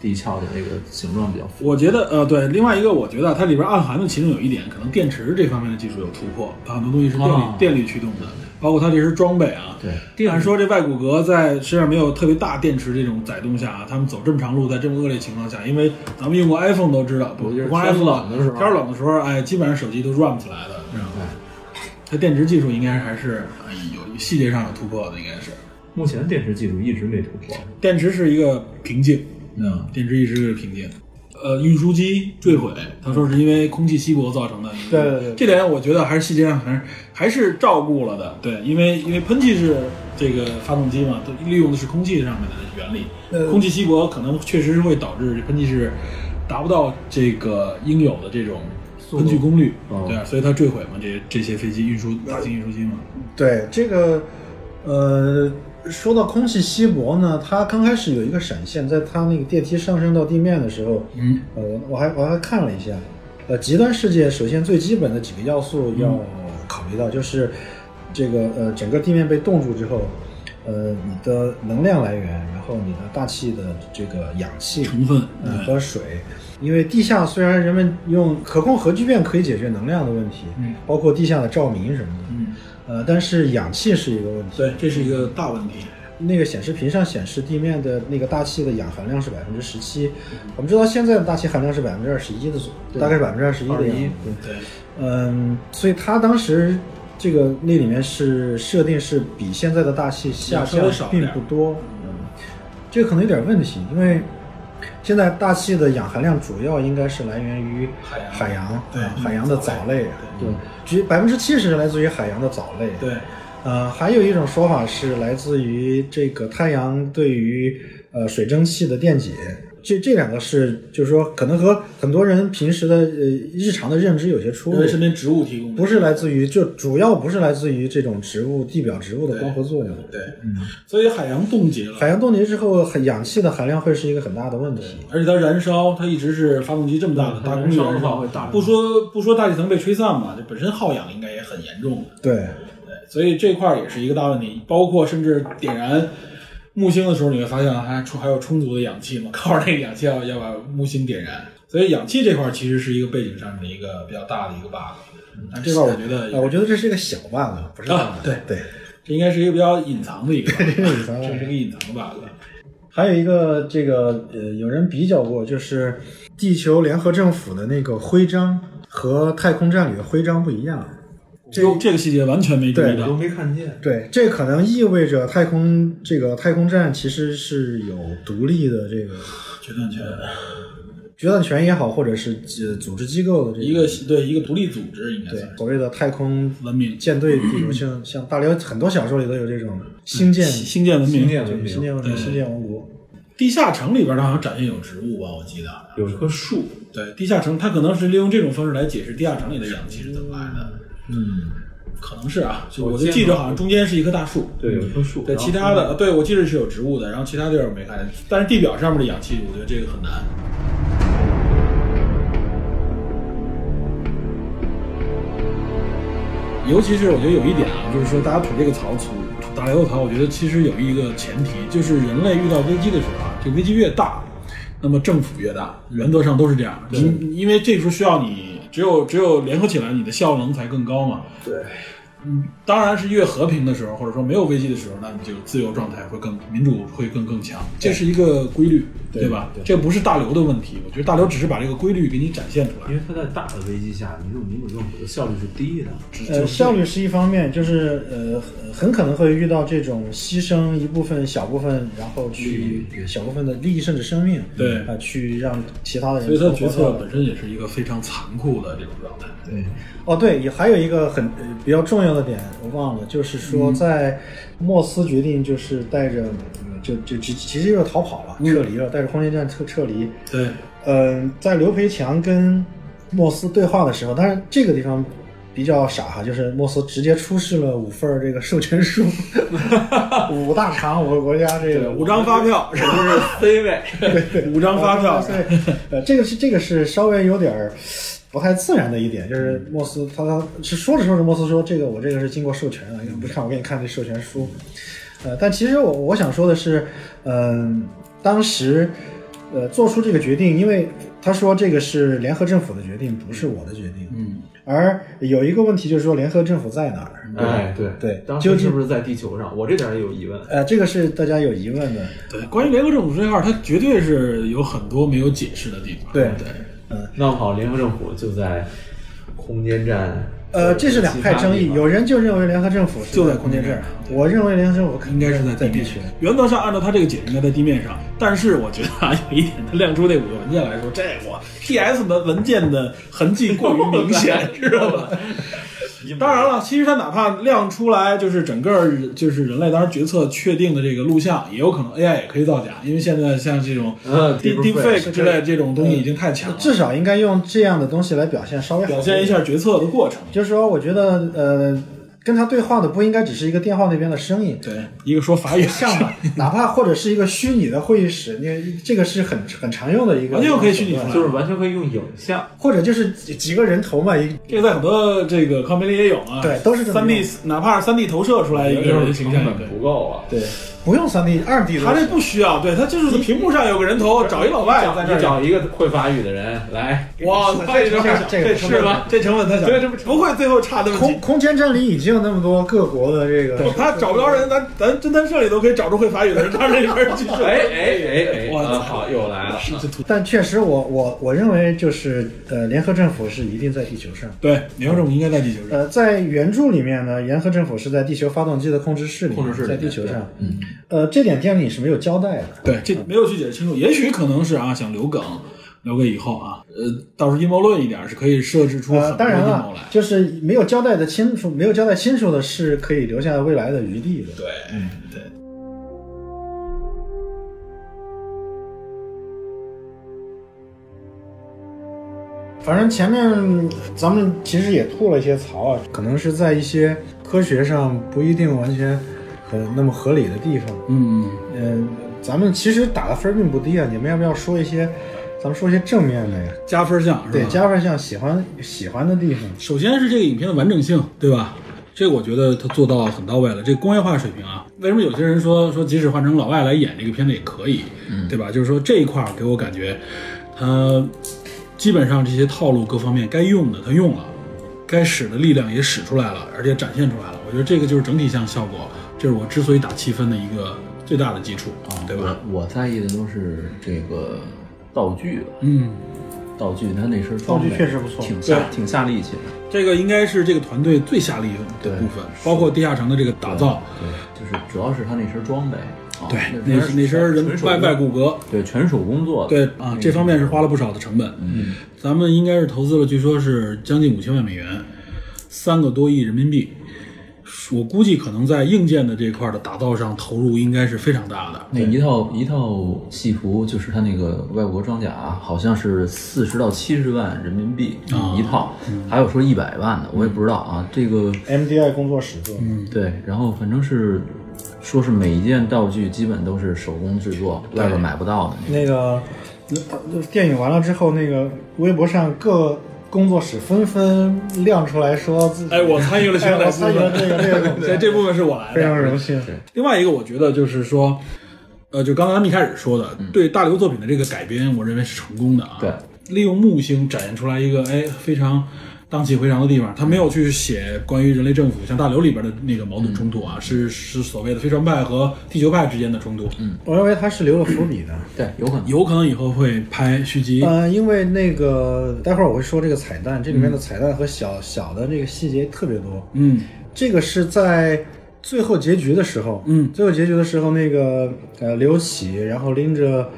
[SPEAKER 5] 地壳的那个形状比较复杂？
[SPEAKER 2] 我觉得呃对，另外一个我觉得它里边暗含的其中有一点，可能电池这方面的技术有突破，它很多东西是电力、
[SPEAKER 5] 啊
[SPEAKER 2] 电力驱动的，包括它这身装备啊。
[SPEAKER 5] 对
[SPEAKER 2] 电按说这外骨骼在身上没有特别大电池这种载动下啊，他们走这么长路，在这么恶劣情况下，因为咱们用过 iPhone 都知道，不
[SPEAKER 5] 尤其是
[SPEAKER 2] 不光
[SPEAKER 5] 天
[SPEAKER 2] iPhone
[SPEAKER 5] 冷的时候
[SPEAKER 2] 天冷的时候，哎，基本上手机都 run 不起来的，知道吗？它电池技术应该还是哎有细节上有突破的，应该是
[SPEAKER 5] 目前电池技术一直没突破。
[SPEAKER 2] 电池是一个瓶颈，嗯，电池一直是瓶颈。呃，运输机坠毁，他说是因为空气稀薄造成的。
[SPEAKER 4] 对对对
[SPEAKER 2] 这点我觉得还是细节上还是还是照顾了的。对，因为因为喷气式这个发动机嘛，都利用的是空气上面的原理，
[SPEAKER 4] 呃
[SPEAKER 2] 空气稀薄可能确实是会导致喷气式达不到这个应有的这种喷气功率，
[SPEAKER 5] 哦
[SPEAKER 2] 对啊，所以它坠毁嘛，这这些飞机运输
[SPEAKER 4] 呃
[SPEAKER 2] 大型运输机嘛，
[SPEAKER 4] 对这个，呃，说到空气稀薄呢，它刚开始有一个闪现，在它那个电梯上升到地面的时候，
[SPEAKER 2] 嗯，
[SPEAKER 4] 呃，我还我还看了一下，呃，极端世界首先最基本的几个要素要考虑到，就是这个呃整个地面被冻住之后，呃你的能量来源，然后你的大气的这个氧气
[SPEAKER 2] 成分，
[SPEAKER 4] 嗯，
[SPEAKER 2] 对，
[SPEAKER 4] 和水。因为地下虽然人们用可控核聚变可以解决能量的问题，
[SPEAKER 2] 嗯
[SPEAKER 4] 包括地下的照明什么的，
[SPEAKER 2] 嗯，
[SPEAKER 4] 呃，但是氧气是一个问题。
[SPEAKER 2] 对，这是一个大问题。
[SPEAKER 4] 那个显示屏上显示地面的那个大气的氧含量是百分之十七，我们知道现在的大气含量是百分之二十一的左右，大概百分之二十一的样子。
[SPEAKER 2] 对，
[SPEAKER 4] 嗯，所以它当时这个那里面是设定是比现在的大气下
[SPEAKER 2] 稍
[SPEAKER 4] 降
[SPEAKER 2] 微少
[SPEAKER 4] 并
[SPEAKER 2] 点
[SPEAKER 4] 不多，嗯，这个可能有点问题，因为现在大气的氧含量主要应该是来源于
[SPEAKER 2] 海洋
[SPEAKER 4] 海洋，
[SPEAKER 2] 对嗯
[SPEAKER 4] 啊海洋的藻类，
[SPEAKER 5] 对，
[SPEAKER 4] 只百分之七十来自于海洋的藻类，
[SPEAKER 2] 对，
[SPEAKER 4] 呃，还有一种说法是来自于这个太阳对于呃水蒸气的电解，这这两个是就是说可能和很多人平时的呃日常的认知有些出
[SPEAKER 2] 因
[SPEAKER 4] 入
[SPEAKER 2] 为，是跟植物提供的，
[SPEAKER 4] 不是来自于就主要不是来自于这种植物地表植物的光合作用。
[SPEAKER 2] 对，嗯所以海洋冻结了，
[SPEAKER 4] 海洋冻结之后，氧气的含量会是一个很大的问题。
[SPEAKER 2] 而且它燃烧，它一直是发动机这么大的大功率
[SPEAKER 5] 嗯燃烧
[SPEAKER 2] 燃
[SPEAKER 5] 的话
[SPEAKER 2] 烧
[SPEAKER 5] 会大，
[SPEAKER 2] 不说不说大气层被吹散嘛，这本身耗氧应该也很严重的，
[SPEAKER 4] 对，
[SPEAKER 2] 对，所以这块儿也是一个大问题，包括甚至点燃。木星的时候，你会发现还充还有充足的氧气嘛， 靠着那个氧气要要把木星点燃，所以氧气这块儿其实是一个背景上面的一个比较大的一个 bug。但这块儿我觉得
[SPEAKER 4] 啊，我觉得这是一个小 bug，不是大 bug、
[SPEAKER 2] 啊对
[SPEAKER 4] 对。
[SPEAKER 2] 这应该是一个比较隐藏的一个 bug，
[SPEAKER 4] 个隐藏的
[SPEAKER 2] 这是一个隐藏的 bug。
[SPEAKER 4] 还有一个这个呃，有人比较过，就是地球联合政府的那个徽章和《太空战略》徽章不一样。这
[SPEAKER 2] 哟，这个细节完全没注意
[SPEAKER 3] 我都
[SPEAKER 2] 到。
[SPEAKER 3] 没看见。
[SPEAKER 4] 对，这可能意味着太空这个太空站其实是有独立的这个
[SPEAKER 2] 决断权，
[SPEAKER 4] 决断权也好，或者是呃组织机构的这
[SPEAKER 2] 一个对一个独立组织应该
[SPEAKER 4] 对
[SPEAKER 2] 算
[SPEAKER 4] 所谓的太空
[SPEAKER 2] 文明，
[SPEAKER 4] 舰队，比 如像像大辽很多小说里都有这种星舰、
[SPEAKER 2] 嗯星舰文明。
[SPEAKER 4] 就是星舰、星舰王国。
[SPEAKER 2] 地下城里边它好像展现有植物吧，我记得。
[SPEAKER 3] 有一棵树，
[SPEAKER 2] 对，地下城它可能是利用这种方式来解释地下城里的氧气是怎么来的。嗯，可能是啊，就我就记着好像中间是一棵大树。
[SPEAKER 3] 对，有一棵树。
[SPEAKER 2] 对，
[SPEAKER 3] 然后
[SPEAKER 2] 其他的对我记得是有植物的，然后其他地儿我没看见，但是地表上面的氧气，我觉得这个很难。尤其是我觉得有一点啊，就是说大家吐这个槽吐吐大刘的槽，我觉得其实有一个前提，就是人类遇到危机的时候啊，这危机越大，那么政府越大，原则上都是这样。因因为这时候需要你，只有只有联合起来，你的效能才更高嘛。当然是越和平的时候，或者说没有危机的时候，那你这个自由状态会更民主会更更强，这是一个规律，对吧？这不是大刘的问题，我觉得大刘只是把这个规律给你展现出来
[SPEAKER 5] 因。为他在大的危机下，你这种民主政府的效率是低的。
[SPEAKER 4] 呃，效率是一方面，就是呃，很很可能会遇到这种牺牲一部分、小部分，然后去小部分的利益甚至生命，
[SPEAKER 2] 对
[SPEAKER 4] 啊、去让其他的
[SPEAKER 2] 所
[SPEAKER 4] 人
[SPEAKER 2] 以他
[SPEAKER 4] 存
[SPEAKER 2] 决
[SPEAKER 4] 活下
[SPEAKER 2] 策
[SPEAKER 4] 来
[SPEAKER 2] 本身也是一个非常残酷的这种状态。对，
[SPEAKER 4] 哦，对，也还有一个很、呃比较重要的点，我忘了，就是
[SPEAKER 2] 嗯
[SPEAKER 4] 说在莫斯决定就是带着，呃就就其其实就是逃跑了，
[SPEAKER 2] 嗯
[SPEAKER 4] 撤离了，带着空间站撤撤离。
[SPEAKER 2] 对，
[SPEAKER 4] 嗯、在刘培强跟莫斯对话的时候，但是这个地方比较傻哈，就是莫斯直接出示了五份儿这个授权书， 五大厂，我国家这个
[SPEAKER 2] 五张发票，然后是 C 位， 五张发票，
[SPEAKER 4] 对，呃，这个是这个是稍微有点儿不太自然的一点，就是
[SPEAKER 2] 嗯
[SPEAKER 4] 莫斯他他是说着说着，莫斯说这个我这个是经过授权的，你
[SPEAKER 2] 嗯
[SPEAKER 4] 不看我给你看这授权书，呃，但其实我我想说的是，嗯、当时呃做出这个决定，因为他说这个是联合政府的决定，不是我的决定，嗯，而有一个问题就是说联合政府在哪儿？
[SPEAKER 3] 哎，对
[SPEAKER 4] 对
[SPEAKER 3] 当
[SPEAKER 4] 究
[SPEAKER 3] 时
[SPEAKER 4] 竟
[SPEAKER 3] 是不是在地球上？我这点儿也有疑问。
[SPEAKER 4] 呃，这个是大家有疑问的，
[SPEAKER 2] 对。关于联合政府这块，它绝对是有很多没有解释的地方。
[SPEAKER 4] 对
[SPEAKER 2] 对，
[SPEAKER 5] 那么好，联合政府就在空间站。
[SPEAKER 4] 呃，这是两派争议，有人就认为联合政府是
[SPEAKER 2] 就在
[SPEAKER 4] 空间站
[SPEAKER 2] 空间，
[SPEAKER 4] 我认为联合政府肯
[SPEAKER 2] 应该是在
[SPEAKER 4] 在
[SPEAKER 2] 地面
[SPEAKER 4] 区。。
[SPEAKER 2] 原则上按照他这个解释应该在地面上，但是我觉得啊，有一点，他亮出那五个文件来说，这我 PS 文文件的痕迹过于明显，知道 吧？当然了，其实他哪怕亮出来，就是整个儿就是人类当时决策确定的这个录像，也有可能 AI 也可以造假，因为现在像这种嗯
[SPEAKER 5] 呃
[SPEAKER 2] deep
[SPEAKER 5] deep fake
[SPEAKER 2] fake 嗯之类的这种东西已经太强了，
[SPEAKER 4] 至少应该用这样的东西来表现，稍微好
[SPEAKER 2] 表现一
[SPEAKER 4] 点。
[SPEAKER 2] 下决策的过程。
[SPEAKER 4] 就是说，我觉得呃，跟他对话的不应该只是一个电话那边的声音，
[SPEAKER 2] 对，一个说法语
[SPEAKER 4] 像 吧，哪怕或者是一个虚拟的会议室，你这个是很很常用的一个，
[SPEAKER 2] 完全啊可以虚拟出来
[SPEAKER 5] 就是完全可以用影像，
[SPEAKER 4] 或者就是几几个人头嘛，一
[SPEAKER 2] 这个在很多这个康片里也有啊，
[SPEAKER 4] 对都是这么
[SPEAKER 2] 三 D，哪怕是三 D 投射出来一个人的呃形
[SPEAKER 3] 成
[SPEAKER 2] 象也可以
[SPEAKER 3] 本。不够啊。
[SPEAKER 4] 对，不用三 D 二 D 的，
[SPEAKER 2] 他这不需要，对他就是屏幕上有个人头，找一老外在
[SPEAKER 5] 你
[SPEAKER 2] 这儿
[SPEAKER 5] 找一个会法语的人来，
[SPEAKER 2] 哇塞，这成本
[SPEAKER 4] 这个
[SPEAKER 2] 这是吧？这成本太小，对，这不不会最后差那么
[SPEAKER 4] 空
[SPEAKER 2] 几。
[SPEAKER 4] 空间站里已经有那么多各国的这个，
[SPEAKER 2] 他找不着人，咱咱侦探社里都可以找出会法语的人，他这里边去
[SPEAKER 5] 哎
[SPEAKER 2] 说。
[SPEAKER 5] 哎哎哎，
[SPEAKER 2] 我操
[SPEAKER 5] 啊好又来了，
[SPEAKER 4] 但确实我我我认为就是呃，联合政府是一定在地球上。
[SPEAKER 2] 对，联合政府应该在地球上。
[SPEAKER 4] 呃，在原著里面呢，联合政府是在地球发动机的控制室里，
[SPEAKER 3] 控制室里
[SPEAKER 4] 在
[SPEAKER 3] 面
[SPEAKER 4] 地球上。嗯，呃，这点电影是没有交代的。
[SPEAKER 2] 对，这没有去解释清楚，也许可能是啊，想留梗，留给以后啊，呃，到时候阴谋论一点是可以设置出很
[SPEAKER 4] 呃，
[SPEAKER 2] 多
[SPEAKER 4] 当
[SPEAKER 2] 阴
[SPEAKER 4] 然
[SPEAKER 2] 谋
[SPEAKER 4] 了
[SPEAKER 2] 来，。
[SPEAKER 4] 就是没有交代的清楚，没有交代清楚的是可以留下未来的余地的。嗯
[SPEAKER 2] 对，对。
[SPEAKER 4] 反正前面咱们其实也吐了一些槽啊，可能是在一些科学上不一定完全很那么合理的地方。
[SPEAKER 2] 嗯，
[SPEAKER 4] 嗯、咱们其实打的分儿并不低啊，你们要不要说一些，咱们说一些正面的呀？
[SPEAKER 2] 加分项是吧？
[SPEAKER 4] 对，加分项喜欢喜欢的地方。
[SPEAKER 2] 首先是这个影片的完整性，对吧？这个我觉得他做到很到位了，这工业化水平啊。为什么有些人说说即使换成老外来演这个片子也可以，对吧？就是说这一块儿给我感觉，他基本上这些套路各方面该用的他用了，该使的力量也使出来了，而且展现出来了。我觉得这个就是整体项效果，这是我之所以打七分的一个最大的哦基础，对吧？
[SPEAKER 5] 我我在意的都是这个道具了，
[SPEAKER 2] 嗯，
[SPEAKER 5] 道具，他那身
[SPEAKER 4] 道
[SPEAKER 5] 装
[SPEAKER 4] 具
[SPEAKER 5] 备
[SPEAKER 4] 确实不错，
[SPEAKER 5] 挺下挺下力气的，
[SPEAKER 2] 这个应该是这个团队最下力的部分，包括地下城的这个打造，
[SPEAKER 5] 对，就是主要是他那身装备，啊
[SPEAKER 2] 对，那是那身人
[SPEAKER 5] 纯手
[SPEAKER 2] 外
[SPEAKER 5] 工
[SPEAKER 2] 外骨骼，
[SPEAKER 5] 对全手工做的，
[SPEAKER 2] 对啊，这方面是花了不少的成本。嗯，咱们应该是投资了，据说是将近五千万美元，三个多亿人民币。我估计可能在硬件的这块的打造上投入应该是非常大的。
[SPEAKER 5] 那一套一套戏服，就是它那个外国装甲、啊，好像是四十到七十万人民币
[SPEAKER 2] 啊
[SPEAKER 5] 一套，还有说一百万的，我也不知道啊。这个
[SPEAKER 4] MDI 工作室做的，
[SPEAKER 5] 对，然后反正是说是每一件道具基本都是手工制作，外边买不到的那
[SPEAKER 4] 那
[SPEAKER 5] 种。
[SPEAKER 4] 个呃电影完了之后，那个微博上各工作室纷纷亮出来说自己，
[SPEAKER 2] 哎，我参与了
[SPEAKER 4] 哎
[SPEAKER 2] 熊
[SPEAKER 4] 我
[SPEAKER 2] 仔
[SPEAKER 4] 参与了这个这个东 西，
[SPEAKER 2] 这这部分是我来
[SPEAKER 4] 非常
[SPEAKER 2] 的。
[SPEAKER 4] 荣幸。
[SPEAKER 2] 另外一个，我觉得就是说，呃，就刚才咱们一开始说的，对大刘作品的这个改编，我认为是成功的啊。
[SPEAKER 5] 对，
[SPEAKER 2] 利用木星展现出来一个哎非常荡气回肠的地方，他没有去写关于人类政府像大刘里边的那个矛盾冲突啊，是是所谓的飞船派和地球派之间的冲突，嗯，
[SPEAKER 4] 我认为他是留了伏笔的，
[SPEAKER 5] 对，有可能。
[SPEAKER 2] 有可能以后会拍续集，
[SPEAKER 4] 呃，因为那个待会儿我会说这个彩蛋，这里面的彩蛋和小小的这个细节特别多。
[SPEAKER 2] 嗯
[SPEAKER 4] 这个是在最后结局的时候，
[SPEAKER 2] 嗯
[SPEAKER 4] 最后结局的时候，那个呃刘启，然后拎着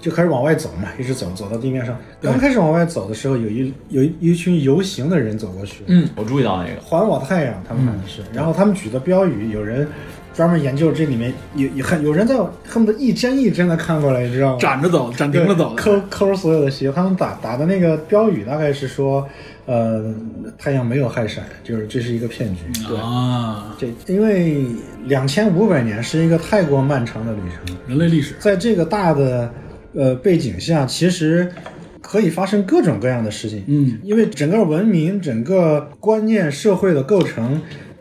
[SPEAKER 4] 就开始往外走嘛，一直走走到地面上。刚开始往外走的时候，有一有一一群游行的人走过去，
[SPEAKER 5] 嗯，我注意到那个，
[SPEAKER 4] 环保太阳，他们喊的是，然后他们举的标语，有人专门研究这里面，有有很有人在恨不得一帧一帧的看过来，你知道吗？
[SPEAKER 2] 展着走，展
[SPEAKER 4] 对
[SPEAKER 2] 停着走的，
[SPEAKER 4] 抠抠所有的鞋，他们打打的那个标语大概是说，呃，太阳没有害闪，就是这是一个骗局。
[SPEAKER 2] 啊，
[SPEAKER 4] 这因为两千五百年是一个太过漫长的旅程，
[SPEAKER 2] 人类历史，
[SPEAKER 4] 在这个大的呃背景下，其实可以发生各种各样的事情。
[SPEAKER 2] 嗯，
[SPEAKER 4] 因为整个文明、整个观念、社会的构成，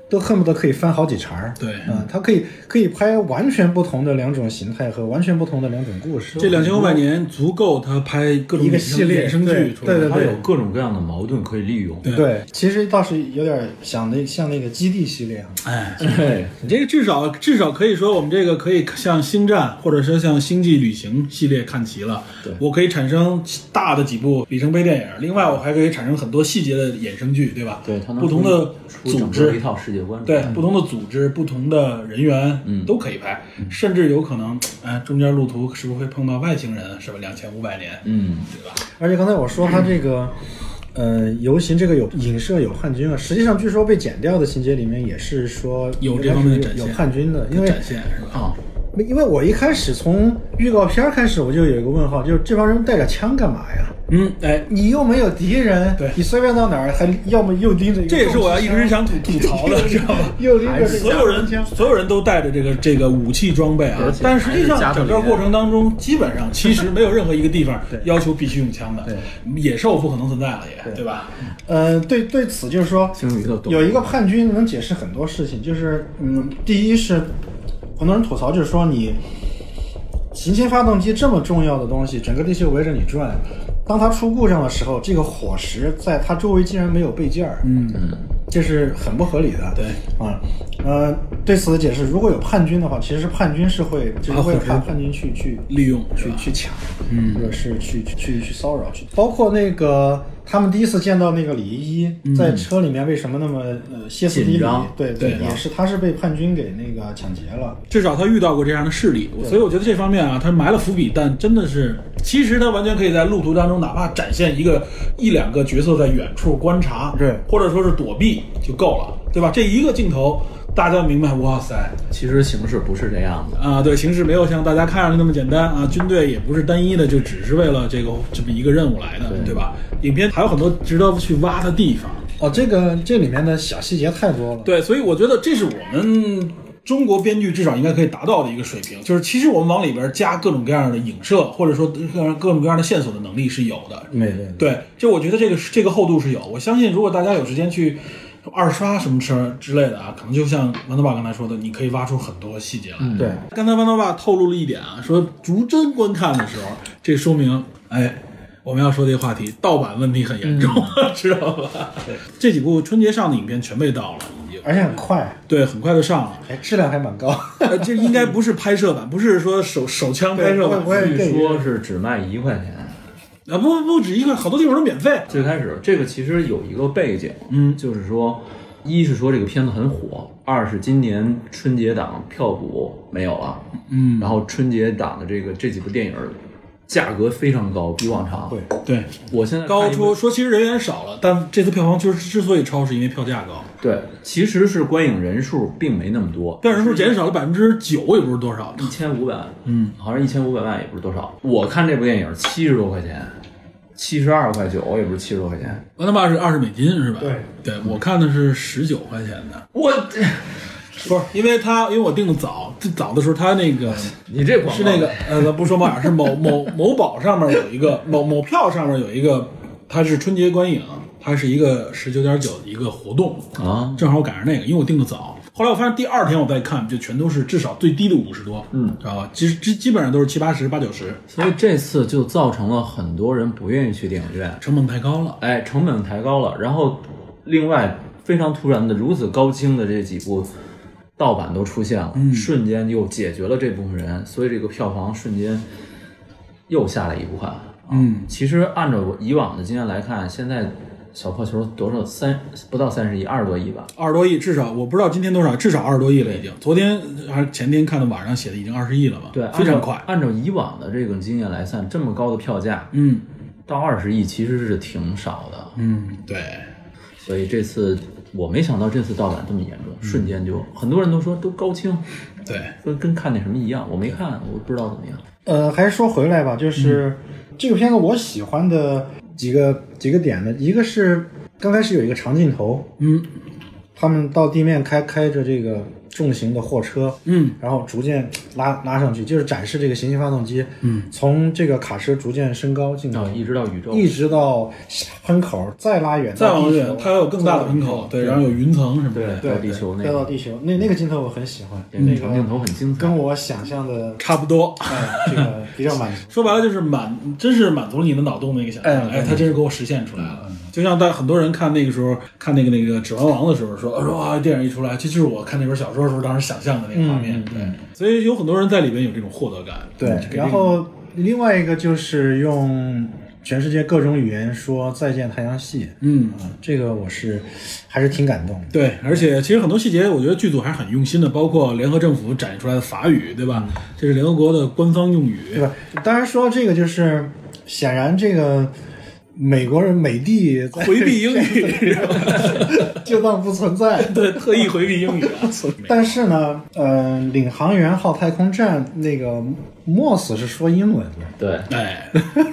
[SPEAKER 4] 都恨不得可以翻好几茬儿。
[SPEAKER 2] 对
[SPEAKER 4] 嗯，它可以可以拍完全不同的两种形态和完全不同的两种故事。
[SPEAKER 2] 这两千五百年足够他拍各种
[SPEAKER 4] 一个系列
[SPEAKER 2] 衍生剧
[SPEAKER 4] 对
[SPEAKER 2] 出来，
[SPEAKER 4] 对对
[SPEAKER 5] 它有各种各样的矛盾可以利用。
[SPEAKER 4] 对，其实倒是有点想那像那个基地系列啊，
[SPEAKER 2] 哎。
[SPEAKER 5] 对，
[SPEAKER 2] 你这个至少至少可以说，我们这个可以向《星战》或者说向《星际旅行》系列看齐了。我可以产生大的几部里程碑电影，另外我还可以产生很多细节的衍生剧，对吧？
[SPEAKER 5] 对，它能
[SPEAKER 2] 不同的
[SPEAKER 5] 出
[SPEAKER 2] 组
[SPEAKER 5] 整个一
[SPEAKER 2] 织，
[SPEAKER 5] 套世界观。
[SPEAKER 2] 对，不同的组织、不同的人员，嗯，都可以拍，甚至有可能，哎，中间路途是不是会碰到外星人？是吧？两千五百年，
[SPEAKER 5] 嗯，
[SPEAKER 4] 而且刚才我说它这个。呃，游行这个有影射有汉军啊，实际上据说被剪掉的情节里面也是说
[SPEAKER 2] 有这方面的展现
[SPEAKER 4] 有汉军的，因为
[SPEAKER 2] 展现是吧？啊，
[SPEAKER 4] 因为我一开始从预告片开始我就有一个问号，就是这帮人带着枪干嘛呀？
[SPEAKER 2] 嗯，哎，
[SPEAKER 4] 你又没有敌人，
[SPEAKER 2] 对
[SPEAKER 4] 你随便到哪儿还要么又拎着一个
[SPEAKER 2] 这也是我要一直
[SPEAKER 4] 重
[SPEAKER 2] 想吐吐槽的，知道吗？
[SPEAKER 4] 机枪， 又拎着这个
[SPEAKER 2] 所有人
[SPEAKER 4] 枪，
[SPEAKER 2] 所有人都带着这个这个武器装备啊
[SPEAKER 5] 而且，
[SPEAKER 2] 但实际
[SPEAKER 5] 还
[SPEAKER 2] 上
[SPEAKER 5] 是加特
[SPEAKER 2] 整
[SPEAKER 5] 林
[SPEAKER 2] 个过程当中，基本上其实没有任何一个地 方要求必须用枪的，野兽不可能存在了也，对吧？
[SPEAKER 4] 呃，对对此就是说，
[SPEAKER 5] 星宇的懂
[SPEAKER 4] 有一个叛军能解释很多事情，就是嗯，第一是很多人吐槽，就是说你行星发动机这么重要的东西，整个地球围着你转，当它出故障的时候，这个火石在它周围竟然没有备件儿，嗯，这是很不合理的。
[SPEAKER 2] 对
[SPEAKER 4] 啊，呃，对此的解释，如果有叛军的话，其实是叛军是会就是
[SPEAKER 2] 把火
[SPEAKER 4] 会
[SPEAKER 2] 石
[SPEAKER 4] 派叛军去去
[SPEAKER 2] 利用是
[SPEAKER 4] 去
[SPEAKER 2] 吧
[SPEAKER 4] 去抢，嗯，或者是去去去去骚扰，去包括那个他们第一次见到那个李依依在车里面为什么那么呃歇斯底
[SPEAKER 5] 紧
[SPEAKER 4] 里
[SPEAKER 5] 张？
[SPEAKER 4] 对
[SPEAKER 2] 对
[SPEAKER 4] 也是他是被叛军给那个抢劫了。
[SPEAKER 2] 至少他遇到过这样的势力，所以我觉得这方面啊，他埋了伏笔，但真的是，其实他完全可以在路途当中，哪怕展现一个一两个角色在远处观察，
[SPEAKER 4] 对
[SPEAKER 2] 或者说是躲避就够了，对吧？这一个镜头，大家明白，哇塞，
[SPEAKER 5] 其实形式不是这样的。
[SPEAKER 2] 啊，对，形势没有像大家看上去那么简单啊，军队也不是单一的，就只是为了这个这么一个任务来的，对吧？影片还有很多值得去挖的地方，
[SPEAKER 4] 哦，这个这里面的小细节太多了。
[SPEAKER 2] 对，所以我觉得这是我们中国编剧至少应该可以达到的一个水平，就是其实我们往里边加各种各样的影射，或者说各样各种各样的线索的能力是有的，
[SPEAKER 4] 没对对
[SPEAKER 2] 对，就我觉得这个是这个厚度是有，我相信如果大家有时间去二刷什么之之类的啊，可能就像王德爸刚才说的，你可以挖出很多细节来。
[SPEAKER 4] 对，
[SPEAKER 2] 刚才豌豆爸透露了一点啊，说逐帧观看的时候，这说明，哎，我们要说这个话题，盗版问题很严重， 知道吧？这几部春节上的影片全被盗了，已经，
[SPEAKER 4] 而且很快，
[SPEAKER 2] 对，很快就上 了。
[SPEAKER 4] 哎，质量还蛮高。
[SPEAKER 2] 呃，这应该不是拍摄版，不是说手手枪拍摄
[SPEAKER 4] 我
[SPEAKER 2] 版
[SPEAKER 4] 我也
[SPEAKER 5] 据
[SPEAKER 4] 对
[SPEAKER 5] 说是只卖一块钱，
[SPEAKER 2] 啊不不止一个，好多地方都免费。
[SPEAKER 5] 最开始这个其实有一个背景，嗯，就是说，一是说这个片子很火，二是今年春节档票补没有了，嗯，然后春节档的这个这几部电影价格非常高，比往常。
[SPEAKER 4] 对，
[SPEAKER 2] 对，
[SPEAKER 5] 我现在看
[SPEAKER 2] 高
[SPEAKER 5] 一部
[SPEAKER 2] 出说其实人员少了，但这次票房就是之所以超，是因为票价高，
[SPEAKER 5] 对，其实是观影人数并没那么多，
[SPEAKER 2] 但人数减少了百分之九，也不是多少。
[SPEAKER 5] 一千五百，嗯，好像一千五百万也不是多少。我看这部电影七十多块钱，七十二块九，也不是七十多块钱。
[SPEAKER 2] 万达爸是二十美金是吧？
[SPEAKER 4] 对，
[SPEAKER 2] 对我看的是十九块钱的，
[SPEAKER 5] 我，
[SPEAKER 2] 不是因为他，因为我订的早，最早的时候他那个
[SPEAKER 5] 你这广告
[SPEAKER 2] 是那个呃，咱不说嘛，是某某某宝上面有一个某某票上面有一个，它是春节观影，它是一个十九点九的一个活动
[SPEAKER 5] 啊，
[SPEAKER 2] 正好赶上那个，因为我订的早。后来我发现第二天我再看，就全都是至少最低的五十多，嗯，知道吧？其实基基本上都是七八十、八九十，
[SPEAKER 5] 所以这次就造成了很多人不愿意去电影院，
[SPEAKER 2] 成本太高了。
[SPEAKER 5] 哎，成本抬高了。然后，另外非常突然的，如此高清的这几部盗版都出现了，
[SPEAKER 2] 嗯
[SPEAKER 5] 瞬间又解决了这部分人，所以这个票房瞬间又下来一部分。啊
[SPEAKER 2] 嗯，
[SPEAKER 5] 其实按照我以往的经验来看，现在小破球多少三不到三十亿，二十多亿吧。
[SPEAKER 2] 二十多亿，至少我不知道今天多少，至少二十多亿了已经。昨天还是前天看的网上写的已经二十亿了嘛，
[SPEAKER 5] 对，
[SPEAKER 2] 非
[SPEAKER 5] 按
[SPEAKER 2] 常
[SPEAKER 5] 照
[SPEAKER 2] 快。
[SPEAKER 5] 按照以往的这个经验来算，这么高的票价
[SPEAKER 2] 嗯
[SPEAKER 5] 到二十亿其实是挺少的。
[SPEAKER 2] 嗯，对。
[SPEAKER 5] 所以这次我没想到这次盗版这么严重，瞬间就很多人都说都高清，
[SPEAKER 2] 对，
[SPEAKER 5] 跟跟看那什么一样，我没看，我不知道怎么样。
[SPEAKER 4] 呃，还是说回来吧，就是、
[SPEAKER 2] 嗯
[SPEAKER 4] 这个片子我喜欢的几个几个点呢，一个是刚开始有一个长镜头，
[SPEAKER 2] 嗯
[SPEAKER 4] 他们到地面开开着这个重型的货车，
[SPEAKER 2] 嗯，
[SPEAKER 4] 然后逐渐拉拉上去，就是展示这个行星发动机，
[SPEAKER 2] 嗯，哦
[SPEAKER 4] 从这个卡车逐渐升高进
[SPEAKER 5] 然后
[SPEAKER 4] 口，
[SPEAKER 5] 哦一直到宇宙，
[SPEAKER 4] 一直到喷口，再拉远，
[SPEAKER 2] 再往
[SPEAKER 4] 地
[SPEAKER 2] 远
[SPEAKER 4] 球，
[SPEAKER 2] 它还有更大的喷口，对，然后有云层什么的，
[SPEAKER 5] 到地球那
[SPEAKER 4] 再到
[SPEAKER 5] 个
[SPEAKER 4] 地球，那那个镜头我很喜欢，
[SPEAKER 2] 嗯
[SPEAKER 5] 那个镜头很精彩
[SPEAKER 4] 跟。我想象的，
[SPEAKER 2] 差不多。
[SPEAKER 4] 哎，这个比较满足。
[SPEAKER 2] 说白了就是满，真是满足了你的脑洞的一个想象。哎，他嗯真是给我实现出来了。就像在很多人看那个时候看那个那个《指环王》的时候说说啊，电影一出来，这就是我看那本小说的时候当时想象的那个画面。对，所以有很多人在里边嗯有这种获得感。
[SPEAKER 4] 对，然后另外一个就是用全世界各种语言说再见太阳系，
[SPEAKER 2] 嗯，
[SPEAKER 4] 啊，这个我是还是挺感动的。
[SPEAKER 2] 对，而且其实很多细节，我觉得剧组还是很用心的，包括联合政府展现出来的法语，对吧？这是联合国的官方用语。
[SPEAKER 4] 对吧？当然说这个就是，显然这个美国人美帝在
[SPEAKER 2] 回避英 语，
[SPEAKER 4] 就当不存在。
[SPEAKER 2] 对，特意回避英语 啊。
[SPEAKER 4] 但是呢，呃，领航员号太空站那个莫斯是说英文的，
[SPEAKER 5] 对，
[SPEAKER 2] 哎，对，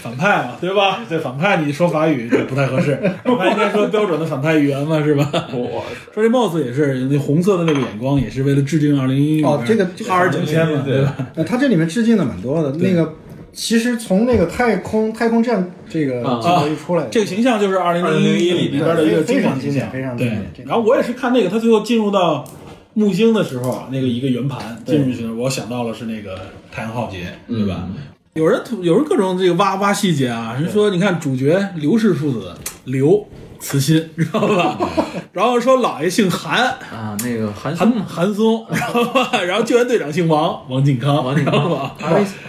[SPEAKER 2] 反派嘛，对吧？对，反派你说法语就不太合适，反派应该说标准的反派语言嘛，是吧？说这 boss 也是，那红色的那个眼光也是为了致敬二零一
[SPEAKER 4] 哦这个这个
[SPEAKER 2] 哈尔景天嘛，对吧？
[SPEAKER 4] 呃，他这里面致敬的蛮多的。那个其实从那个太空太空站这个镜头一出来，
[SPEAKER 2] 啊这个形象就是二零零一里边的一个
[SPEAKER 4] 非常
[SPEAKER 2] 经
[SPEAKER 4] 经
[SPEAKER 2] 典
[SPEAKER 4] 典非常
[SPEAKER 2] 对
[SPEAKER 4] 经典这。个
[SPEAKER 2] 然后我也是看那个，他最后进入到木星的时候啊，那个一个圆盘进入去，我想到了是那个太阳浩劫，对吧？有人有人各种这个挖挖细节啊，人说你看主角刘氏父子刘慈欣，知道吧？然后说姥爷姓韩，
[SPEAKER 5] 啊，那个韩
[SPEAKER 2] 韩
[SPEAKER 5] 松、
[SPEAKER 2] 韩松，然后然后救援队长姓王，王靖康，
[SPEAKER 5] 王靖
[SPEAKER 2] 知道
[SPEAKER 5] 康
[SPEAKER 2] 吧？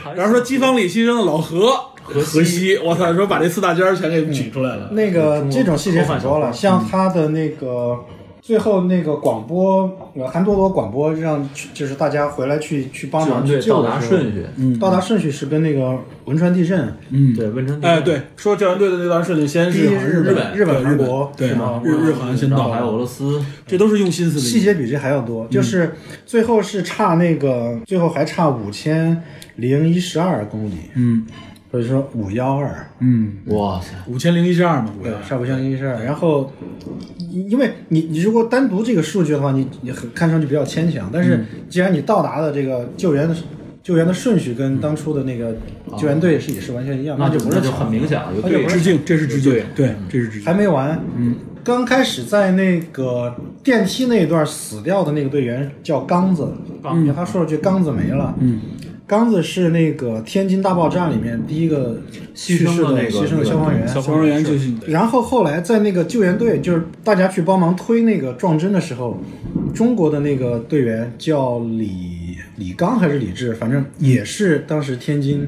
[SPEAKER 5] 韩
[SPEAKER 2] 然哦后说机房里牺牲的老何何
[SPEAKER 5] 西
[SPEAKER 2] 西，我操，说把这四大尖儿全给举出来
[SPEAKER 5] 呃
[SPEAKER 2] 了。
[SPEAKER 4] 那个这种细节很多了，
[SPEAKER 5] 嗯
[SPEAKER 4] 像他的那个最后那个广播，呃韩多多广播让去就是大家回来去去帮
[SPEAKER 5] 救援
[SPEAKER 4] 忙去
[SPEAKER 5] 队
[SPEAKER 4] 救
[SPEAKER 5] 啊到
[SPEAKER 4] 的
[SPEAKER 5] 达
[SPEAKER 4] 时候嗯
[SPEAKER 5] 顺序，
[SPEAKER 4] 到达顺序是跟那个汶川地震，
[SPEAKER 2] 嗯，
[SPEAKER 5] 对，汶川地震
[SPEAKER 2] 哎，，对，说救援队的那段顺序，先
[SPEAKER 4] 第一
[SPEAKER 2] 是好像
[SPEAKER 4] 日
[SPEAKER 2] 日
[SPEAKER 4] 本
[SPEAKER 2] 日
[SPEAKER 4] 日本
[SPEAKER 2] 对
[SPEAKER 4] 韩
[SPEAKER 2] 日本
[SPEAKER 4] 国
[SPEAKER 2] 对
[SPEAKER 4] 是吗
[SPEAKER 2] 日日韩先
[SPEAKER 5] 然
[SPEAKER 2] 到
[SPEAKER 5] 后还
[SPEAKER 2] 了，
[SPEAKER 5] 有俄罗斯，
[SPEAKER 2] 这都是用心思的一
[SPEAKER 4] 细节比这还要多，
[SPEAKER 2] 嗯
[SPEAKER 4] 就是最后是差那个最后还差五千零一十二公里，
[SPEAKER 2] 嗯
[SPEAKER 4] 或者说五幺二，
[SPEAKER 2] 嗯，
[SPEAKER 5] 哇塞，
[SPEAKER 2] 五千零一十二嘛，五
[SPEAKER 4] 对
[SPEAKER 2] 幺，
[SPEAKER 4] 差五千零一十二。然后因因为你你如果单独这个数据的话，你你很看上去比较牵强，但
[SPEAKER 5] 嗯
[SPEAKER 4] 是既然你到达的这个救援的救援的顺序跟当初的那个救援队是也是完全一样，
[SPEAKER 5] 嗯哦那
[SPEAKER 4] 就不是
[SPEAKER 5] 那就
[SPEAKER 4] 抢
[SPEAKER 5] 很明显了，有
[SPEAKER 4] 那就
[SPEAKER 5] 对
[SPEAKER 4] 不
[SPEAKER 5] 峙
[SPEAKER 4] 是
[SPEAKER 2] 致敬，这是致敬，对，这是致敬
[SPEAKER 4] 还。没完，嗯，刚开始在那个电梯那一段死掉的那个队员叫刚子，嗯，他说了句“刚子没了”，嗯，刚子是那个天津大爆炸里面第一个去
[SPEAKER 5] 牺牲
[SPEAKER 4] 世
[SPEAKER 5] 的那个
[SPEAKER 4] 牺牲的消防员。
[SPEAKER 5] 消
[SPEAKER 2] 消防员就是
[SPEAKER 4] 然后后来在那个救援队，就是大家去帮忙推那个撞针的时候，中国的那个队员叫李李刚还是李志，反正也是当时天津，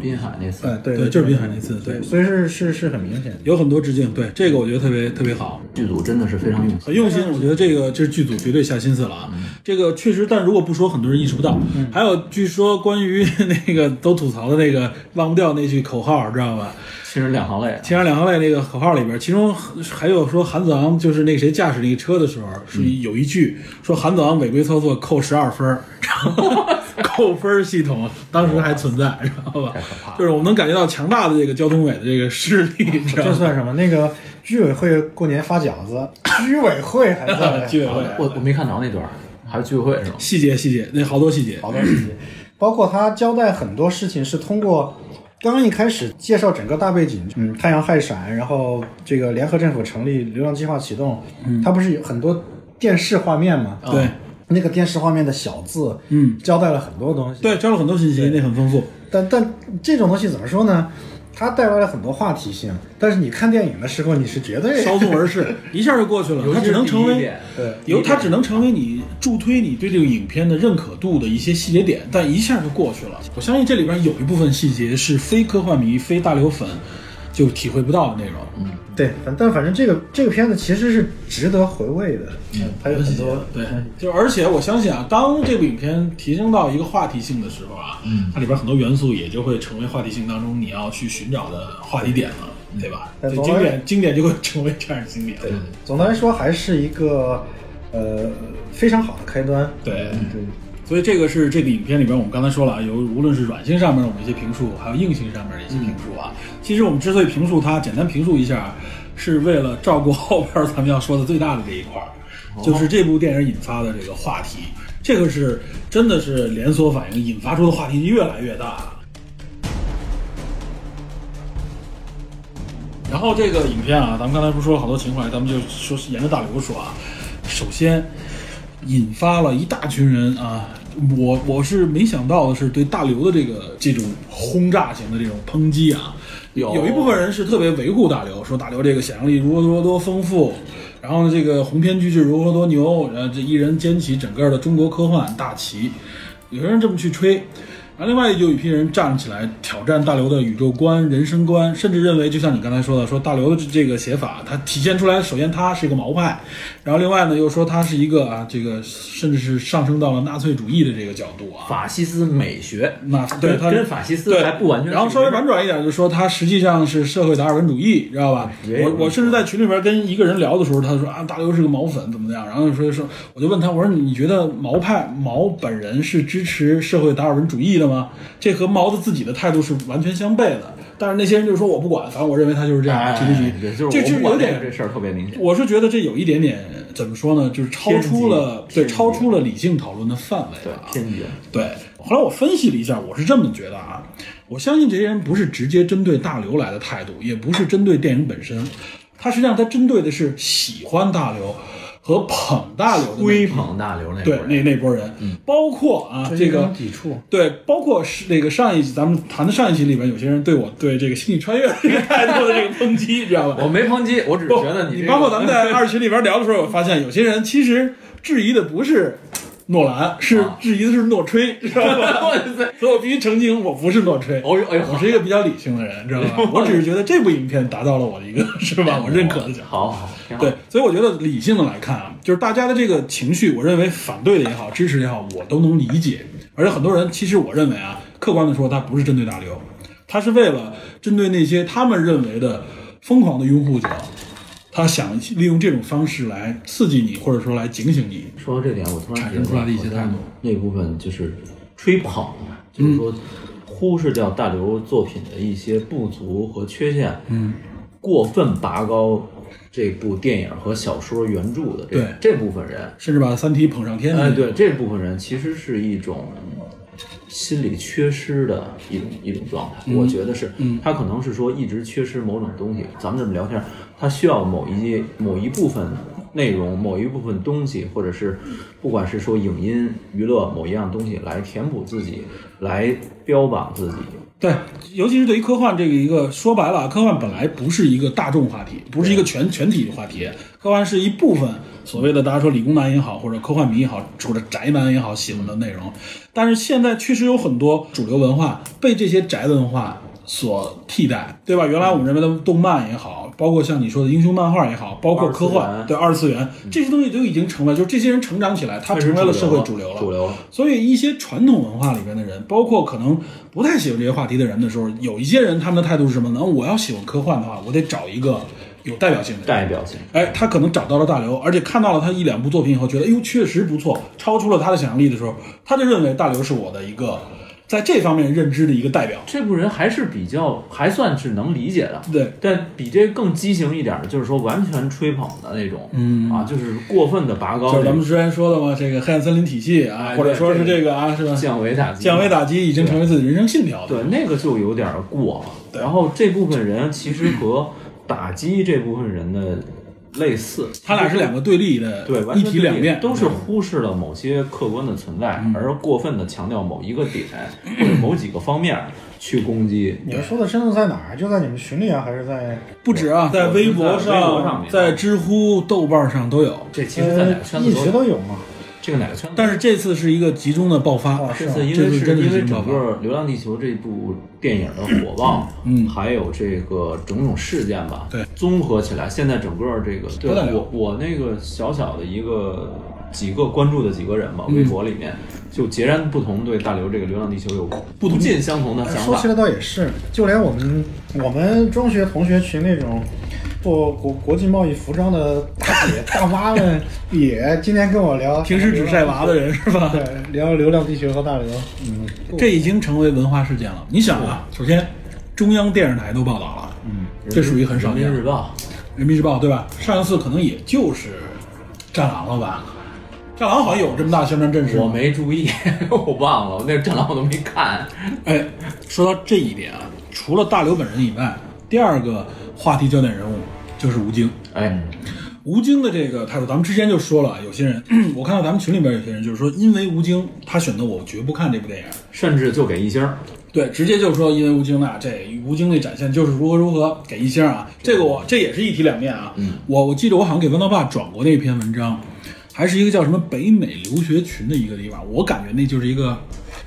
[SPEAKER 5] 滨海那次
[SPEAKER 4] 呃，对
[SPEAKER 2] 对就是滨海那次对
[SPEAKER 4] 所以是是是很明显的。
[SPEAKER 2] 有很多致敬，对这个我觉得特别特别好，
[SPEAKER 5] 剧组真的是非常用心
[SPEAKER 2] 很。用心。我觉得这个这剧组绝对下心思了啊，这个确实，但如果不说，很多人意识不到。还有据说关于 那个都吐槽的那个忘不掉那句口号，知道吧？
[SPEAKER 5] 亲人两行泪啊，
[SPEAKER 2] 天然两行泪那个口号里边，其中还有说韩子昂就是那谁驾驶那个车的时候，是有一句说韩子昂违规操作扣十二分儿， 然后扣分儿系统当时还存在，知道吧？就是我们能感觉到强大的这个交通委的这个势力，知道
[SPEAKER 4] 这
[SPEAKER 2] 吗？
[SPEAKER 4] 算什么？那个居委会过年发饺子，居委会还在
[SPEAKER 2] 居委会
[SPEAKER 5] 我我没看着那段儿，还有聚会是吗？
[SPEAKER 2] 细节细节，那好多细节，
[SPEAKER 4] 好多细节，包括他交代很多事情是通过刚一开始介绍整个大背景，嗯，太阳害闪，然后这个联合政府成立，流浪计划启动，他不是有很多电视画面嘛？
[SPEAKER 2] 嗯对
[SPEAKER 4] 那个电视画面的小字，
[SPEAKER 2] 嗯，
[SPEAKER 4] 交代了很多东西。
[SPEAKER 2] 对，，教了很多信息，那很丰富。
[SPEAKER 4] 但但这种东西怎么说呢？它带来了很多话题性，但是你看电影的时候，你是绝 对
[SPEAKER 2] 稍纵而逝，一下就过去了。
[SPEAKER 5] 尤
[SPEAKER 2] 它
[SPEAKER 5] 其
[SPEAKER 2] 只
[SPEAKER 5] 是
[SPEAKER 2] 能
[SPEAKER 5] 第
[SPEAKER 2] 成
[SPEAKER 5] 一
[SPEAKER 2] 为
[SPEAKER 5] 点，
[SPEAKER 4] 对
[SPEAKER 2] 由它只能成为你助推你对这个影片的认可度的一些细节点，但一下就过去了。我相信这里边有一部分细节是非科幻迷、非大流粉就体会不到的内容。嗯，
[SPEAKER 4] 对，反但反正这个这个片子其实是值得回味的，嗯，它有很多
[SPEAKER 2] 对，就而且我相信啊，当这部影片提升到一个话题性的时候啊，嗯，它里边很多元素也就会成为话题性当中你要去寻找的话题点了，对吧？
[SPEAKER 4] 嗯
[SPEAKER 2] 对，
[SPEAKER 4] 总而
[SPEAKER 2] 经典经典就会成为这样的经典。对
[SPEAKER 4] 总的来说还是一个呃非常好的开端。
[SPEAKER 2] 对。
[SPEAKER 4] 对，嗯
[SPEAKER 2] 所以这个是这个影片里边，我们刚才说了啊，有无论是软性上面我们一些评述，还有硬性上面的一些评述啊。其实我们之所以评述它，简单评述一下，啊是为了照顾后边咱们要说的最大的这一块儿，就是这部电影引发的这个话题。这个是真的是连锁反应，引发出的话题越来越大了。然后这个影片啊，咱们刚才不是说了好多情怀，咱们就说是沿着大流说啊。首先，引发了一大群人啊，我我是没想到的是对大刘的这个这种轰炸型的这种抨击啊，有有一部分人是特别维护大刘，说大刘这个想象力如何如何多丰富，然后呢这个鸿篇巨制如何多牛，然后这一人肩起整个的中国科幻大旗，有些人这么去吹。然后另外就有一批人站起来挑战大刘的宇宙观、人生观，甚至认为，就像你刚才说的，说大刘的这个写法，它体现出来，首先他是一个毛派，然后另外呢又说他是一个啊，这个甚至是上升到了纳粹主义的这个角度啊，
[SPEAKER 5] 法西斯美学，
[SPEAKER 2] 那对他
[SPEAKER 5] 跟法西斯
[SPEAKER 2] 对
[SPEAKER 5] 还不完全是一回事儿
[SPEAKER 2] 然后稍微婉转一点，就说他实际上是社会达尔文主义，知道吧？
[SPEAKER 5] 也有
[SPEAKER 2] 我我甚至在群里边跟一个人聊的时候，他说啊，大刘是个毛粉，怎么样？然后说说，我就问他，我说你觉得毛派毛本人是支持社会达尔文主义的吗？这和毛的自己的态度是完全相悖的。但是那些人就说我不管，反正我认为他就是这样，这
[SPEAKER 5] 哎也
[SPEAKER 2] 这
[SPEAKER 5] 就
[SPEAKER 2] 这
[SPEAKER 5] 是我
[SPEAKER 2] 就是
[SPEAKER 5] 不
[SPEAKER 2] 有
[SPEAKER 5] 管这
[SPEAKER 2] 点
[SPEAKER 5] 个这事儿特别明显。
[SPEAKER 2] 我是觉得这有一点点怎么说呢，就是超出了对
[SPEAKER 5] 偏激
[SPEAKER 2] 超出了理性讨论的范围
[SPEAKER 5] 对
[SPEAKER 2] 了啊。
[SPEAKER 5] 偏激，
[SPEAKER 2] 对，后来我分析了一下，我是这么觉得啊，我相信这些人不是直接针对大刘来的态度，也不是针对电影本身，他实际上他针对的是喜欢大刘和捧大刘的
[SPEAKER 5] 追
[SPEAKER 2] 那
[SPEAKER 5] 捧大刘那
[SPEAKER 2] 对
[SPEAKER 5] 会儿
[SPEAKER 2] 那那波人，包括啊这个
[SPEAKER 4] 抵触，
[SPEAKER 2] 对，包括是那个上一集咱们谈的上一集里边，有些人对我对这个星际穿越的这个态度的这个抨击，知道吧？
[SPEAKER 5] 我没抨击，我只是
[SPEAKER 2] 不，
[SPEAKER 5] 觉得
[SPEAKER 2] 你
[SPEAKER 5] 这
[SPEAKER 2] 包括
[SPEAKER 5] 个
[SPEAKER 2] 咱们在二群里边聊的时候，我发现有些人其实质疑的不是诺兰，是
[SPEAKER 5] 啊
[SPEAKER 2] 质疑的是诺吹，知道 吧？所以我必须澄清，我不是诺吹，
[SPEAKER 5] 哦呦哎呦
[SPEAKER 2] 我是一个比较理性的人，知道吧？ 我只是觉得这部影片达到了我的一个是吧，我认可的角度。
[SPEAKER 5] 好好挺好
[SPEAKER 2] 对，所以我觉得理性的来看啊，就是大家的这个情绪，我认为反对的也好，支持的也好，我都能理解。而且很多人，其实我认为啊，客观的说，他不是针对大刘，他是为了针对那些他们认为的疯狂的拥护者，他想利用这种方式来刺激你，或者说来警醒你。
[SPEAKER 5] 说到这点，我突然
[SPEAKER 2] 产
[SPEAKER 5] 觉
[SPEAKER 2] 生
[SPEAKER 5] 得
[SPEAKER 2] 出来的一些态度，嗯
[SPEAKER 5] 那部分就是吹捧，就是说忽视掉大刘作品的一些不足和缺陷，嗯，过分拔高这部电影和小说原著的这
[SPEAKER 2] 对
[SPEAKER 5] 这部分人，
[SPEAKER 2] 甚至把《三体》捧上天的
[SPEAKER 5] 哎，
[SPEAKER 2] 那种，
[SPEAKER 5] 对这部分人其实是一种心理缺失的一种一种状态，我觉得是，他可能是说一直缺失某种东西。咱们这么聊天，他需要某一某一部分内容、某一部分东西，或者是不管是说影音娱乐某一样东西来填补自己，来标榜自己。
[SPEAKER 2] 对，尤其是对于科幻这个一个说白了，科幻本来不是一个大众话题，不是一个全全体话题，科幻是一部分所谓的大家说理工男也好，或者科幻迷也好，或者宅男也好喜欢的内容。但是现在确实有很多主流文化被这些宅文化所替代，对吧？原来我们认为的动漫也好，包括像你说的英雄漫画也好，包括科幻，
[SPEAKER 5] 二次元
[SPEAKER 2] 对二次元这些东西都已经成为，就是这些人成长起来，他成为了社会主流了。
[SPEAKER 5] 主流了
[SPEAKER 2] 所以一些传统文化里边的人，包括可能不太喜欢这些话题的人的时候，有一些人他们的态度是什么呢？我要喜欢科幻的话，我得找一个有代表性的人。
[SPEAKER 5] 代表性。
[SPEAKER 2] 哎，他可能找到了大刘，而且看到了他一两部作品以后，觉得哎呦确实不错，超出了他的想象力的时候，他就认为大刘是我的一个在这方面认知的一个代表。
[SPEAKER 5] 这部人还是比较还算是能理解的，
[SPEAKER 2] 对，
[SPEAKER 5] 但比这更畸形一点儿，就是说完全吹捧的那种，嗯啊，就是过分的拔高
[SPEAKER 2] 就是
[SPEAKER 5] 那
[SPEAKER 2] 咱们
[SPEAKER 5] 种，
[SPEAKER 2] 之前说的嘛，这个黑暗森林体系啊，
[SPEAKER 5] 哎
[SPEAKER 2] 或者
[SPEAKER 5] 对
[SPEAKER 2] 说是
[SPEAKER 5] 这个
[SPEAKER 2] 这个啊，是吧？
[SPEAKER 5] 降维打击，
[SPEAKER 2] 降维打击已经成为自己人生信条了。
[SPEAKER 5] 对，那个就有点儿过了。然后这部分人其实和打击这部分人的类似，
[SPEAKER 2] 他俩是两个对立的，
[SPEAKER 5] 对完
[SPEAKER 2] 一
[SPEAKER 5] 全
[SPEAKER 2] 体
[SPEAKER 5] 对
[SPEAKER 2] 两
[SPEAKER 5] 立
[SPEAKER 2] 面
[SPEAKER 5] 都是忽视了某些客观的存在，而过分的强调某一个点或者某几个方面去攻击。
[SPEAKER 4] 你们说的深度在哪儿？就在你们群里啊，还是在？
[SPEAKER 2] 不止啊，在微博
[SPEAKER 5] 在微博上面
[SPEAKER 2] 在知乎、豆瓣上都有。
[SPEAKER 5] 这其实，在哪
[SPEAKER 4] 呃
[SPEAKER 5] 个圈，子
[SPEAKER 4] 一直
[SPEAKER 5] 都
[SPEAKER 4] 都
[SPEAKER 5] 有，
[SPEAKER 4] 有嘛。
[SPEAKER 5] 这个哪个圈子都有？
[SPEAKER 2] 但是这次是一个集中的爆发，
[SPEAKER 4] 哦
[SPEAKER 5] 这
[SPEAKER 4] 是
[SPEAKER 5] 次
[SPEAKER 4] 吗
[SPEAKER 5] 因
[SPEAKER 2] 这
[SPEAKER 5] 为
[SPEAKER 2] 次
[SPEAKER 5] 是
[SPEAKER 2] 真的
[SPEAKER 5] 因为
[SPEAKER 2] 挺
[SPEAKER 5] 整
[SPEAKER 2] 爆
[SPEAKER 5] 个《流浪地球》这部电影的火爆，
[SPEAKER 2] 嗯
[SPEAKER 5] 还有这个种种事件吧，
[SPEAKER 2] 对
[SPEAKER 5] 综合起来，现在整个这个，对
[SPEAKER 2] 都在聊
[SPEAKER 5] 我我那个小小的一个几个关注的几个人吧，
[SPEAKER 2] 嗯
[SPEAKER 5] 微博里面就截然不同，对大刘这个《流浪地球》有不尽相同的
[SPEAKER 2] 哎
[SPEAKER 5] 想
[SPEAKER 4] 说起
[SPEAKER 5] 法。
[SPEAKER 4] 来倒也是，就连我们我们中学同学群那种做国国际贸易服装的大姐大妈们，也今天跟我聊，
[SPEAKER 2] 平时只晒娃的人是吧？
[SPEAKER 4] 对，聊《流浪地球》和大刘，嗯，
[SPEAKER 2] 这已经成为文化事件了。你想啊，首先中央电视台都报道了，嗯，这属于很少
[SPEAKER 5] 人
[SPEAKER 2] 见。
[SPEAKER 5] 民
[SPEAKER 2] 《
[SPEAKER 5] 日报
[SPEAKER 2] 人民日报》对吧？上一次可能也就是《战狼》了吧？《战狼》好像有这么大宣传阵势吗，
[SPEAKER 5] 我没注意， 我忘了，那展览我都没看。
[SPEAKER 2] 哎，说到这一点啊，除了大刘本人以外，第二个话题焦点人物就是吴京。
[SPEAKER 5] 哎，
[SPEAKER 2] 嗯吴京的这个态度，咱们之前就说了，有些人 我看到咱们群里边有些人就是说，因为吴京他选择我绝不看这部电影，
[SPEAKER 5] 甚至就给一星儿，
[SPEAKER 2] 对，直接就说因为吴京呐，这吴京那展现就是如何如何给一星啊，这个我这也是一体两面啊。我我记得我好像给弯刀爸转过那篇文章，还是一个叫什么北美留学群的一个地方，我感觉那就是一个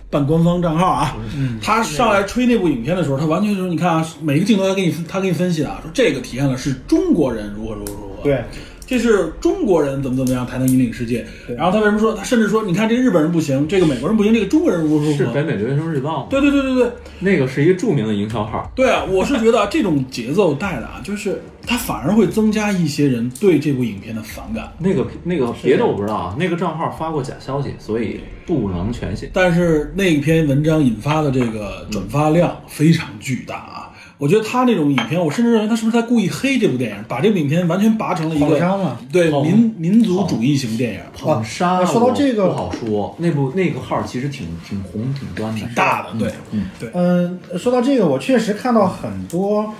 [SPEAKER 2] 半官方账号啊。他上来吹那部影片的时候，他完全就是你看啊，每个镜头他给你他给你分析啊，说这个体现了是中国人如何如何如何。
[SPEAKER 4] 对。
[SPEAKER 2] 这是中国人怎么怎么样才能引领世界？然后他为什么说，他甚至说，你看这个日本人不行，这个美国人不行，这个中国人如何如
[SPEAKER 5] 是
[SPEAKER 2] 何
[SPEAKER 5] 北？美留学生日报吗？
[SPEAKER 2] 对对对对对，
[SPEAKER 5] 那个是一个著名的营销号。
[SPEAKER 2] 对啊，我是觉得啊这种节奏带的啊，就是它反而会增加一些人对这部影片的反感。
[SPEAKER 5] 那个那个别的我不知道啊，那个账号发过假消息，所以不能全信。
[SPEAKER 2] 但是那篇文章引发的这个转发量非常巨大啊！我觉得他那种影片，我甚至认为他是不是在故意黑这部电影，把这部影片完全拔成了一
[SPEAKER 4] 捧杀
[SPEAKER 2] 个
[SPEAKER 4] 嘛
[SPEAKER 2] 对民民族主义型电影，
[SPEAKER 5] 捧杀
[SPEAKER 4] 啊
[SPEAKER 5] 我
[SPEAKER 4] 说到这个
[SPEAKER 5] 不好说，那部那个号其实挺挺红挺端的，
[SPEAKER 2] 大的对，对，
[SPEAKER 4] 嗯，说到这个，我确实看到很多，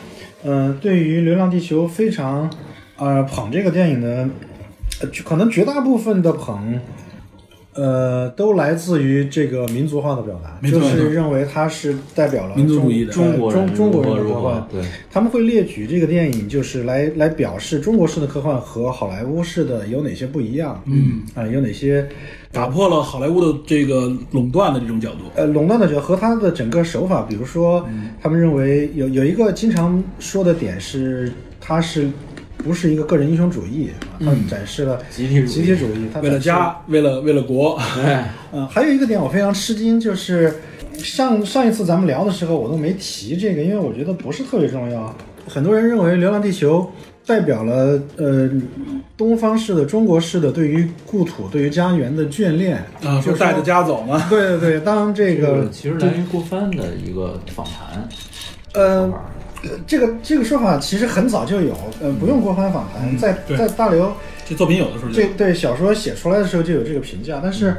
[SPEAKER 4] 嗯、对于《流浪地球》非常，呃，捧这个电影的，呃可能绝大部分的捧，呃，都来自于这个民族化的表达，
[SPEAKER 2] 没错
[SPEAKER 4] 就
[SPEAKER 2] 没错
[SPEAKER 4] 是认为它是代表了
[SPEAKER 2] 民族
[SPEAKER 4] 中呃
[SPEAKER 2] 主义的
[SPEAKER 5] 中国人
[SPEAKER 4] 中中国人的
[SPEAKER 5] 如
[SPEAKER 4] 文
[SPEAKER 5] 何
[SPEAKER 4] 化，
[SPEAKER 5] 对，
[SPEAKER 4] 他们会列举这个电影，就是来来表示中国式的科幻和好莱坞式的有哪些不一样，嗯，啊、有哪些
[SPEAKER 2] 打破了好莱坞的这个垄断的这种角度。
[SPEAKER 4] 呃，垄断的角和他的整个手法，比如说，
[SPEAKER 2] 嗯
[SPEAKER 4] 他们认为有有一个经常说的点是，他是不是一个个人英雄主义？他
[SPEAKER 2] 嗯
[SPEAKER 4] 展示了
[SPEAKER 5] 集体主义
[SPEAKER 4] 集体主义，他
[SPEAKER 2] 为了
[SPEAKER 4] 展示
[SPEAKER 2] 家，为了为了国，啊
[SPEAKER 5] 哎，
[SPEAKER 4] 嗯，还有一个点我非常吃惊，就是上上一次咱们聊的时候，我都没提这个，因为我觉得不是特别重要。很多人认为《流浪地球》代表了呃东方式的、中国式的对于故土、对于家园的眷恋
[SPEAKER 2] 啊，
[SPEAKER 4] 就
[SPEAKER 2] 说
[SPEAKER 4] 是
[SPEAKER 2] 带着。家走嘛。
[SPEAKER 4] 对对对，当这
[SPEAKER 5] 这
[SPEAKER 4] 个
[SPEAKER 5] 个其实来源于郭帆的一个访谈，
[SPEAKER 4] 呃，这个这个说法其实很早就有，呃，不用郭帆访谈，在
[SPEAKER 2] 嗯对嗯
[SPEAKER 4] 在大刘
[SPEAKER 2] 这作品有的时候就嗯
[SPEAKER 4] 这对小说写出来的时候就有这个评价，但是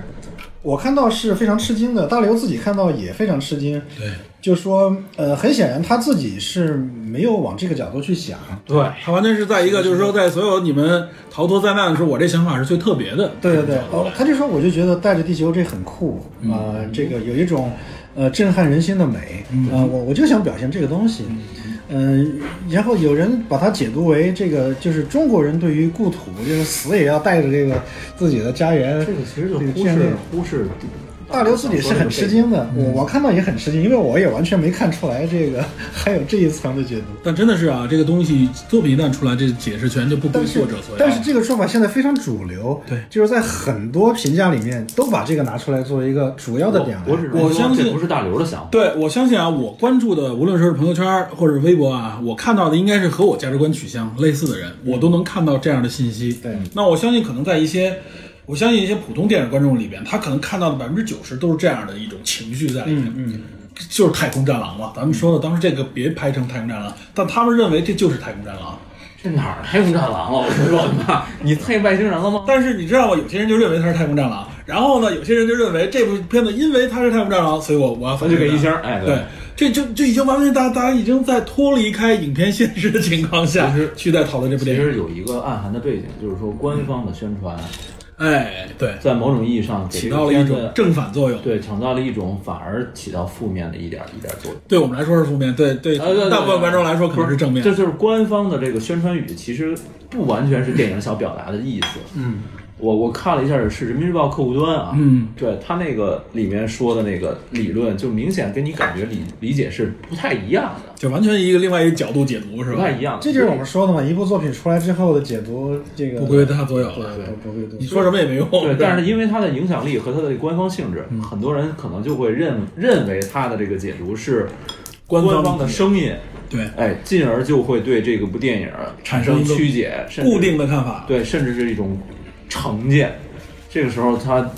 [SPEAKER 4] 我看到是非常吃惊的，大刘自己看到也非常吃惊。
[SPEAKER 2] 对，
[SPEAKER 4] 就说呃，很显然他自己是没有往这个角度去想。
[SPEAKER 3] 对，
[SPEAKER 2] 他完全是在一个，就是说，在所有你们逃脱灾难的时候，我这想法是最特别的。
[SPEAKER 4] 对对对，哦，他这时候我就觉得带着地球这很酷
[SPEAKER 3] 嗯
[SPEAKER 4] 啊、呃这个有一种呃震撼人心的美，
[SPEAKER 3] 嗯
[SPEAKER 4] 呃，我我就想表现这个东西，嗯、然后有人把它解读为这个就是中国人对于故土，就是死也要带着这个自己的家园，
[SPEAKER 3] 这个其实就
[SPEAKER 4] 这个
[SPEAKER 3] 忽
[SPEAKER 4] 眷
[SPEAKER 3] 视嗯
[SPEAKER 4] 恋
[SPEAKER 3] 忽视。
[SPEAKER 4] 大刘自己是很吃惊的，我我看到也很吃惊，因为我也完全没看出来这个 还有这一层的解读。
[SPEAKER 2] 但真的是啊，这个东西作品一旦出来，这解释权就不归
[SPEAKER 4] 但是
[SPEAKER 2] 作者所有。
[SPEAKER 4] 但是这个说法现在非常主流，
[SPEAKER 2] 对
[SPEAKER 4] 就是在很多评价里面都把这个拿出来作为一个主要的点来。
[SPEAKER 5] 我只能
[SPEAKER 2] 我
[SPEAKER 5] 说
[SPEAKER 2] 相信
[SPEAKER 5] 这不是大刘的想法，
[SPEAKER 2] 对我相信啊，我关注的无论说是朋友圈或者微博啊，我看到的应该是和我价值观取向类似的人，我都能看到这样的信息。
[SPEAKER 4] 对，
[SPEAKER 2] 那我相信可能在一些，我相信一些普通电影观众里边，他可能看到的百分之九十都是这样的一种情绪在里面。嗯就是太空战狼嘛，咱们说的当时这个别拍成太空战狼，但他们认为这就是太空战狼。
[SPEAKER 5] 这哪儿太空战狼了？我说我的妈，你配外星人 了吗？
[SPEAKER 2] 但是你知道吗？有些人就认为他是太空战狼，然后呢，有些人就认为这部片子因为他是太空战狼，所以我我要
[SPEAKER 5] 咱就给一星儿哎
[SPEAKER 2] 对
[SPEAKER 5] 对，
[SPEAKER 2] 这就就已经完全大家大家已经在脱离开影片现实的情况下去在讨论这部
[SPEAKER 5] 其
[SPEAKER 2] 电影。
[SPEAKER 5] 实有一个暗含的背景，就是说官方的宣传
[SPEAKER 2] 哎，对，
[SPEAKER 5] 在某种意义上给
[SPEAKER 2] 起
[SPEAKER 5] 这个
[SPEAKER 2] 到了一
[SPEAKER 5] 片
[SPEAKER 2] 种
[SPEAKER 5] 子
[SPEAKER 2] 正反作用。
[SPEAKER 5] 对，创造了一种反而起到负面的一点一点作用。
[SPEAKER 2] 对我们来说是负面，对对
[SPEAKER 5] 呃，对，
[SPEAKER 2] 大部分观众来说可能是正面
[SPEAKER 5] 这。就是官方的这个宣传语，其实不完全是电影想表达的意思。嗯，我我看了一下是人民日报客户端啊，
[SPEAKER 2] 嗯，
[SPEAKER 5] 对他那个里面说的那个理论，就明显跟你感觉理理解是不太一样的，
[SPEAKER 2] 就完全一个另外一个角度解读是
[SPEAKER 5] 不
[SPEAKER 2] 吧
[SPEAKER 5] 太？一样的。
[SPEAKER 4] 这就是我们说的嘛，一部作品出来之后的解读，这个
[SPEAKER 2] 不归他所有了，
[SPEAKER 4] 不不归对
[SPEAKER 2] 你说什么也没用。
[SPEAKER 5] 对，但是因为它的影响力和它的官方性质，很多人可能就会认认为它的这个解读是
[SPEAKER 2] 官方
[SPEAKER 5] 方的声音，
[SPEAKER 2] 对
[SPEAKER 5] 哎，进而就会对这个部电影
[SPEAKER 2] 产生
[SPEAKER 5] 生
[SPEAKER 2] 一个
[SPEAKER 5] 曲解，甚至
[SPEAKER 2] 固定的看法，
[SPEAKER 5] 对，甚至是一种成见。这个时候，他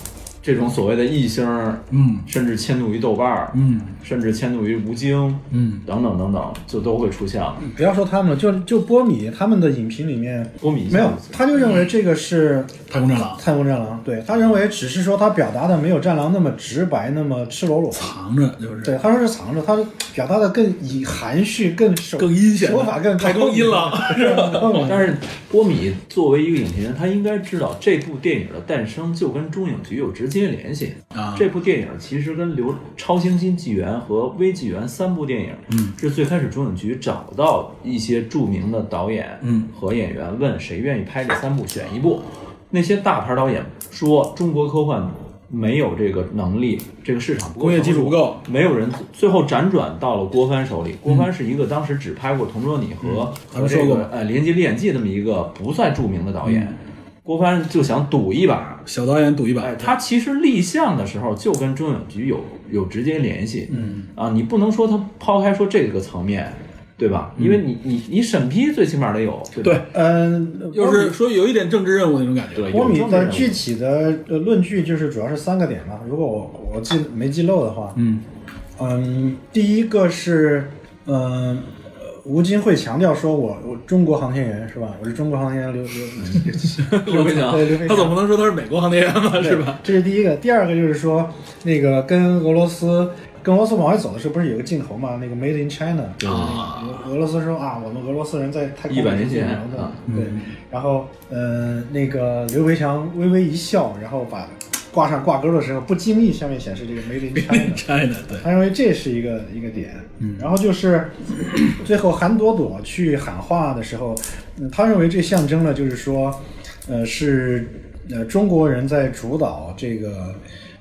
[SPEAKER 5] 这种所谓的异星，
[SPEAKER 2] 嗯，
[SPEAKER 5] 甚至迁怒于豆瓣儿，
[SPEAKER 2] 嗯，
[SPEAKER 5] 甚至迁怒于吴京，
[SPEAKER 2] 嗯，
[SPEAKER 5] 等等等等，就都会出现了。
[SPEAKER 4] 不要说他们了，就就波米他们的影评里面
[SPEAKER 5] 波米一下
[SPEAKER 4] 没有，
[SPEAKER 2] 嗯
[SPEAKER 4] 他就认为这个是
[SPEAKER 2] 太空战狼
[SPEAKER 4] 太空战狼，对他认为只是说他表达的没有战狼那么直白，那么赤裸裸。
[SPEAKER 2] 藏着就是。
[SPEAKER 4] 对，他说是藏着，他表达的更以含蓄、更手
[SPEAKER 2] 更阴险的
[SPEAKER 4] 手法更
[SPEAKER 2] 太更阴了
[SPEAKER 4] 是
[SPEAKER 2] 嗯
[SPEAKER 4] 吧？
[SPEAKER 5] 但是波米作为一个影评人，他应该知道这部电影的诞生就跟中影局有直接联系。
[SPEAKER 2] 啊
[SPEAKER 5] 这部电影其实跟《流超新星纪元》和《微纪元》三部电影，嗯，是最开始中影局找到一些著名的导演，
[SPEAKER 2] 嗯，
[SPEAKER 5] 和演员问谁愿意拍这三部，选一部。那些大牌导演说中国科幻没有这个能力，这个市场不够，
[SPEAKER 2] 工业基础不够，
[SPEAKER 5] 没有人最后辗转到了郭帆手里。郭帆是一个当时只拍过《同桌你》和
[SPEAKER 2] 咱
[SPEAKER 5] 和
[SPEAKER 2] 们
[SPEAKER 5] 这
[SPEAKER 2] 说过
[SPEAKER 5] 个呃《连接历险记》这么一个不算著名的导演，郭帆就想赌一把。
[SPEAKER 2] 小导演赌一把，
[SPEAKER 5] 哎，他其实立项的时候就跟中影局有有直接联系。嗯啊，你不能说他抛开说这个层面，对吧？因为你你你审批最起码得有，对吧？
[SPEAKER 4] 嗯，
[SPEAKER 2] 又是说有一点政治任务那种感觉。
[SPEAKER 5] 对，
[SPEAKER 4] 波米
[SPEAKER 5] 有这么
[SPEAKER 4] 的
[SPEAKER 5] 人
[SPEAKER 4] 具体的呃论据就是主要是三个点嘛，如果我我记没记漏的话，
[SPEAKER 2] 嗯
[SPEAKER 4] 嗯，第一个是嗯。呃吴京会强调说我：“我中国航天员是吧？我是中国航天员刘
[SPEAKER 5] 嗯
[SPEAKER 4] 刘
[SPEAKER 5] 刘飞强
[SPEAKER 4] 对刘
[SPEAKER 2] 他
[SPEAKER 4] 飞强
[SPEAKER 2] 总不能说他是美国航天员吧， 是吧？
[SPEAKER 4] 这是第一个，第二个就是说，那个跟俄罗斯跟俄罗斯往外走的时候，不是有个镜头嘛？那个 Made in China，
[SPEAKER 2] 啊，
[SPEAKER 4] 俄俄罗斯说啊，我们俄罗斯人在太空
[SPEAKER 5] 100年前
[SPEAKER 4] 的，
[SPEAKER 5] 啊
[SPEAKER 4] 对。然后呃，那个刘培强微微一笑，然后把挂上挂钩的时候，不经意下面显示这个 Made in China。
[SPEAKER 2] China 对，
[SPEAKER 4] 他认为这是一个一个点，然后就是最后韩朵朵去喊话的时候，嗯他认为这象征了就是说，呃，是呃中国人在主导这个、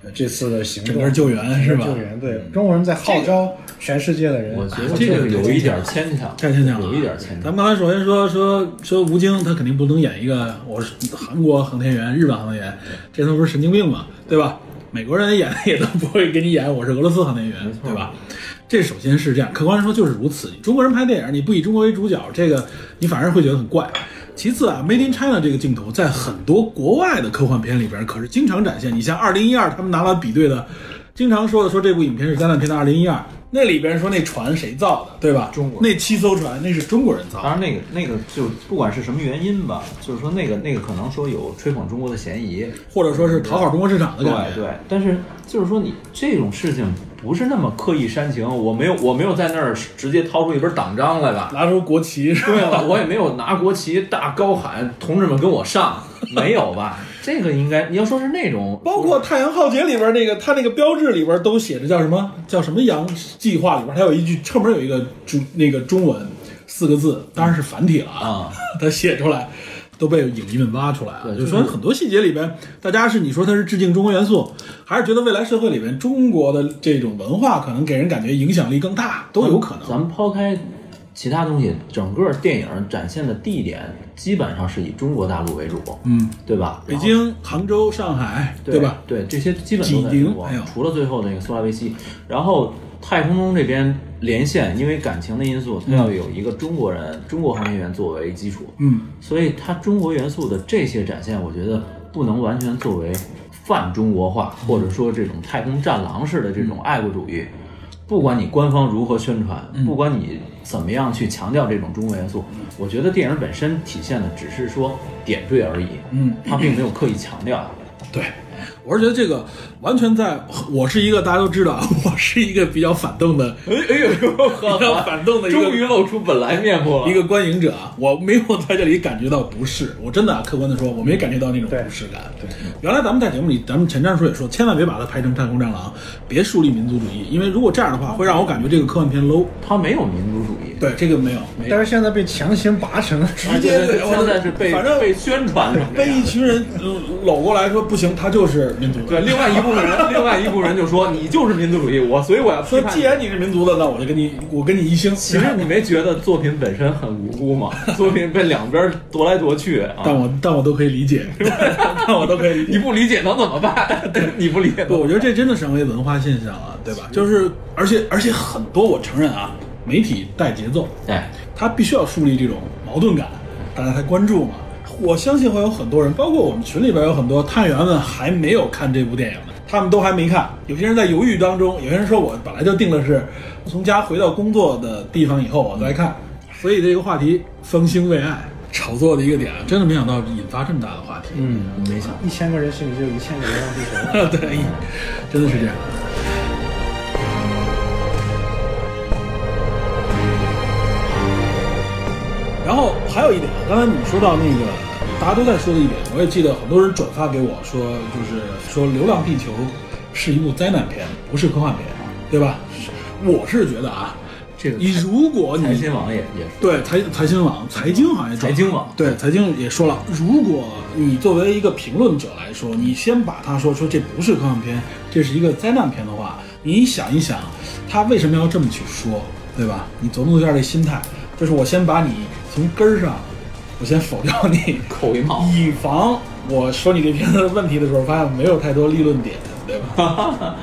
[SPEAKER 4] 呃这次的行
[SPEAKER 2] 整个
[SPEAKER 4] 动
[SPEAKER 2] 救援是吧
[SPEAKER 4] 整个救援对，中国人在号召全世界的人，
[SPEAKER 5] 我觉得这个有一点牵强，
[SPEAKER 2] 太牵强了，
[SPEAKER 5] 有一点牵
[SPEAKER 2] 啊咱
[SPEAKER 5] 强。
[SPEAKER 2] 们刚才首先说说说吴京，他肯定不能演一个我是韩国航天员、日本航天员，这他妈不是神经病嘛，对吧？美国人演的也都不会给你演我是俄罗斯航天员，对吧？这首先是这样，客观来说就是如此。中国人拍电影，你不以中国为主角，这个你反而会觉得很怪。其次啊，Made in China 这个镜头在很多国外的科幻片里边可是经常展现。你像2012，他们拿来比对的，经常说的说这部影片是灾难片的2012，那里边说那船谁造的，对吧？
[SPEAKER 3] 中国人
[SPEAKER 2] 那七艘船那是中国人造
[SPEAKER 5] 当
[SPEAKER 2] 的，
[SPEAKER 5] 然，那个那个就不管是什么原因吧，就是说那个那个可能说有吹捧中国的嫌疑，
[SPEAKER 2] 或者说是讨好中国市场的
[SPEAKER 5] 对
[SPEAKER 2] 感觉。
[SPEAKER 5] 对，但是就是说你这种事情不是那么刻意煽情，我没有我没有在那儿直接掏出一本党章来吧？
[SPEAKER 2] 拿出国旗是吧
[SPEAKER 5] 对了，我也没有拿国旗大高喊“同志们跟我上”，没有吧？这个应该你要说是那种
[SPEAKER 2] 包括《太阳浩劫》里边那个，它那个标志里边都写着叫什么叫什么“洋计划”里边，它有一句侧面有一个中那个中文四个字，当然是繁体了啊，它写出来都被影迷们挖出来了。就是说很多细节里边，大家是你说它是致敬中国元素，还是觉得未来社会里边中国的这种文化可能给人感觉影响力更大，都有可能。
[SPEAKER 5] 咱们抛开其他东西，整个电影展现的地点基本上是以中国大陆为主，
[SPEAKER 2] 嗯，
[SPEAKER 5] 对吧？
[SPEAKER 2] 北京、杭州、上海，
[SPEAKER 5] 对
[SPEAKER 2] 吧？？
[SPEAKER 5] 对，这些基本都在
[SPEAKER 2] 济宁
[SPEAKER 5] 中国
[SPEAKER 2] 哎呦，
[SPEAKER 5] 除了最后那个苏拉维西，然后太空中这边连线，因为感情的因素，它要有一个中国人、中国航天员作为基础，
[SPEAKER 2] 嗯，
[SPEAKER 5] 所以它中国元素的这些展现，我觉得不能完全作为泛中国化，或
[SPEAKER 2] 嗯
[SPEAKER 5] 者说这种太空战狼式的这种爱国主义。不管你官方如何宣传，
[SPEAKER 2] 嗯
[SPEAKER 5] 不管你怎么样去强调这种中国元素，我觉得电影本身体现的只是说点缀而已，
[SPEAKER 2] 嗯，
[SPEAKER 5] 它并没有刻意强调。啊
[SPEAKER 2] 对，我是觉得这个完全在，我是一个大家都知道 啊，我是一个比较反动的，
[SPEAKER 5] 哎呦，比
[SPEAKER 2] 比较反动的一个
[SPEAKER 5] 终于露出本来面目了。
[SPEAKER 2] 一个观影者啊，我没有在这里感觉到不适，我真的啊客观的说，我没感觉到那种不适感。对，原来咱们在节目里，咱们前瞻叔也说，千万别把它拍成太空战狼，别树立民族主义，因为如果这样的话，会让我感觉这个科幻片 low。
[SPEAKER 5] 他没有民族主义，
[SPEAKER 2] 对，这个没有，没有
[SPEAKER 4] 但是现在被强行拔成了直接
[SPEAKER 2] 对我
[SPEAKER 5] 现在是被
[SPEAKER 2] 反正
[SPEAKER 5] 被宣传成这
[SPEAKER 2] 被
[SPEAKER 5] 样
[SPEAKER 2] 一群 人呃搂过来说不行，他就是民族主义。
[SPEAKER 5] 对， 另外一部分人，另外一部分人就说你就是民族主义，我所以我要批
[SPEAKER 2] 说
[SPEAKER 5] 判
[SPEAKER 2] 既
[SPEAKER 5] 你。
[SPEAKER 2] 然你是民族的，那我就跟你我跟你一星。
[SPEAKER 5] 其实你没觉得作品本身很无辜吗？作品被两边夺来夺去啊，
[SPEAKER 2] 但我但我都可以理 解，但我都可以理解
[SPEAKER 5] 你。不理解能怎么办？你不理解能怎么
[SPEAKER 2] 不，
[SPEAKER 5] 办，
[SPEAKER 2] 我觉得这真的是成为文化现象了，对吧？就是，而且而且很多，我承认啊，媒体带节奏，
[SPEAKER 5] 哎，
[SPEAKER 2] 它必须要树立这种矛盾感，大家才关注嘛。我相信会有很多人，包括我们群里边有很多探员们还没有看这部电影呢，他们都还没看。有些人在犹豫当中，有些人说我本来就定的是从家回到工作的地方以后我再看，所以这个话题风兴未艾，炒作的一个点，真的没想到引发这么大的话题。嗯，
[SPEAKER 5] 没想
[SPEAKER 4] 一千个人心里就有一千个流浪地球。
[SPEAKER 2] 对，真的是这样。然后还有一点，刚才你说到那个，大家都在说的一点，我也记得很多人转发给我说，就是说《流浪地球》是一部灾难片，不是科幻片，对吧？我是觉得啊，
[SPEAKER 5] 这个
[SPEAKER 2] 你如果
[SPEAKER 5] 财
[SPEAKER 2] 你
[SPEAKER 5] 新网也也是
[SPEAKER 2] 对财财新网、财经行业，
[SPEAKER 5] 财经网
[SPEAKER 2] 对财经也说了，如果你作为一个评论者来说，你先把它说说这不是科幻片，这是一个灾难片的话，你想一想，他为什么要这么去说，对吧？你琢磨一下这心态，就是我先把你从根儿上，我先否掉你，
[SPEAKER 5] 扣一帽，
[SPEAKER 2] 以防我说你这片子的 问题的时候，发现没有太多立论点，对吧？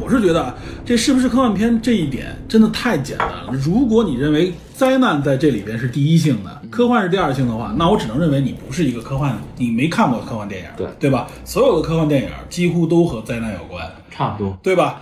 [SPEAKER 2] 我是觉得啊这是不是科幻片这一点真的太简单了。如果你认为灾难在这里边是第一性的，科幻是第二性的话，那我只能认为你不是一个科幻，你没看过科幻电影，
[SPEAKER 5] 对
[SPEAKER 2] 对吧？所有的科幻电影几乎都和灾难有关，
[SPEAKER 5] 差不多。
[SPEAKER 2] 对吧？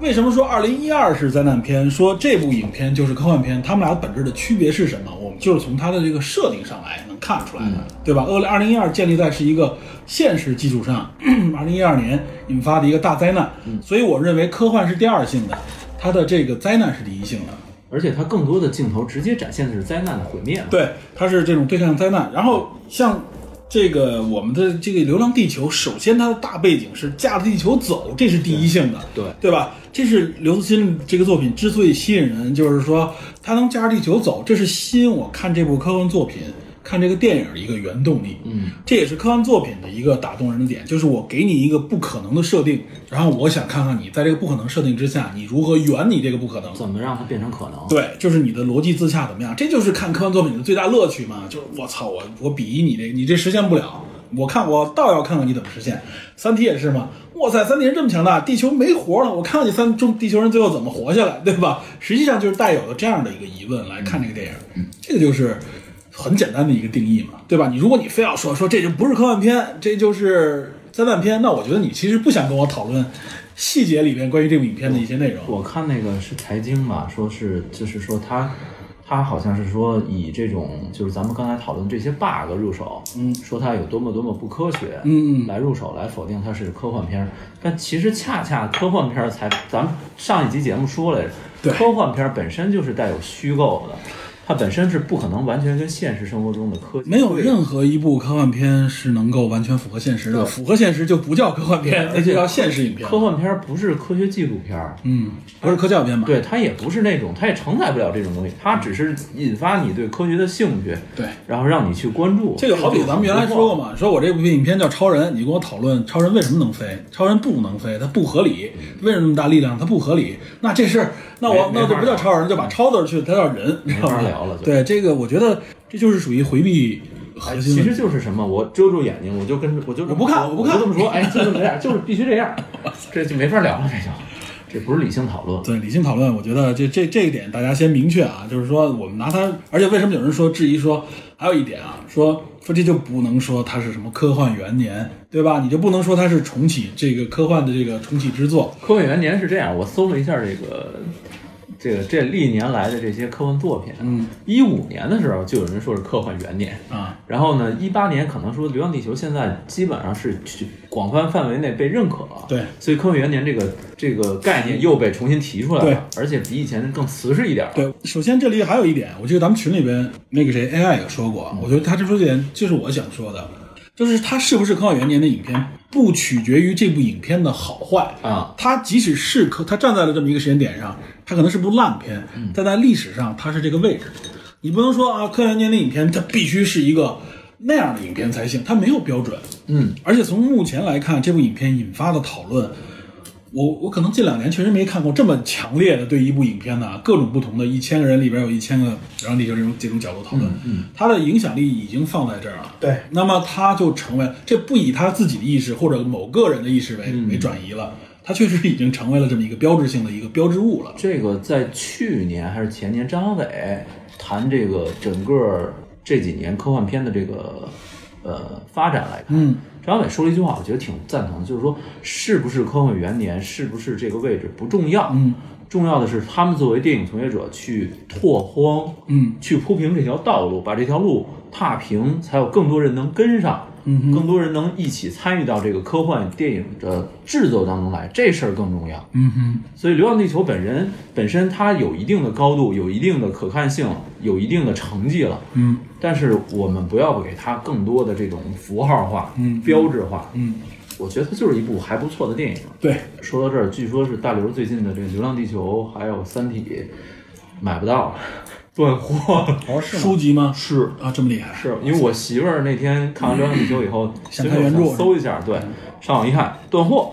[SPEAKER 2] 为什么说二零一二是灾难片？说这部影片就是科幻片，他们俩本质的区别是什么？我们就是从它的这个设定上来能看出来的，对吧？二零一二建立在是一个现实基础上， 二零一二年引发的一个大灾难，所以我认为科幻是第二性的，它的这个灾难是第一性的。
[SPEAKER 5] 而且它更多的镜头直接展现的是灾难的毁灭嘛。
[SPEAKER 2] 对，它是这种对抗灾难。然后像这个我们的这个《流浪地球》，首先它的大背景是架着地球走，这是第一性的，
[SPEAKER 5] 对
[SPEAKER 2] 对吧？这是刘慈欣这个作品之所以吸引人，就是说他能架着地球走，这是吸引我看这部科幻作品。看这个电影的一个原动力，嗯，这也是科幻作品的一个打动人的点，就是我给你一个不可能的设定，然后我想看看你在这个不可能设定之下，你如何圆你这个不可能。
[SPEAKER 5] 怎么让它变成可能？
[SPEAKER 2] 对，就是你的逻辑自洽怎么样？这就是看科幻作品的最大乐趣嘛。就是我操，我我鄙夷你这，你这实现不了。我看我倒要看看你怎么实现。《三体》也是嘛，哇塞，三体人这么强大，地球没活了，我看看你三中地球人最后怎么活下来，对吧？实际上就是带有了这样的一个疑问来看这个电影，这个就是很简单的一个定义嘛，对吧？你如果你非要说说这就不是科幻片，这就是灾难片，那我觉得你其实不想跟我讨论细节里面关于这部影片的一些内容。
[SPEAKER 5] 我看那个是财经吧，说是就是说他他好像是说以这种就是咱们刚才讨论这些 bug 入手，嗯，说它有多么多么不科学，
[SPEAKER 2] 嗯嗯
[SPEAKER 5] 来入手来否定它是科幻片儿，但其实恰恰科幻片儿才，咱们上一集节目说来着，
[SPEAKER 2] 对
[SPEAKER 5] 科幻片儿本身就是带有虚构的，它本身是不可能完全跟现实生活中的科技
[SPEAKER 2] 没有
[SPEAKER 5] 对
[SPEAKER 2] 任何一部科幻片是能够完全符合现实的，符合现实就不叫科幻片，那就叫现实影片。
[SPEAKER 5] 科幻片儿不是科学纪录片儿，
[SPEAKER 2] 嗯，不是科教片嘛？
[SPEAKER 5] 对，它也不是那种，它也承载不了这种东西，它只是引发你对科学的兴趣，
[SPEAKER 2] 对，
[SPEAKER 5] 然后让你去关注。
[SPEAKER 2] 这个好比咱们原来说过
[SPEAKER 5] 嘛，
[SPEAKER 2] 嘛，说我这部影片叫《超人》，你跟我讨论超人为什么能飞，超人不能飞，它不合理，为什么那么大力量，它不合理。那这事儿，那我
[SPEAKER 5] 嗯
[SPEAKER 2] 那
[SPEAKER 5] 没没法
[SPEAKER 2] 就不叫超人，就把超字去，它叫人，你知道吗
[SPEAKER 5] 没法聊了就
[SPEAKER 2] 对，这个我觉得这就是属于回避
[SPEAKER 5] 哎
[SPEAKER 2] 核心
[SPEAKER 5] 其
[SPEAKER 2] 问
[SPEAKER 5] 实
[SPEAKER 2] 题。
[SPEAKER 5] 就是什么，我遮住眼睛，我就跟着，我就
[SPEAKER 2] 我
[SPEAKER 5] 这么
[SPEAKER 2] 不看
[SPEAKER 5] 说
[SPEAKER 2] 我不
[SPEAKER 5] 我
[SPEAKER 2] 看
[SPEAKER 5] 就这么说，哎，就这么这样，就是必须这 样，这就没法聊了，这就，这不是理性讨论。
[SPEAKER 2] 对理性讨论，我觉得这这这一点大家先明确啊，就是说我们拿它，而且为什么有人说质疑说，还有一点啊，说说这就不能说它是什么科幻元年，对吧？你就不能说它是重启这个科幻的这个重启之作，
[SPEAKER 5] 科幻元年是这样，我搜了一下这个。这个这历年来的这些科幻作品，嗯，一五年的时候就有人说是科幻 元年
[SPEAKER 2] 啊，
[SPEAKER 5] 然后呢，一八年可能说《流浪地球》现在基本上是去广泛范围内被认可了，
[SPEAKER 2] 对
[SPEAKER 5] 所以科幻元年这个这个概念又被重新提出来
[SPEAKER 2] 对
[SPEAKER 5] 了，而且比以前更瓷实一点儿，
[SPEAKER 2] 对，首先这里还有一点，我记得咱们群里边那个谁 AI 也说过，我觉得他这说这点就是我想说的，就是它是不是科幻元年的影片，不取决于这部影片的好坏
[SPEAKER 5] 啊。
[SPEAKER 2] 它即使是科，它站在了这么一个时间点上，它可能是部烂片，
[SPEAKER 5] 嗯
[SPEAKER 2] 但在历史上它是这个位置。你不能说啊，科幻元年的影片它必须是一个那样的影片才行，它没有标准。
[SPEAKER 5] 嗯，
[SPEAKER 2] 而且从目前来看，这部影片引发的讨论，我我可能近两年确实没看过这么强烈的对一部影片的啊各种不同的，一千个人里边有一千个然后地球这种这种角度讨论，它的影响力已经放在这儿了。
[SPEAKER 4] 对
[SPEAKER 2] 那么它就成为这不以他自己的意识或者某个人的意识为、为转移了，它确实已经成为了这么一个标志性的一个标志物了。
[SPEAKER 5] 这个在去年还是前年，张家伟谈这个整个这几年科幻片的这个呃发展来看，
[SPEAKER 2] 嗯，
[SPEAKER 5] 张家伟说了一句话，我觉得挺赞同的，就是说是不是科幻元年，是不是这个位置不重要，
[SPEAKER 2] 嗯，
[SPEAKER 5] 重要的是他们作为电影从业者去拓荒，
[SPEAKER 2] 嗯，
[SPEAKER 5] 去铺平这条道路，把这条路踏平，才有更多人能跟上。嗯，更多人能一起参与到这个科幻电影的制作当中来，这事儿更重要。
[SPEAKER 2] 嗯哼。
[SPEAKER 5] 所以《流浪地球》本人本身它有一定的高度，有一定的可看性，有一定的成绩了。
[SPEAKER 2] 嗯，
[SPEAKER 5] 但是我们不要给它更多的这种符号化、嗯、标志化。嗯，我觉得它就是一部还不错的电影。
[SPEAKER 2] 对，
[SPEAKER 5] 说到这儿，据说是大刘最近的这个《流浪地球》还有《三体》买不到了，断货了。
[SPEAKER 4] 哦，是吗？
[SPEAKER 2] 书籍吗？是啊，这么厉害。
[SPEAKER 5] 是因为我媳妇儿那天看完《流浪地球》以后，
[SPEAKER 2] 想
[SPEAKER 5] 随
[SPEAKER 2] 看
[SPEAKER 5] 手
[SPEAKER 2] 原著
[SPEAKER 5] 搜一下，对，上网一看断货。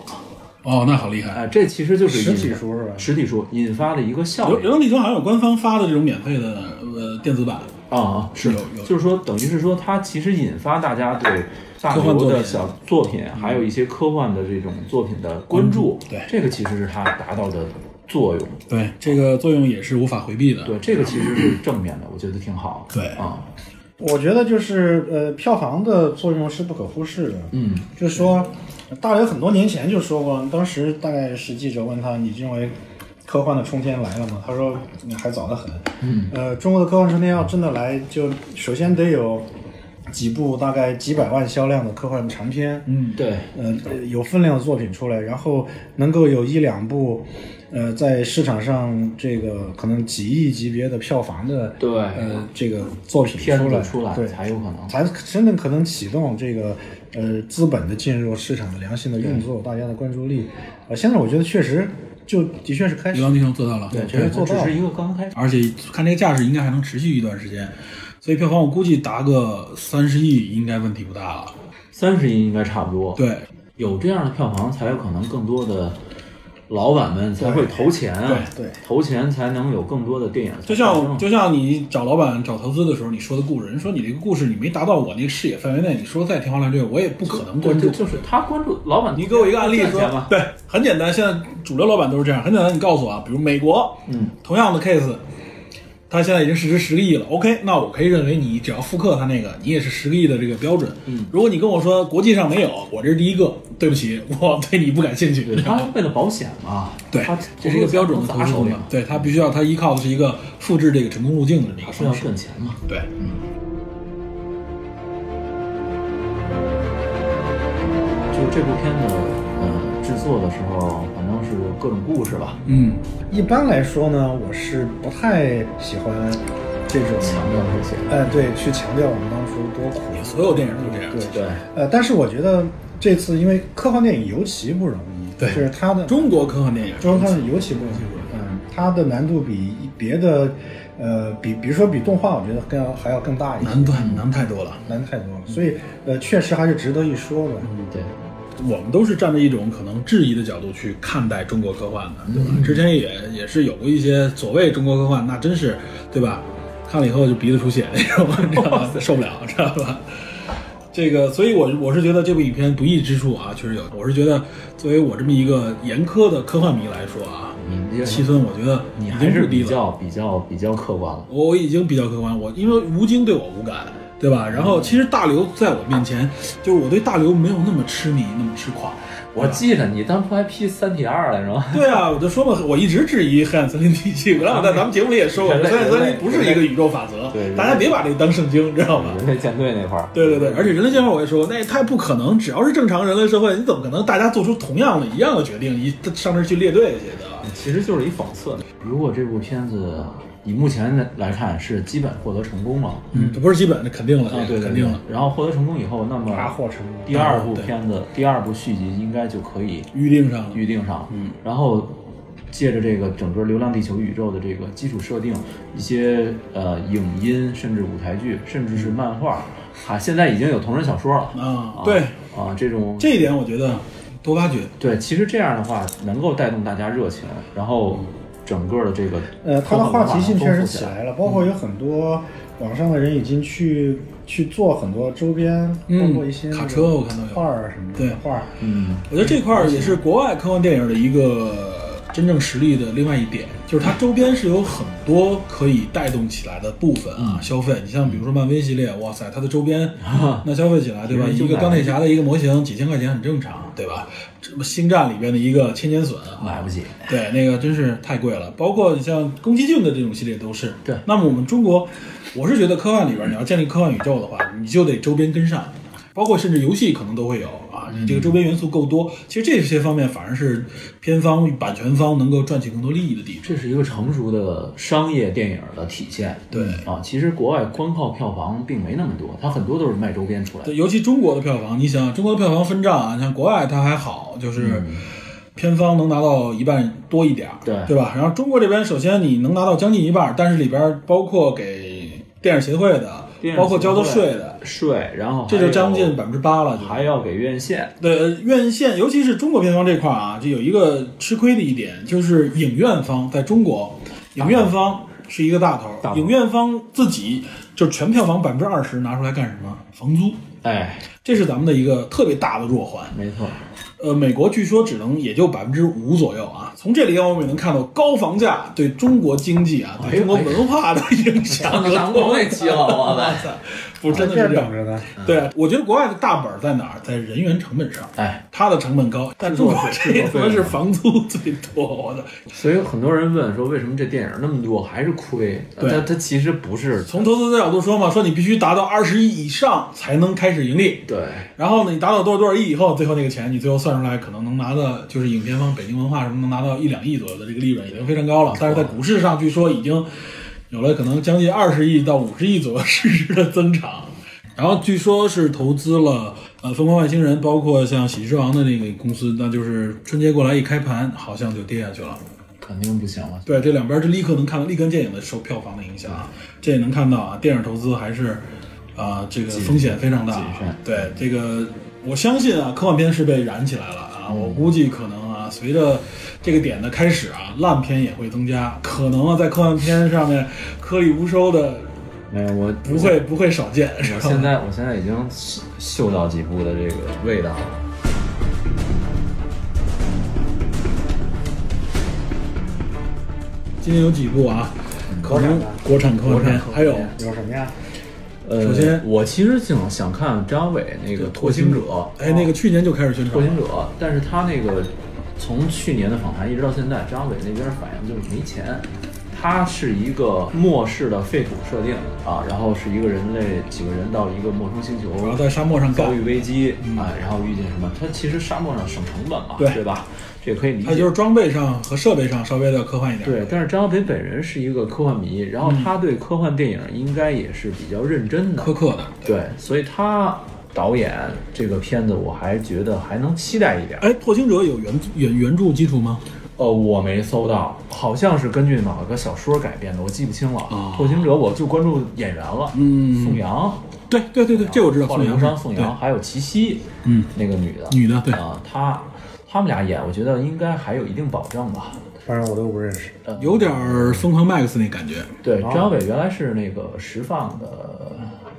[SPEAKER 2] 哦，那好厉害。
[SPEAKER 5] 哎，这其实就是
[SPEAKER 4] 实
[SPEAKER 5] 引
[SPEAKER 4] 体书是吧
[SPEAKER 5] 实体书引发的一个效
[SPEAKER 2] 流
[SPEAKER 5] 应
[SPEAKER 2] 流。浪地球好像有官方发的这种免费的呃电子版，
[SPEAKER 5] 啊啊，
[SPEAKER 2] 是
[SPEAKER 5] 是
[SPEAKER 2] 有有
[SPEAKER 5] 就是说，等于是说，它其实引发大家 对大
[SPEAKER 2] 科幻
[SPEAKER 5] 刘
[SPEAKER 2] 作品嗯
[SPEAKER 5] 的小作品，还有一些科幻的这种作品的关注，
[SPEAKER 2] 对
[SPEAKER 5] 这个其实是它达到的作用，
[SPEAKER 2] 对这个作用也是无法回避的。
[SPEAKER 5] 对，这个其实是正面的，我觉得挺好，
[SPEAKER 2] 对
[SPEAKER 5] 啊，
[SPEAKER 4] 我觉得就是呃，票房的作用是不可忽视的。嗯，就是说，大刘很多年前就说过，当时大概是记者问他，你认为科幻的春天来了吗？他说嗯还早得很。嗯，呃，中国的科幻春天要真的来，就首先得有几部大概几百万销量的科幻长片。嗯，
[SPEAKER 5] 对，
[SPEAKER 4] 呃有分量的作品出来，然后能够有一两部，呃，在市场上这个可能几亿级别的票房的
[SPEAKER 5] 对
[SPEAKER 4] 呃这个作品
[SPEAKER 5] 片
[SPEAKER 4] 出来
[SPEAKER 5] 子出来
[SPEAKER 4] 对
[SPEAKER 5] 才有可能，
[SPEAKER 4] 才真正可能启动这个呃资本的进入市场的良性的运作，大家的关注力，呃，现在我觉得确实就的确是开始
[SPEAKER 2] 流浪地球做到了，对
[SPEAKER 4] 确实
[SPEAKER 5] 它
[SPEAKER 4] 做到
[SPEAKER 5] 只
[SPEAKER 4] 了
[SPEAKER 5] 是一个刚开始，
[SPEAKER 2] 而且看这个架势，应该还能持续一段时间，所以票房我估计达个三十亿应该问题不大了。
[SPEAKER 5] 三十亿应该差不多，，
[SPEAKER 2] 对，
[SPEAKER 5] 有这样的票房，才有可能更多的老板们才会投钱啊，
[SPEAKER 4] 对对
[SPEAKER 5] 投钱才能有更多的电影
[SPEAKER 2] 就
[SPEAKER 5] 才诞生，
[SPEAKER 2] 像就像你找老板找投资的时候，你说的故事，人说你这个故事你没达到我那个视野范围内，你说再天花乱坠，我也不可能关注
[SPEAKER 5] 对。就是他关注老板，
[SPEAKER 2] 你给我一个案例
[SPEAKER 5] 赚
[SPEAKER 2] 说
[SPEAKER 5] 钱嘛，
[SPEAKER 2] 对，很简单，现在主流老板都是这样，很简单，你告诉我啊，比如美国，嗯，同样的 case，它现在已经市值十个亿了，OK，那我可以认为你只要复刻它那个，你也是十个亿的这个标准。嗯，如果你跟我说国际上没有，我这是第一个，对不起，我对你不感兴趣。
[SPEAKER 5] 他为了保险嘛，
[SPEAKER 2] 对
[SPEAKER 5] 他，
[SPEAKER 2] 这是一个标准的投
[SPEAKER 5] 砸
[SPEAKER 2] 资
[SPEAKER 5] 手
[SPEAKER 2] 风
[SPEAKER 5] 里
[SPEAKER 2] 格，对它必须要它依靠的是一个复制这个成功路径的这么一个
[SPEAKER 5] 他是要
[SPEAKER 2] 方式。
[SPEAKER 5] 赚钱嘛。
[SPEAKER 2] 对，
[SPEAKER 5] 就这部片子，呃，制作的时候反正是各种故事吧，
[SPEAKER 2] 嗯，
[SPEAKER 4] 一般来说呢，我是不太喜欢这种
[SPEAKER 5] 强调这些。
[SPEAKER 4] 呃，对，去强调我们当初多苦。
[SPEAKER 2] 所有电影都这样。
[SPEAKER 4] 对，
[SPEAKER 5] 对，
[SPEAKER 4] 呃，但是我觉得这次因为科幻电影尤其不容易，
[SPEAKER 2] 对
[SPEAKER 4] 就是它的
[SPEAKER 2] 中国科幻电影，
[SPEAKER 4] 中科幻尤其不容易，嗯，它的难度比别的，呃，比比如说比动画，我觉得更要还要更大一些，
[SPEAKER 2] 难断难太多了。
[SPEAKER 4] 难太多了，所以呃，确实还是值得一说的。
[SPEAKER 5] 对，
[SPEAKER 2] 我们都是站着一种可能质疑的角度去看待中国科幻的，对吧？
[SPEAKER 5] 嗯
[SPEAKER 2] 之前也也是有过一些所谓中国科幻，那真是，对吧？看了以后就鼻子出血 那种，你知道吧？受不了，知道吧？这个，所以我我是觉得这部影片不易之处啊，确实有。我是觉得，作为我这么一个严苛的科幻迷来说啊，
[SPEAKER 5] 你
[SPEAKER 2] 七分我觉得
[SPEAKER 5] 嗯你
[SPEAKER 2] 已
[SPEAKER 5] 还
[SPEAKER 2] 经
[SPEAKER 5] 是
[SPEAKER 2] 不低
[SPEAKER 5] 比
[SPEAKER 2] 了。
[SPEAKER 5] 较比较比较客观了。
[SPEAKER 2] 我已经比较客观，我因为吴京对我无感，对吧？然
[SPEAKER 5] 嗯
[SPEAKER 2] 后其实大刘在我面前，就是我对大刘没有那么痴迷，那么痴狂。
[SPEAKER 5] 我记得你当初还批《三体二》来着吗？
[SPEAKER 2] 对啊，我就说嘛，我一直质疑黑暗森林体系。原来我在咱们节目里也说过，
[SPEAKER 5] 人类
[SPEAKER 2] 黑暗森
[SPEAKER 5] 人
[SPEAKER 2] 林
[SPEAKER 5] 类
[SPEAKER 2] 不是一个宇宙法则
[SPEAKER 5] 对人，类嗯
[SPEAKER 2] 大家别把这当圣经，知道吗？
[SPEAKER 5] 人类舰队那块儿。
[SPEAKER 2] 对对对，而且人类进化我也说过，那也太不可能。只要是正常人类社会，你怎么可能大家做出同样的一样的决定，一上这儿去列队去，对吧？
[SPEAKER 5] 其实就是一讽刺。如果这部片子以目前来来看是基本获得成功了，
[SPEAKER 2] 嗯，这不是基本，这肯定了，
[SPEAKER 5] 啊，对，
[SPEAKER 2] 肯定了。。
[SPEAKER 5] 然后获得成功以后，那么
[SPEAKER 4] 大获成功
[SPEAKER 5] 第二部
[SPEAKER 2] 对
[SPEAKER 5] 片子、第二部续集应该就可以
[SPEAKER 2] 预定上了，
[SPEAKER 5] 预定上。嗯，然后借着这个整个《流浪地球》宇宙的这个基础设定，一些呃影音，甚至舞台剧，甚至是漫画，
[SPEAKER 4] 嗯
[SPEAKER 5] 啊，现在已经有同人小说了。
[SPEAKER 2] 啊，对
[SPEAKER 5] 啊，这种
[SPEAKER 2] 这一点我觉得多挖掘。
[SPEAKER 5] 对，其实这样的话能够带动大家热情，然后整个的这个
[SPEAKER 4] 嗯呃，它
[SPEAKER 5] 科
[SPEAKER 4] 的
[SPEAKER 5] 幻文化
[SPEAKER 4] 话题性确
[SPEAKER 5] 丰
[SPEAKER 4] 实
[SPEAKER 5] 富
[SPEAKER 4] 起
[SPEAKER 5] 来。
[SPEAKER 4] 来了，包括有很多网上的人已经去去做很多周边，
[SPEAKER 2] 嗯
[SPEAKER 4] 包括一些
[SPEAKER 2] 卡车我看到有
[SPEAKER 4] 画儿什么的
[SPEAKER 2] 对
[SPEAKER 4] 画儿，
[SPEAKER 5] 嗯，
[SPEAKER 2] 我觉得这块儿也是国外科幻电影的一个真正实力的另外一点，就是它周边是有很多可以带动起来的部分
[SPEAKER 5] 嗯
[SPEAKER 2] 啊，消费。你像比如说漫威系列，哇塞，它的周边
[SPEAKER 5] 啊
[SPEAKER 2] 那消费起来，对吧？
[SPEAKER 5] 就
[SPEAKER 2] 一个
[SPEAKER 5] 买
[SPEAKER 2] 钢铁侠的一个模型几千块钱很正常，对吧？什么星战里边的一个千年隼啊，
[SPEAKER 5] 买不起。
[SPEAKER 2] 对，那个真是太贵了。包括你像宫崎骏的这种系列都是。
[SPEAKER 5] 对
[SPEAKER 2] 那么我们中国，我是觉得科幻里边你要建立科幻宇宙的话，你就得周边跟上，包括甚至游戏可能都会有啊。你这个周边元素够多，其实这些方面反而是片方、版权方能够赚取更多利益的地方。
[SPEAKER 5] 这是一个成熟的商业电影的体现。
[SPEAKER 2] 对
[SPEAKER 5] 啊，其实国外光靠票房并没那么多，它很多都是卖周边出来的。
[SPEAKER 2] 对，尤其中国的票房，你想想中国的票房分账啊，像国外它还好，就是片方能拿到一半多一点儿，
[SPEAKER 5] 嗯对
[SPEAKER 2] 对吧？然后中国这边首先你能拿到将近一半儿，但是里边儿包括给电影协会的
[SPEAKER 5] 电，影
[SPEAKER 2] 包括交的
[SPEAKER 5] 协会
[SPEAKER 2] 税的，
[SPEAKER 5] 税，然后还
[SPEAKER 2] 这就将近
[SPEAKER 5] 有
[SPEAKER 2] 百分之八了，就
[SPEAKER 5] 还要给院线。
[SPEAKER 2] 对，呃院线，尤其是中国片方这块儿啊，就有一个吃亏的一点，就是影院方在中国，影院方是一个大头，
[SPEAKER 5] 大头
[SPEAKER 2] 影院方自己就是全票房百分之二十拿出来干什么？房租，
[SPEAKER 5] 哎，
[SPEAKER 2] 这是咱们的一个特别大的弱环。
[SPEAKER 5] 没错，
[SPEAKER 2] 呃，美国据说只能也就百分之五左右啊。从这里我们也能看到高房价对中国经济啊，对中国文化的影 响和
[SPEAKER 5] 咱
[SPEAKER 2] 破
[SPEAKER 5] 国
[SPEAKER 2] 坏。
[SPEAKER 5] 那期了，我们。
[SPEAKER 2] 不是真的
[SPEAKER 4] 在
[SPEAKER 2] 是
[SPEAKER 4] 这
[SPEAKER 2] 这
[SPEAKER 4] 儿等
[SPEAKER 2] 样。
[SPEAKER 4] 着呢。
[SPEAKER 2] 对，我觉得国外的大本儿在哪儿？在人员成本上，
[SPEAKER 5] 哎，
[SPEAKER 2] 它的成本高，但中国这
[SPEAKER 5] 制作费
[SPEAKER 2] 他妈是房租最多，我的。
[SPEAKER 5] 所以很多人问说，为什么这电影那么多还是亏？
[SPEAKER 2] 对
[SPEAKER 5] 它它其实不是，
[SPEAKER 2] 从投资的角度说嘛，说你必须达到二十亿以上才能开始盈利。
[SPEAKER 5] 对，
[SPEAKER 2] 然后呢，你达到多少多少亿以后，最后那个钱你最后算出来，可能能拿到就是影片方北京文化什么能拿到一两亿左右的这个利润，已经非常高了。但是在股市上，据说已经有了可能将近二十亿到五十亿左右市值的增长。然后据说是投资了呃《疯狂外星人》，包括像《喜剧之王》的那个公司，那就是春节过来一开盘，好像就跌下去了。
[SPEAKER 5] 肯定不行了。
[SPEAKER 2] 对，这两边这立刻能看到立竿见影的受票房的影响啊，这也能看到啊，电影投资还是啊、这个风险非常大啊
[SPEAKER 5] 谨慎。
[SPEAKER 2] 对，这个我相信啊，科幻片是被燃起来了啊，
[SPEAKER 5] 嗯
[SPEAKER 2] 我估计可能啊，随着这个点的开始啊，烂片也会增加，可能啊，在科幻片上面颗粒无收的
[SPEAKER 5] 没有我
[SPEAKER 2] 不会不会少见，是
[SPEAKER 5] 我
[SPEAKER 2] 吧？
[SPEAKER 5] 现在我现在已经嗅嗅到几步的这个味道了。嗯
[SPEAKER 2] 今天有几部啊？
[SPEAKER 4] 国产的
[SPEAKER 2] 国产科幻片，还有
[SPEAKER 4] 有什么呀？
[SPEAKER 5] 呃，
[SPEAKER 2] 首先
[SPEAKER 5] 我其实想想看张伟那个《拓星者》，
[SPEAKER 2] 哎，那个去年就开始宣
[SPEAKER 5] 《拓
[SPEAKER 2] 传
[SPEAKER 5] 星
[SPEAKER 2] 了，
[SPEAKER 5] 者》，但是他那个从去年的访谈一直到现在，张伟那边反应就是没钱。他是一个末世的废土设定啊，然后是一个人类几个人到一个陌生星球，
[SPEAKER 2] 主要在沙漠上
[SPEAKER 5] 遭
[SPEAKER 2] 干
[SPEAKER 5] 遇，危机啊，然后遇见什么？他其实沙漠上省成本嘛，
[SPEAKER 2] 对
[SPEAKER 5] 对吧？这也可以理解。
[SPEAKER 2] 它就是装备上和设备上稍微的科幻一点。
[SPEAKER 5] 对，但是张小北本人是一个科幻迷，然后
[SPEAKER 2] 嗯
[SPEAKER 5] 他对科幻电影应该也是比较认真的。
[SPEAKER 2] 苛刻的。
[SPEAKER 5] 对，所以他导演这个片子，我还觉得还能期待一点。
[SPEAKER 2] 哎，拓星者有原原原著基础吗？
[SPEAKER 5] 呃，我没搜到，好像是根据哪个小说改编的，我记不清了。
[SPEAKER 2] 啊
[SPEAKER 5] 拓星者我就关注演员了，
[SPEAKER 2] 嗯
[SPEAKER 5] 宋阳，
[SPEAKER 2] 对对对对，这我知道。
[SPEAKER 5] 暴力
[SPEAKER 2] 宋
[SPEAKER 5] 无
[SPEAKER 2] 阳
[SPEAKER 5] 伤
[SPEAKER 2] 是
[SPEAKER 5] 宋
[SPEAKER 2] 对
[SPEAKER 5] 阳，还有齐溪，
[SPEAKER 2] 嗯，
[SPEAKER 5] 那个女的，
[SPEAKER 2] 女的对
[SPEAKER 5] 啊，她他们俩演，我觉得应该还有一定保障吧。
[SPEAKER 4] 反正我都不认
[SPEAKER 2] 啊
[SPEAKER 4] 识。
[SPEAKER 5] 呃
[SPEAKER 2] 有哦点儿疯狂 Max 那感觉。
[SPEAKER 5] 对，张小伟原来是那个实放的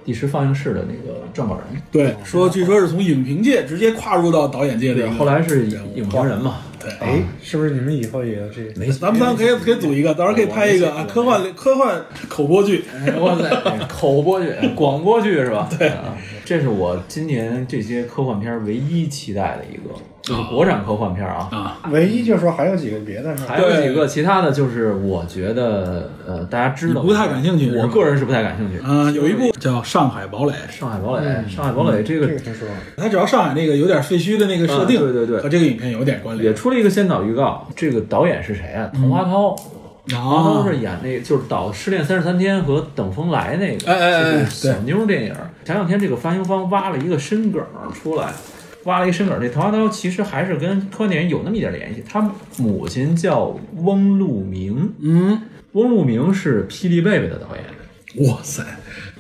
[SPEAKER 5] 第十放映室的那个撰稿人，
[SPEAKER 2] 对，说据说是从影评界直接跨入到导演界的一
[SPEAKER 5] 对，
[SPEAKER 2] 个，
[SPEAKER 5] 后来是影评人嘛。
[SPEAKER 2] 对。
[SPEAKER 4] 哎，是不是你们以后也有这个？
[SPEAKER 5] 没
[SPEAKER 2] 咱们三个可以可以组一个，到时候可以拍一个啊科幻科幻口播剧。
[SPEAKER 5] 哇塞，嗯口播剧、广播剧是吧？ 对，这是我今年这些科幻片唯一期待的一个，就是国产科幻片啊。
[SPEAKER 2] 啊，
[SPEAKER 4] 唯一就是说还有几个别的是吧？
[SPEAKER 5] 还有几个其他的，就是我觉得呃，大家知道
[SPEAKER 2] 你不太感兴趣是吧
[SPEAKER 5] 我个人是不太感兴趣。
[SPEAKER 2] 嗯，有一部叫《上海堡垒》，
[SPEAKER 5] 上海堡垒，上海堡垒嗯这
[SPEAKER 4] 这
[SPEAKER 5] 个
[SPEAKER 4] 个听说过。
[SPEAKER 2] 它只要上海那个有点废墟的那个设定，
[SPEAKER 5] 嗯对对对
[SPEAKER 2] 和这个影片有点关
[SPEAKER 5] 也
[SPEAKER 2] 联。
[SPEAKER 5] 出了一个先导预告，这个导演是谁啊？
[SPEAKER 2] 嗯
[SPEAKER 5] 滕华涛。
[SPEAKER 2] 然
[SPEAKER 5] 滕华
[SPEAKER 2] 后
[SPEAKER 5] 涛是演那，就是导《失恋三十三天》和《等风来》那个，
[SPEAKER 2] 哎哎哎
[SPEAKER 5] 就是小妞电影。前两天这个发行方挖了一个深梗儿出来，挖了一个深梗儿。这滕华涛其实还是跟科幻电影有那么一点联系。他母亲叫翁路明，
[SPEAKER 2] 嗯，
[SPEAKER 5] 翁路明是《霹雳贝贝》的导演。
[SPEAKER 2] 哇塞，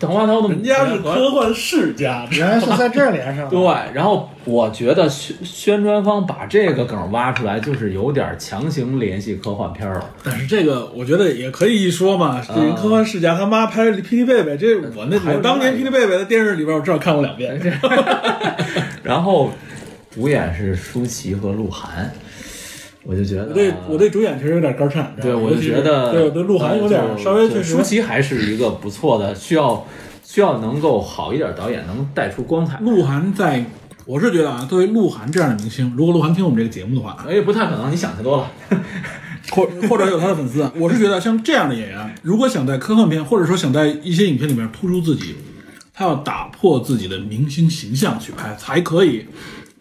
[SPEAKER 5] 滕华涛的人
[SPEAKER 2] 人家是科幻世家，
[SPEAKER 4] 原来是在这儿连上
[SPEAKER 5] 对
[SPEAKER 4] 的。，
[SPEAKER 5] 然后我觉得宣宣传方把这个梗挖出来，就是有点强行联系科幻片儿了。
[SPEAKER 2] 但是这个我觉得也可以一说嘛，这人科幻世家他妈拍《霹雳贝贝》，这我那
[SPEAKER 5] 啊呃还有
[SPEAKER 2] 我当年《霹
[SPEAKER 5] 另
[SPEAKER 2] 雳贝贝》的电视里边，我至少看过两
[SPEAKER 5] 哎
[SPEAKER 2] 遍。
[SPEAKER 5] 然后主演是舒淇和鹿晗，我就觉得
[SPEAKER 2] 我对我对主演确实有点肝颤，
[SPEAKER 5] 对我就
[SPEAKER 2] 尤其是
[SPEAKER 5] 觉得
[SPEAKER 2] 对我对鹿晗有点
[SPEAKER 5] 呃就
[SPEAKER 2] 稍微确
[SPEAKER 5] 就
[SPEAKER 2] 实
[SPEAKER 5] 舒。淇还是一个不错的，需要需要能够好一点导演能带出光彩。
[SPEAKER 2] 鹿晗在，我是觉得啊，作为鹿晗这样的明星，如果鹿晗听我们这个节目的话，
[SPEAKER 5] 哎，不太可能，你想太多了。
[SPEAKER 2] 或或者有他的粉 丝，我是觉得像这样的演员，如果想在科幻片或者说想在一些影片里面突出自己，他要打破自己的明星形象去拍才可以。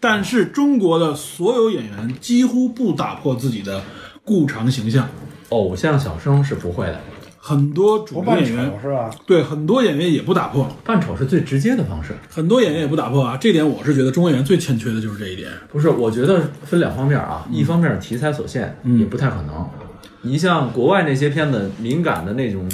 [SPEAKER 2] 但是中国的所有演员几乎不打破自己的固常形象，
[SPEAKER 5] 偶像小生是不会的，
[SPEAKER 2] 很多主
[SPEAKER 4] 不
[SPEAKER 2] 流
[SPEAKER 4] 扮
[SPEAKER 2] 演员
[SPEAKER 4] 丑是吧？
[SPEAKER 2] 对很多演员也不打破，
[SPEAKER 5] 扮丑是最直接的方式。
[SPEAKER 2] 很多演员也不打破啊。这点我是觉得中国演员最欠缺的就是这一点。
[SPEAKER 5] 不是，我觉得分两方面啊，
[SPEAKER 2] 嗯
[SPEAKER 5] 一方面题材所限、也不太可能。你像国外那些片子，敏感的那种，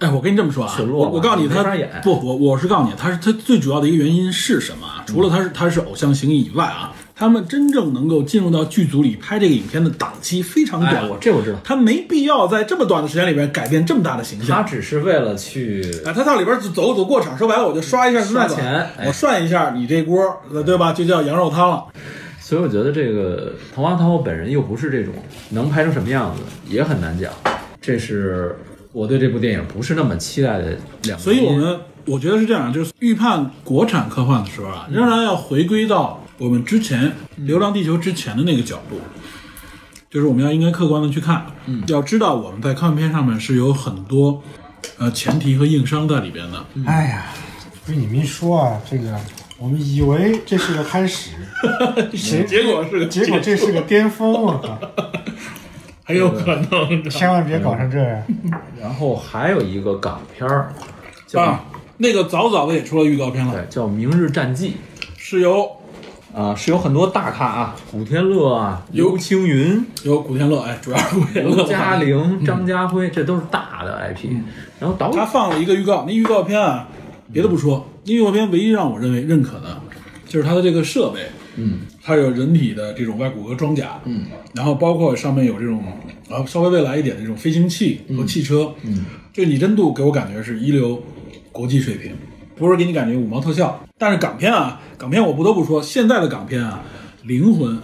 [SPEAKER 2] 哎，我跟你这么说啊，
[SPEAKER 5] 雪落
[SPEAKER 2] 我我告诉你
[SPEAKER 5] 嘛
[SPEAKER 2] 他，
[SPEAKER 5] 没法演
[SPEAKER 2] 不，我我是告诉你，他是他最主要的一个原因是什么啊？除了他是他是偶像型以外啊，他们真正能够进入到剧组里拍这个影片的档期非常短，
[SPEAKER 5] 哎，我这我知道，
[SPEAKER 2] 他没必要在这么短的时间里边改变这么大的形
[SPEAKER 5] 他
[SPEAKER 2] 象。
[SPEAKER 5] 只是为了去
[SPEAKER 2] 啊，他到里边走走过场，说白了我就刷一下
[SPEAKER 5] 刷
[SPEAKER 2] 存在
[SPEAKER 5] 钱
[SPEAKER 2] 感
[SPEAKER 5] 哎
[SPEAKER 2] 我涮一下你这锅，呃对吧？就叫羊肉汤了。
[SPEAKER 5] 所以我觉得这个滕华涛本人又不是这种能拍成什么样子，也很难讲。这是我对这部电影不是那么期待的两个
[SPEAKER 2] 所以
[SPEAKER 5] 原因
[SPEAKER 2] 我们我觉得是这样，就是预判国产科幻的时候啊，仍然要回归到我们之前《流浪地球》之前的那个角度，就是我们要应该客观的去看，要知道我们在科幻片上面是有很多呃前提和硬伤在里边的。
[SPEAKER 4] 哎呀，被你们一说啊，这个我们以为这是个开始，谁
[SPEAKER 2] 嗯结果是个
[SPEAKER 4] 结果这是个巅峰，我 靠！
[SPEAKER 2] 很有可能
[SPEAKER 4] 千万别搞成这
[SPEAKER 5] 哎
[SPEAKER 4] 样。
[SPEAKER 5] 然后还有一个港片儿叫、
[SPEAKER 2] 啊。那个早早的也出了预告片了，
[SPEAKER 5] 嗯对叫《明日战记
[SPEAKER 2] 是由》
[SPEAKER 5] 啊、是有很多大咖啊，古天乐啊、
[SPEAKER 2] 有
[SPEAKER 5] 刘 青云、
[SPEAKER 2] 由古天乐，哎，主要是古天乐
[SPEAKER 5] 刘嘉玲、张家辉，这都是大的 IP。然
[SPEAKER 2] 嗯
[SPEAKER 5] 后导
[SPEAKER 2] 他
[SPEAKER 5] 演
[SPEAKER 2] 放了一个预告，那预告片啊，别的不说，那预告片唯一让我认为认可的，就是它的这个设备，嗯，它有人体的这种外骨骼装甲，嗯，然后包括上面有这种啊稍微未来一点的这种飞行器和汽车，嗯，这个拟真度给我感觉是一流国际水平，不是给你感觉五毛特效。但是港片啊，港片我不得不说，现在的港片啊，灵魂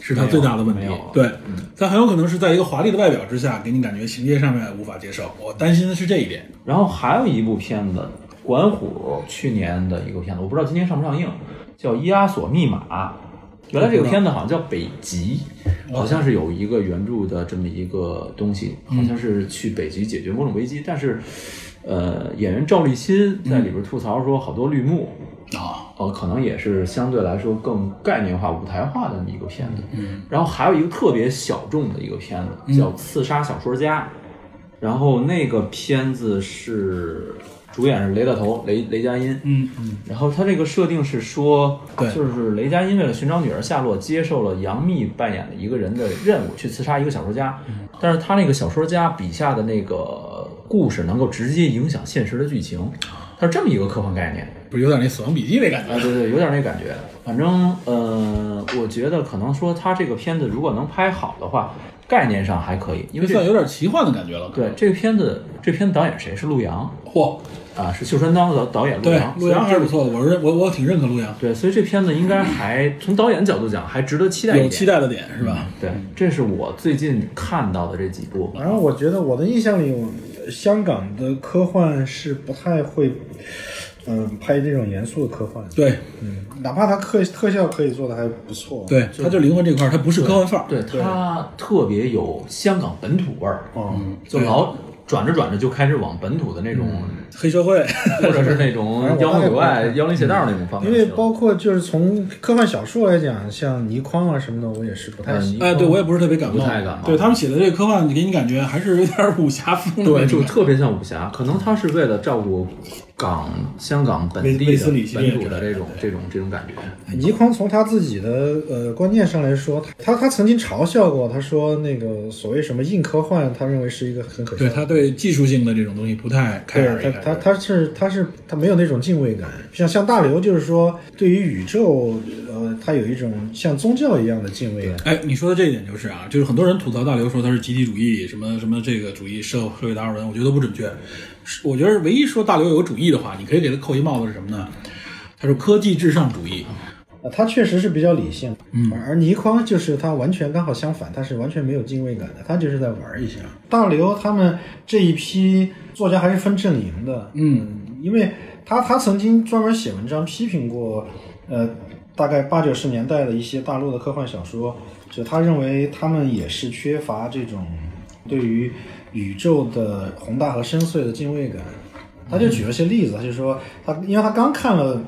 [SPEAKER 2] 是他最大的问题
[SPEAKER 3] 没有没有。
[SPEAKER 2] 对，他很有可能是在一个华丽的外表之下，给你感觉情节上面无法接受。我担心的是这一点。
[SPEAKER 5] 然后还有一部片子，管虎去年的一个片子，我不知道今年上不上映，叫《伊阿索密码》。原来这个片子好像叫《北极》，好像是有一个原著的这么一个东西，好像是去北极解决某种危机。但是，呃，演员赵立新在里边吐槽说，好多绿幕，
[SPEAKER 2] 啊，
[SPEAKER 5] 呃，可能也是相对来说更概念化、舞台化的一个片子。嗯，然后还有一个特别小众的一个片
[SPEAKER 2] 嗯
[SPEAKER 5] 子叫《刺杀小说家》，然后那个片子是主演是雷大头、雷雷佳音。
[SPEAKER 2] 嗯嗯，
[SPEAKER 5] 然后他这个设定是说
[SPEAKER 2] 对，
[SPEAKER 5] 就是雷佳音为了寻找女儿下落，接受了杨幂扮演的一个人的任务，去刺杀一个小说家。
[SPEAKER 2] 嗯
[SPEAKER 5] 但是他那个小说家笔下的那个故事能够直接影响现实的剧情，
[SPEAKER 2] 啊
[SPEAKER 5] 它是这么一个科幻概念。
[SPEAKER 2] 不是有点那《死亡笔记》那感觉。
[SPEAKER 5] 啊，对对，有点那感觉。反正，呃，我觉得可能说他这个片子如果能拍好的话，概念上还可以，因为
[SPEAKER 2] 就
[SPEAKER 5] 这
[SPEAKER 2] 算有点奇幻的感觉了。
[SPEAKER 5] 对，这个片子，这片子导演谁是陆阳
[SPEAKER 2] 嚯，
[SPEAKER 5] 啊？是秀川当导导演陆
[SPEAKER 2] 对
[SPEAKER 5] 阳，，
[SPEAKER 2] 陆阳还是
[SPEAKER 5] 所以这
[SPEAKER 2] 不
[SPEAKER 5] 个
[SPEAKER 2] 错的，我是我我挺认可陆阳，
[SPEAKER 5] 对，所以这片子应该还从导演角度讲还值得期待一
[SPEAKER 2] 有
[SPEAKER 5] 点。嗯
[SPEAKER 2] 期待的点是吧？
[SPEAKER 5] 对，这是我最近看到的这几部。
[SPEAKER 4] 反正我觉得我的印象里，我香港的科幻是不太会，嗯，拍这种严肃的科幻的。
[SPEAKER 2] 对
[SPEAKER 5] 哦
[SPEAKER 4] 嗯，哪怕它特特效可以做的还不错。，
[SPEAKER 2] 对，他就灵魂这块儿，他不是科幻范儿。
[SPEAKER 5] 对，它特别有香港本土味儿，
[SPEAKER 4] 嗯，
[SPEAKER 5] 就老转着转着就开始往本土的那种，
[SPEAKER 2] 黑社会，
[SPEAKER 5] 或者是那种
[SPEAKER 4] 反正我
[SPEAKER 5] 妖魔
[SPEAKER 4] 大概
[SPEAKER 5] 鬼怪、妖灵邪道那种方面
[SPEAKER 4] 因
[SPEAKER 5] 去了。
[SPEAKER 4] 为包括就是从科幻小说来讲，像倪匡啊什么的，我也是不太喜
[SPEAKER 5] 嗯
[SPEAKER 4] 欢。
[SPEAKER 2] 哎，对我也不是特别感冒，
[SPEAKER 5] 不太感冒
[SPEAKER 2] 对他们写的这个科幻，给你感觉还是有点武侠风的那
[SPEAKER 5] 对，
[SPEAKER 2] 种
[SPEAKER 5] 就
[SPEAKER 2] 感觉。
[SPEAKER 5] 特别像武侠，可能他是为了照顾港、香港本
[SPEAKER 2] 威
[SPEAKER 5] 地
[SPEAKER 2] 威
[SPEAKER 5] 的
[SPEAKER 2] 斯理系列
[SPEAKER 5] 本土的这种这种这种感觉。
[SPEAKER 4] 倪匡从他自己的呃观念上来说，他他他曾经嘲笑过，他说那个所谓什么硬科幻，他认为是一个很可笑
[SPEAKER 2] 对
[SPEAKER 4] 的。
[SPEAKER 2] 他对技术性的这种东西不太开眼
[SPEAKER 4] 对
[SPEAKER 2] 儿。
[SPEAKER 4] 他，他他是他是他没有那种敬畏感，像像大刘就是说，对于宇宙，呃，他有一种像宗教一样的敬畏感。
[SPEAKER 2] 哎，你说的这一点就是啊，就是很多人吐槽大刘说他是集体主义，什么什么这个主义社社会达尔文，我觉得都不准确。是我觉得唯一说大刘有主义的话，你可以给他扣一帽子是什么呢？他说科技至上主义，
[SPEAKER 4] 啊，他确实是比较理性，嗯，而倪匡就是他完全刚好相反，他是完全没有敬畏感的，他就是在玩一下。大刘他们这一批作家还是分阵营的，嗯，因为他他曾经专门写文章批评过，呃，大概八九十年代的一些大陆的科幻小说，就他认为他们也是缺乏这种对于宇宙的宏大和深邃的敬畏感。他就举了些例子，他就说他，因为他刚看了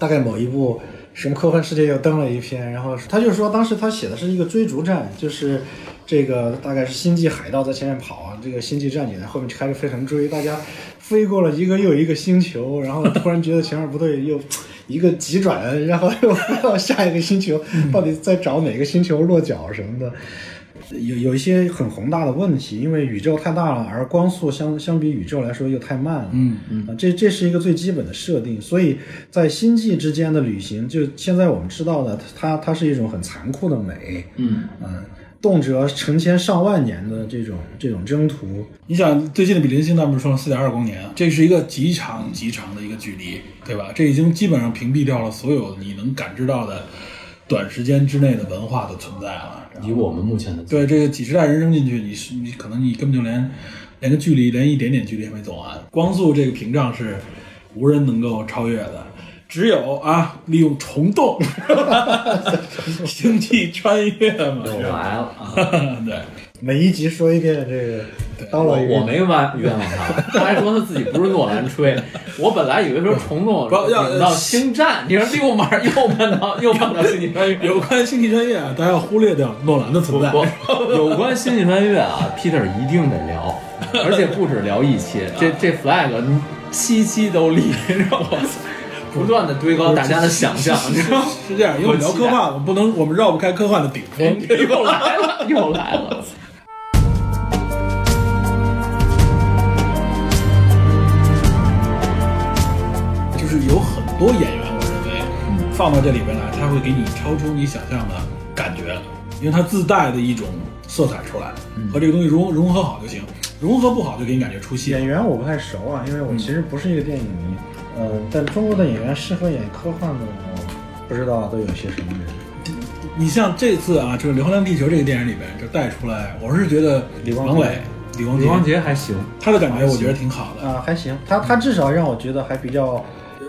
[SPEAKER 4] 大概某一部什么科幻世界又登了一篇，然后他就说当时他写的是一个追逐战，就是这个大概是星际海盗在前面跑，啊这个星际战警在后面开着飞船追，大家飞过了一个又一个星球，然后突然觉得前面不对，又一个急转，然后又飞到下一个星球，到底在找哪个星球落脚什么的。有有一些很宏大的问题，因为宇宙太大了，而光速相相比宇宙来说又太慢了。嗯嗯、这这是一个最基本的设定。所以在星际之间的旅行，就现在我们知道的，它它是一种很残酷的美。嗯动辄成千上万年的这种这种征途，
[SPEAKER 2] 你想最近的比邻星，咱们说四点二光年，这是一个极长极长的一个距离，对吧？这已经基本上屏蔽掉了所有你能感知到的短时间之内的文化的存在了。
[SPEAKER 5] 以我们目前的
[SPEAKER 2] 对这个几十代人扔进去，你是你可能你根本就连连个距离，连一点点距离还没走完。光速这个屏障是无人能够超越的，只有啊利用虫洞 星际穿越嘛，是吧？
[SPEAKER 5] 来了啊！
[SPEAKER 2] 对，
[SPEAKER 4] 每一集说一遍这个叨
[SPEAKER 5] 我
[SPEAKER 4] 唠一
[SPEAKER 5] 哎我
[SPEAKER 4] 遍。
[SPEAKER 5] 没冤 冤枉他，他还说他自己不是诺兰吹。 我本来以为说虫洞
[SPEAKER 2] 不要
[SPEAKER 5] 引到星战，你说 六马又碰到又碰到星际穿越。
[SPEAKER 2] 有关星际穿越啊，大家要忽略掉诺兰的存在。
[SPEAKER 5] 我有关星际穿越啊，Peter 一定得聊，而且不止聊一期， 这这 flag 七期都立，然后我操不断的堆高大家的想象，你知道吗？
[SPEAKER 2] 是这样，因为我们聊科幻，我们不能，我们绕不开科幻的顶峰。
[SPEAKER 5] 又来了，又来 了。
[SPEAKER 2] 就是有很多演员，我认为放到这里边来，他会给你超出你想象的感觉，因为他自带的一种色彩出来，和这个东西融融合好就行，融合不好就给你感觉出戏。
[SPEAKER 4] 演员我不太熟啊，因为我其实不是一个电影迷。呃嗯、但中国的演员适合演科幻的，我不知道都有些什么人。
[SPEAKER 2] 你像这次啊，就是《流浪地球》这个电影里边就带出来，我是觉得
[SPEAKER 4] 李光
[SPEAKER 2] 王
[SPEAKER 4] 洁
[SPEAKER 2] 磊、李光
[SPEAKER 3] 李光
[SPEAKER 2] 洁
[SPEAKER 3] 洁还行，
[SPEAKER 2] 他的感觉，我觉得挺好的。
[SPEAKER 4] 啊、还行，他他至少让我觉得还比较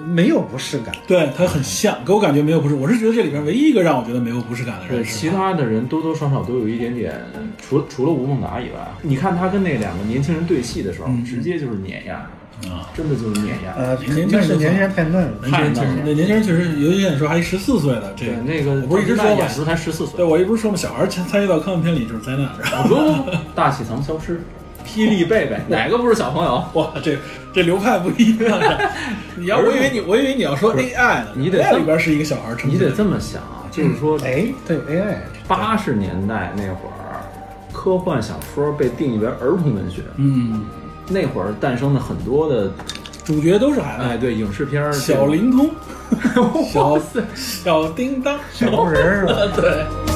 [SPEAKER 4] 没有不适感。
[SPEAKER 2] 对他很像，给我感觉没有不适。我是觉得这里边唯一一个让我觉得没有不适感的
[SPEAKER 5] 对，
[SPEAKER 2] 人是
[SPEAKER 5] 呃其
[SPEAKER 2] 他
[SPEAKER 5] 他的人多多少少都有一点点，除除了吴孟达以外，啊你看他跟那两个年轻人对戏的时候，
[SPEAKER 2] 嗯
[SPEAKER 5] 直接就是碾压，
[SPEAKER 2] 啊，
[SPEAKER 5] 真的就是碾压。
[SPEAKER 4] 呃，
[SPEAKER 2] 年轻人
[SPEAKER 4] 那
[SPEAKER 2] 就是
[SPEAKER 4] 年轻人太嫩了。
[SPEAKER 2] 太年轻人，那年轻人确实，尤其像你说还十四岁的这
[SPEAKER 5] 对
[SPEAKER 2] 个，，
[SPEAKER 5] 那个
[SPEAKER 2] 我不是一直说
[SPEAKER 5] 演
[SPEAKER 2] 嘛，
[SPEAKER 5] 时才十四岁，
[SPEAKER 2] 对我一不是说嘛，小孩参参与到科幻片里就是灾难，然后
[SPEAKER 5] 不不不，大喜藏消失，霹雳贝贝， 哪个不是小朋友？
[SPEAKER 2] 哇，这这流派不一样 呀。你要我以为你，我以为你要说 AI 呢，
[SPEAKER 5] 你得
[SPEAKER 2] AI 里边是一个小孩成
[SPEAKER 5] 你
[SPEAKER 2] 长
[SPEAKER 5] 得这么想啊，就是说
[SPEAKER 4] 哎，对 AI，
[SPEAKER 5] 八十年代那会儿，科幻小说被定义为儿童文学，
[SPEAKER 2] 嗯，
[SPEAKER 5] 那会儿诞生的很多的，
[SPEAKER 2] 主角都是孩子，
[SPEAKER 5] 哎，对，影视片儿，
[SPEAKER 2] 小灵 通，小小叮当，
[SPEAKER 4] 小红人儿是吧？
[SPEAKER 2] 对。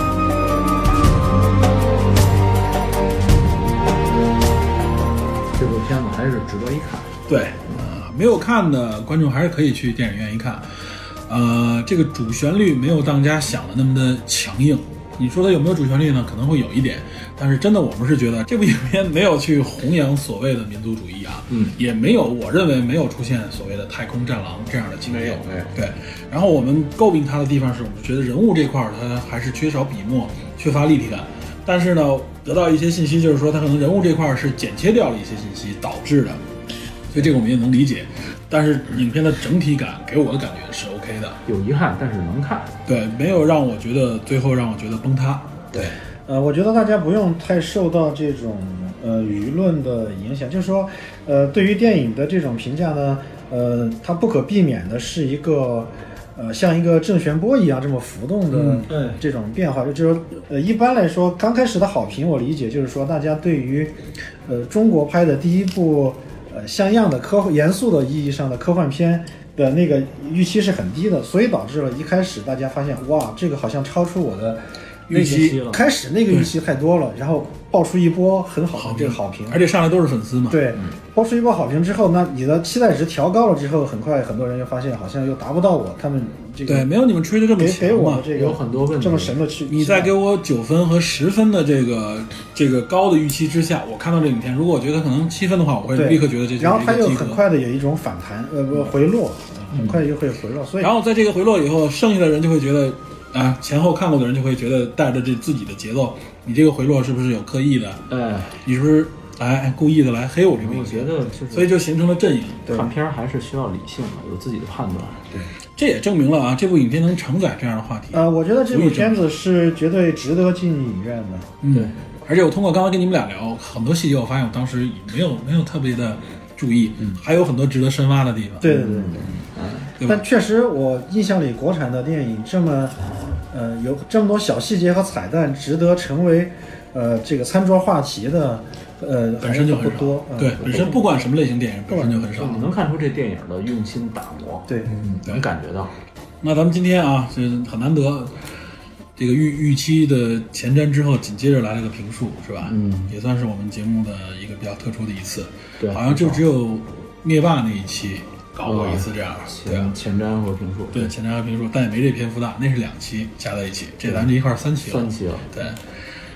[SPEAKER 5] 这部片子还是值得一看。
[SPEAKER 2] 对，呃没有看的观众还是可以去电影院一看。呃，这个主旋律没有大家想的那么的强硬。你说它有没有主旋律呢？可能会有一点，但是真的我们是觉得这部影片没有去弘扬所谓的民族主义啊，嗯，也没有，我认为没有出现所谓的太空战狼这样的情节，没有，哎没有。对，然后我们诟病它的地方是我们觉得人物这块儿它还是缺少笔墨，缺乏立体感。但是呢，得到一些信息就是说，它可能人物这块儿是剪切掉了一些信息导致的。所以这个我们也能理解。但是影片的整体感给我的感觉是 OK 的，
[SPEAKER 5] 有遗憾，但是能看。
[SPEAKER 2] 对，没有让我觉得最后让我觉得崩塌。对，
[SPEAKER 4] 呃，我觉得大家不用太受到这种呃舆论的影响，就是说，呃，对于电影的这种评价呢，呃，它不可避免的是一个。呃，像一个正弦波一样这么浮动的这种变化，就是说呃，一般来说，刚开始的好评我理解就是说，大家对于呃中国拍的第一部呃像样的科严肃的意义上的科幻片的那个预期是很低的，所以导致了一开始大家发现哇，这个好像超出我的
[SPEAKER 2] 预期嗯
[SPEAKER 4] 那个开始那个预期太多了，然后爆出一波很好的这个好评，
[SPEAKER 2] 而且上来都是粉丝嘛。，嗯
[SPEAKER 4] 嗯对，爆出一波好评之后，那你的期待值调高了之后，很快很多人又发现好像又达不到我他们这个
[SPEAKER 2] 对，没有你们吹的这么
[SPEAKER 4] 给给
[SPEAKER 2] 强
[SPEAKER 4] 我
[SPEAKER 2] 嘛
[SPEAKER 4] 的。这个
[SPEAKER 5] 有很多问题
[SPEAKER 4] 这么神的去，
[SPEAKER 2] 你在给我九分和十分的这个这个高的预期之下，我看到这影片，如果我觉得可能七分的话，我会
[SPEAKER 4] 对，
[SPEAKER 2] 立刻觉得这就是
[SPEAKER 4] 然后
[SPEAKER 2] 一
[SPEAKER 4] 它
[SPEAKER 2] 个
[SPEAKER 4] 又
[SPEAKER 2] 及
[SPEAKER 4] 很
[SPEAKER 2] 格。
[SPEAKER 4] 快的有一种反弹，呃，不回落，很快又会回落，所以
[SPEAKER 2] 然后在这个回落以后，剩下的人就会觉得，啊，前后看过的人就会觉得带着这自己的节奏，你这个回落是不是有刻意的？
[SPEAKER 5] 哎，
[SPEAKER 2] 你是不是哎故意的来黑我这个影
[SPEAKER 5] 我
[SPEAKER 2] 片？
[SPEAKER 5] 觉得就是
[SPEAKER 2] 所以就形成了阵营。
[SPEAKER 5] 看片儿还是需要理性的，有自己的判断。
[SPEAKER 2] 这也证明了啊，这部影片能承载这样的话题。
[SPEAKER 4] 呃，我觉得这部片子是绝对值得进影院的。
[SPEAKER 2] 嗯，而且我通过刚刚跟你们俩聊很多细节，我发现我当时也没有没有特别的注意，还有很多值得深挖的地方。
[SPEAKER 4] 对对对嗯对。
[SPEAKER 2] 对吧
[SPEAKER 4] 但确实，我印象里国产的电影这么，呃，有这么多小细节和彩蛋，值得成为，呃，这个餐桌话题的，呃，
[SPEAKER 2] 本身就
[SPEAKER 4] 还
[SPEAKER 2] 很少
[SPEAKER 4] 是不多。嗯
[SPEAKER 2] 对，本身不管什么类型电影，本身就很少
[SPEAKER 5] 就。你能看出这电影的用心打磨，
[SPEAKER 4] 对，
[SPEAKER 5] 能感觉到。
[SPEAKER 2] 那咱们今天啊，这很难得，这个预预期的前瞻之后，紧接着来了个评述，是吧？嗯，也算是我们节目的一个比较特殊的一次。
[SPEAKER 5] 对
[SPEAKER 2] 好像就只有灭霸那一期搞过一次这样，对啊
[SPEAKER 5] 前。前瞻和评述，
[SPEAKER 2] 对，前瞻和评述，但也没这篇幅大，那是两期加在一起，这咱这一块儿三期了。
[SPEAKER 5] 三期了。
[SPEAKER 2] 对，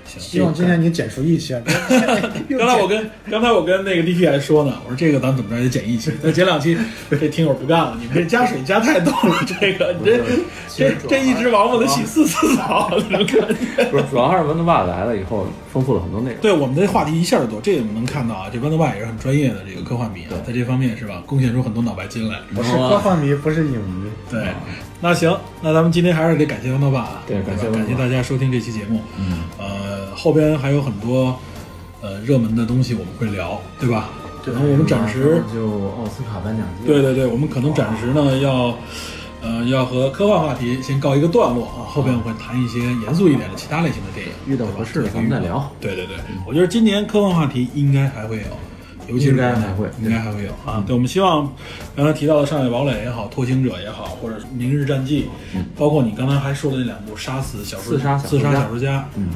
[SPEAKER 4] 希望今天你剪出一期啊。
[SPEAKER 2] 刚才我跟刚才我跟那个 DP 还说呢，我说这个咱们怎么着也剪一期，再剪两期，这听友不干了，你们这加水加太多了，这个你这这这一只王八得洗四次澡，你能感觉？
[SPEAKER 5] 不是，主要还是文德爸来了以后，丰富了很多内容。
[SPEAKER 2] 对我们的话题一下就多，这也能看到啊，这豌豆爸也是很专业的这个科幻迷啊，在这方面是吧，贡献出很多脑白金来。
[SPEAKER 4] 我是科幻迷，不是影迷。
[SPEAKER 2] 对，那行，那咱们今天还是得感谢王老板啊，
[SPEAKER 5] 嗯对
[SPEAKER 2] 吧
[SPEAKER 5] 感谢王老
[SPEAKER 2] 感
[SPEAKER 5] 板
[SPEAKER 2] 谢大家收听这期节目，嗯，呃，后边还有很多呃热门的东西我们会聊，对吧？然后我们暂时，
[SPEAKER 5] 就奥斯卡颁奖季，
[SPEAKER 2] 对，对对，我们可能暂时呢要。呃，要和科幻话题先告一个段落啊，后边我会谈一些严肃一点的其他类型的电影，
[SPEAKER 5] 遇到
[SPEAKER 2] 对吧
[SPEAKER 5] 合适的
[SPEAKER 2] 做
[SPEAKER 5] 咱
[SPEAKER 2] 一个
[SPEAKER 5] 们再
[SPEAKER 2] 预告
[SPEAKER 5] 聊。
[SPEAKER 2] 对对对，我觉得今年科幻话题应该还会有，尤其是
[SPEAKER 5] 应该还会
[SPEAKER 2] 应该还会有啊。对，我们希望刚才提到的《上海堡垒》也好，《拓星者》也好，或者《明日战记》，包括你刚才还说的那两部《杀死小说
[SPEAKER 5] 嗯刺杀小说家
[SPEAKER 2] 刺杀小说家》，嗯，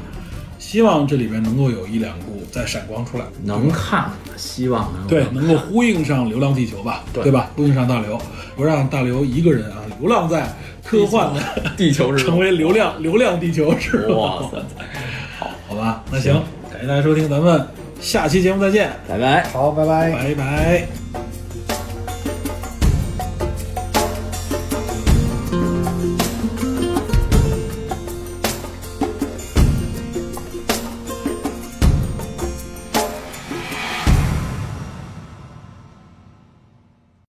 [SPEAKER 2] 希望这里边能够有一两部再闪光出来，
[SPEAKER 5] 能看，希望能
[SPEAKER 2] 对，能够呼应上《流浪地球》吧，对吧？呼应上大刘，不让大刘一个人啊流浪在科幻的
[SPEAKER 3] 地球之中
[SPEAKER 2] 成为流量流量地球是吧？
[SPEAKER 5] 哇塞，
[SPEAKER 2] 好吧，那行，感谢大家收听，咱们下期节目再见，
[SPEAKER 5] 拜拜。
[SPEAKER 4] 好，拜拜。
[SPEAKER 2] 拜拜。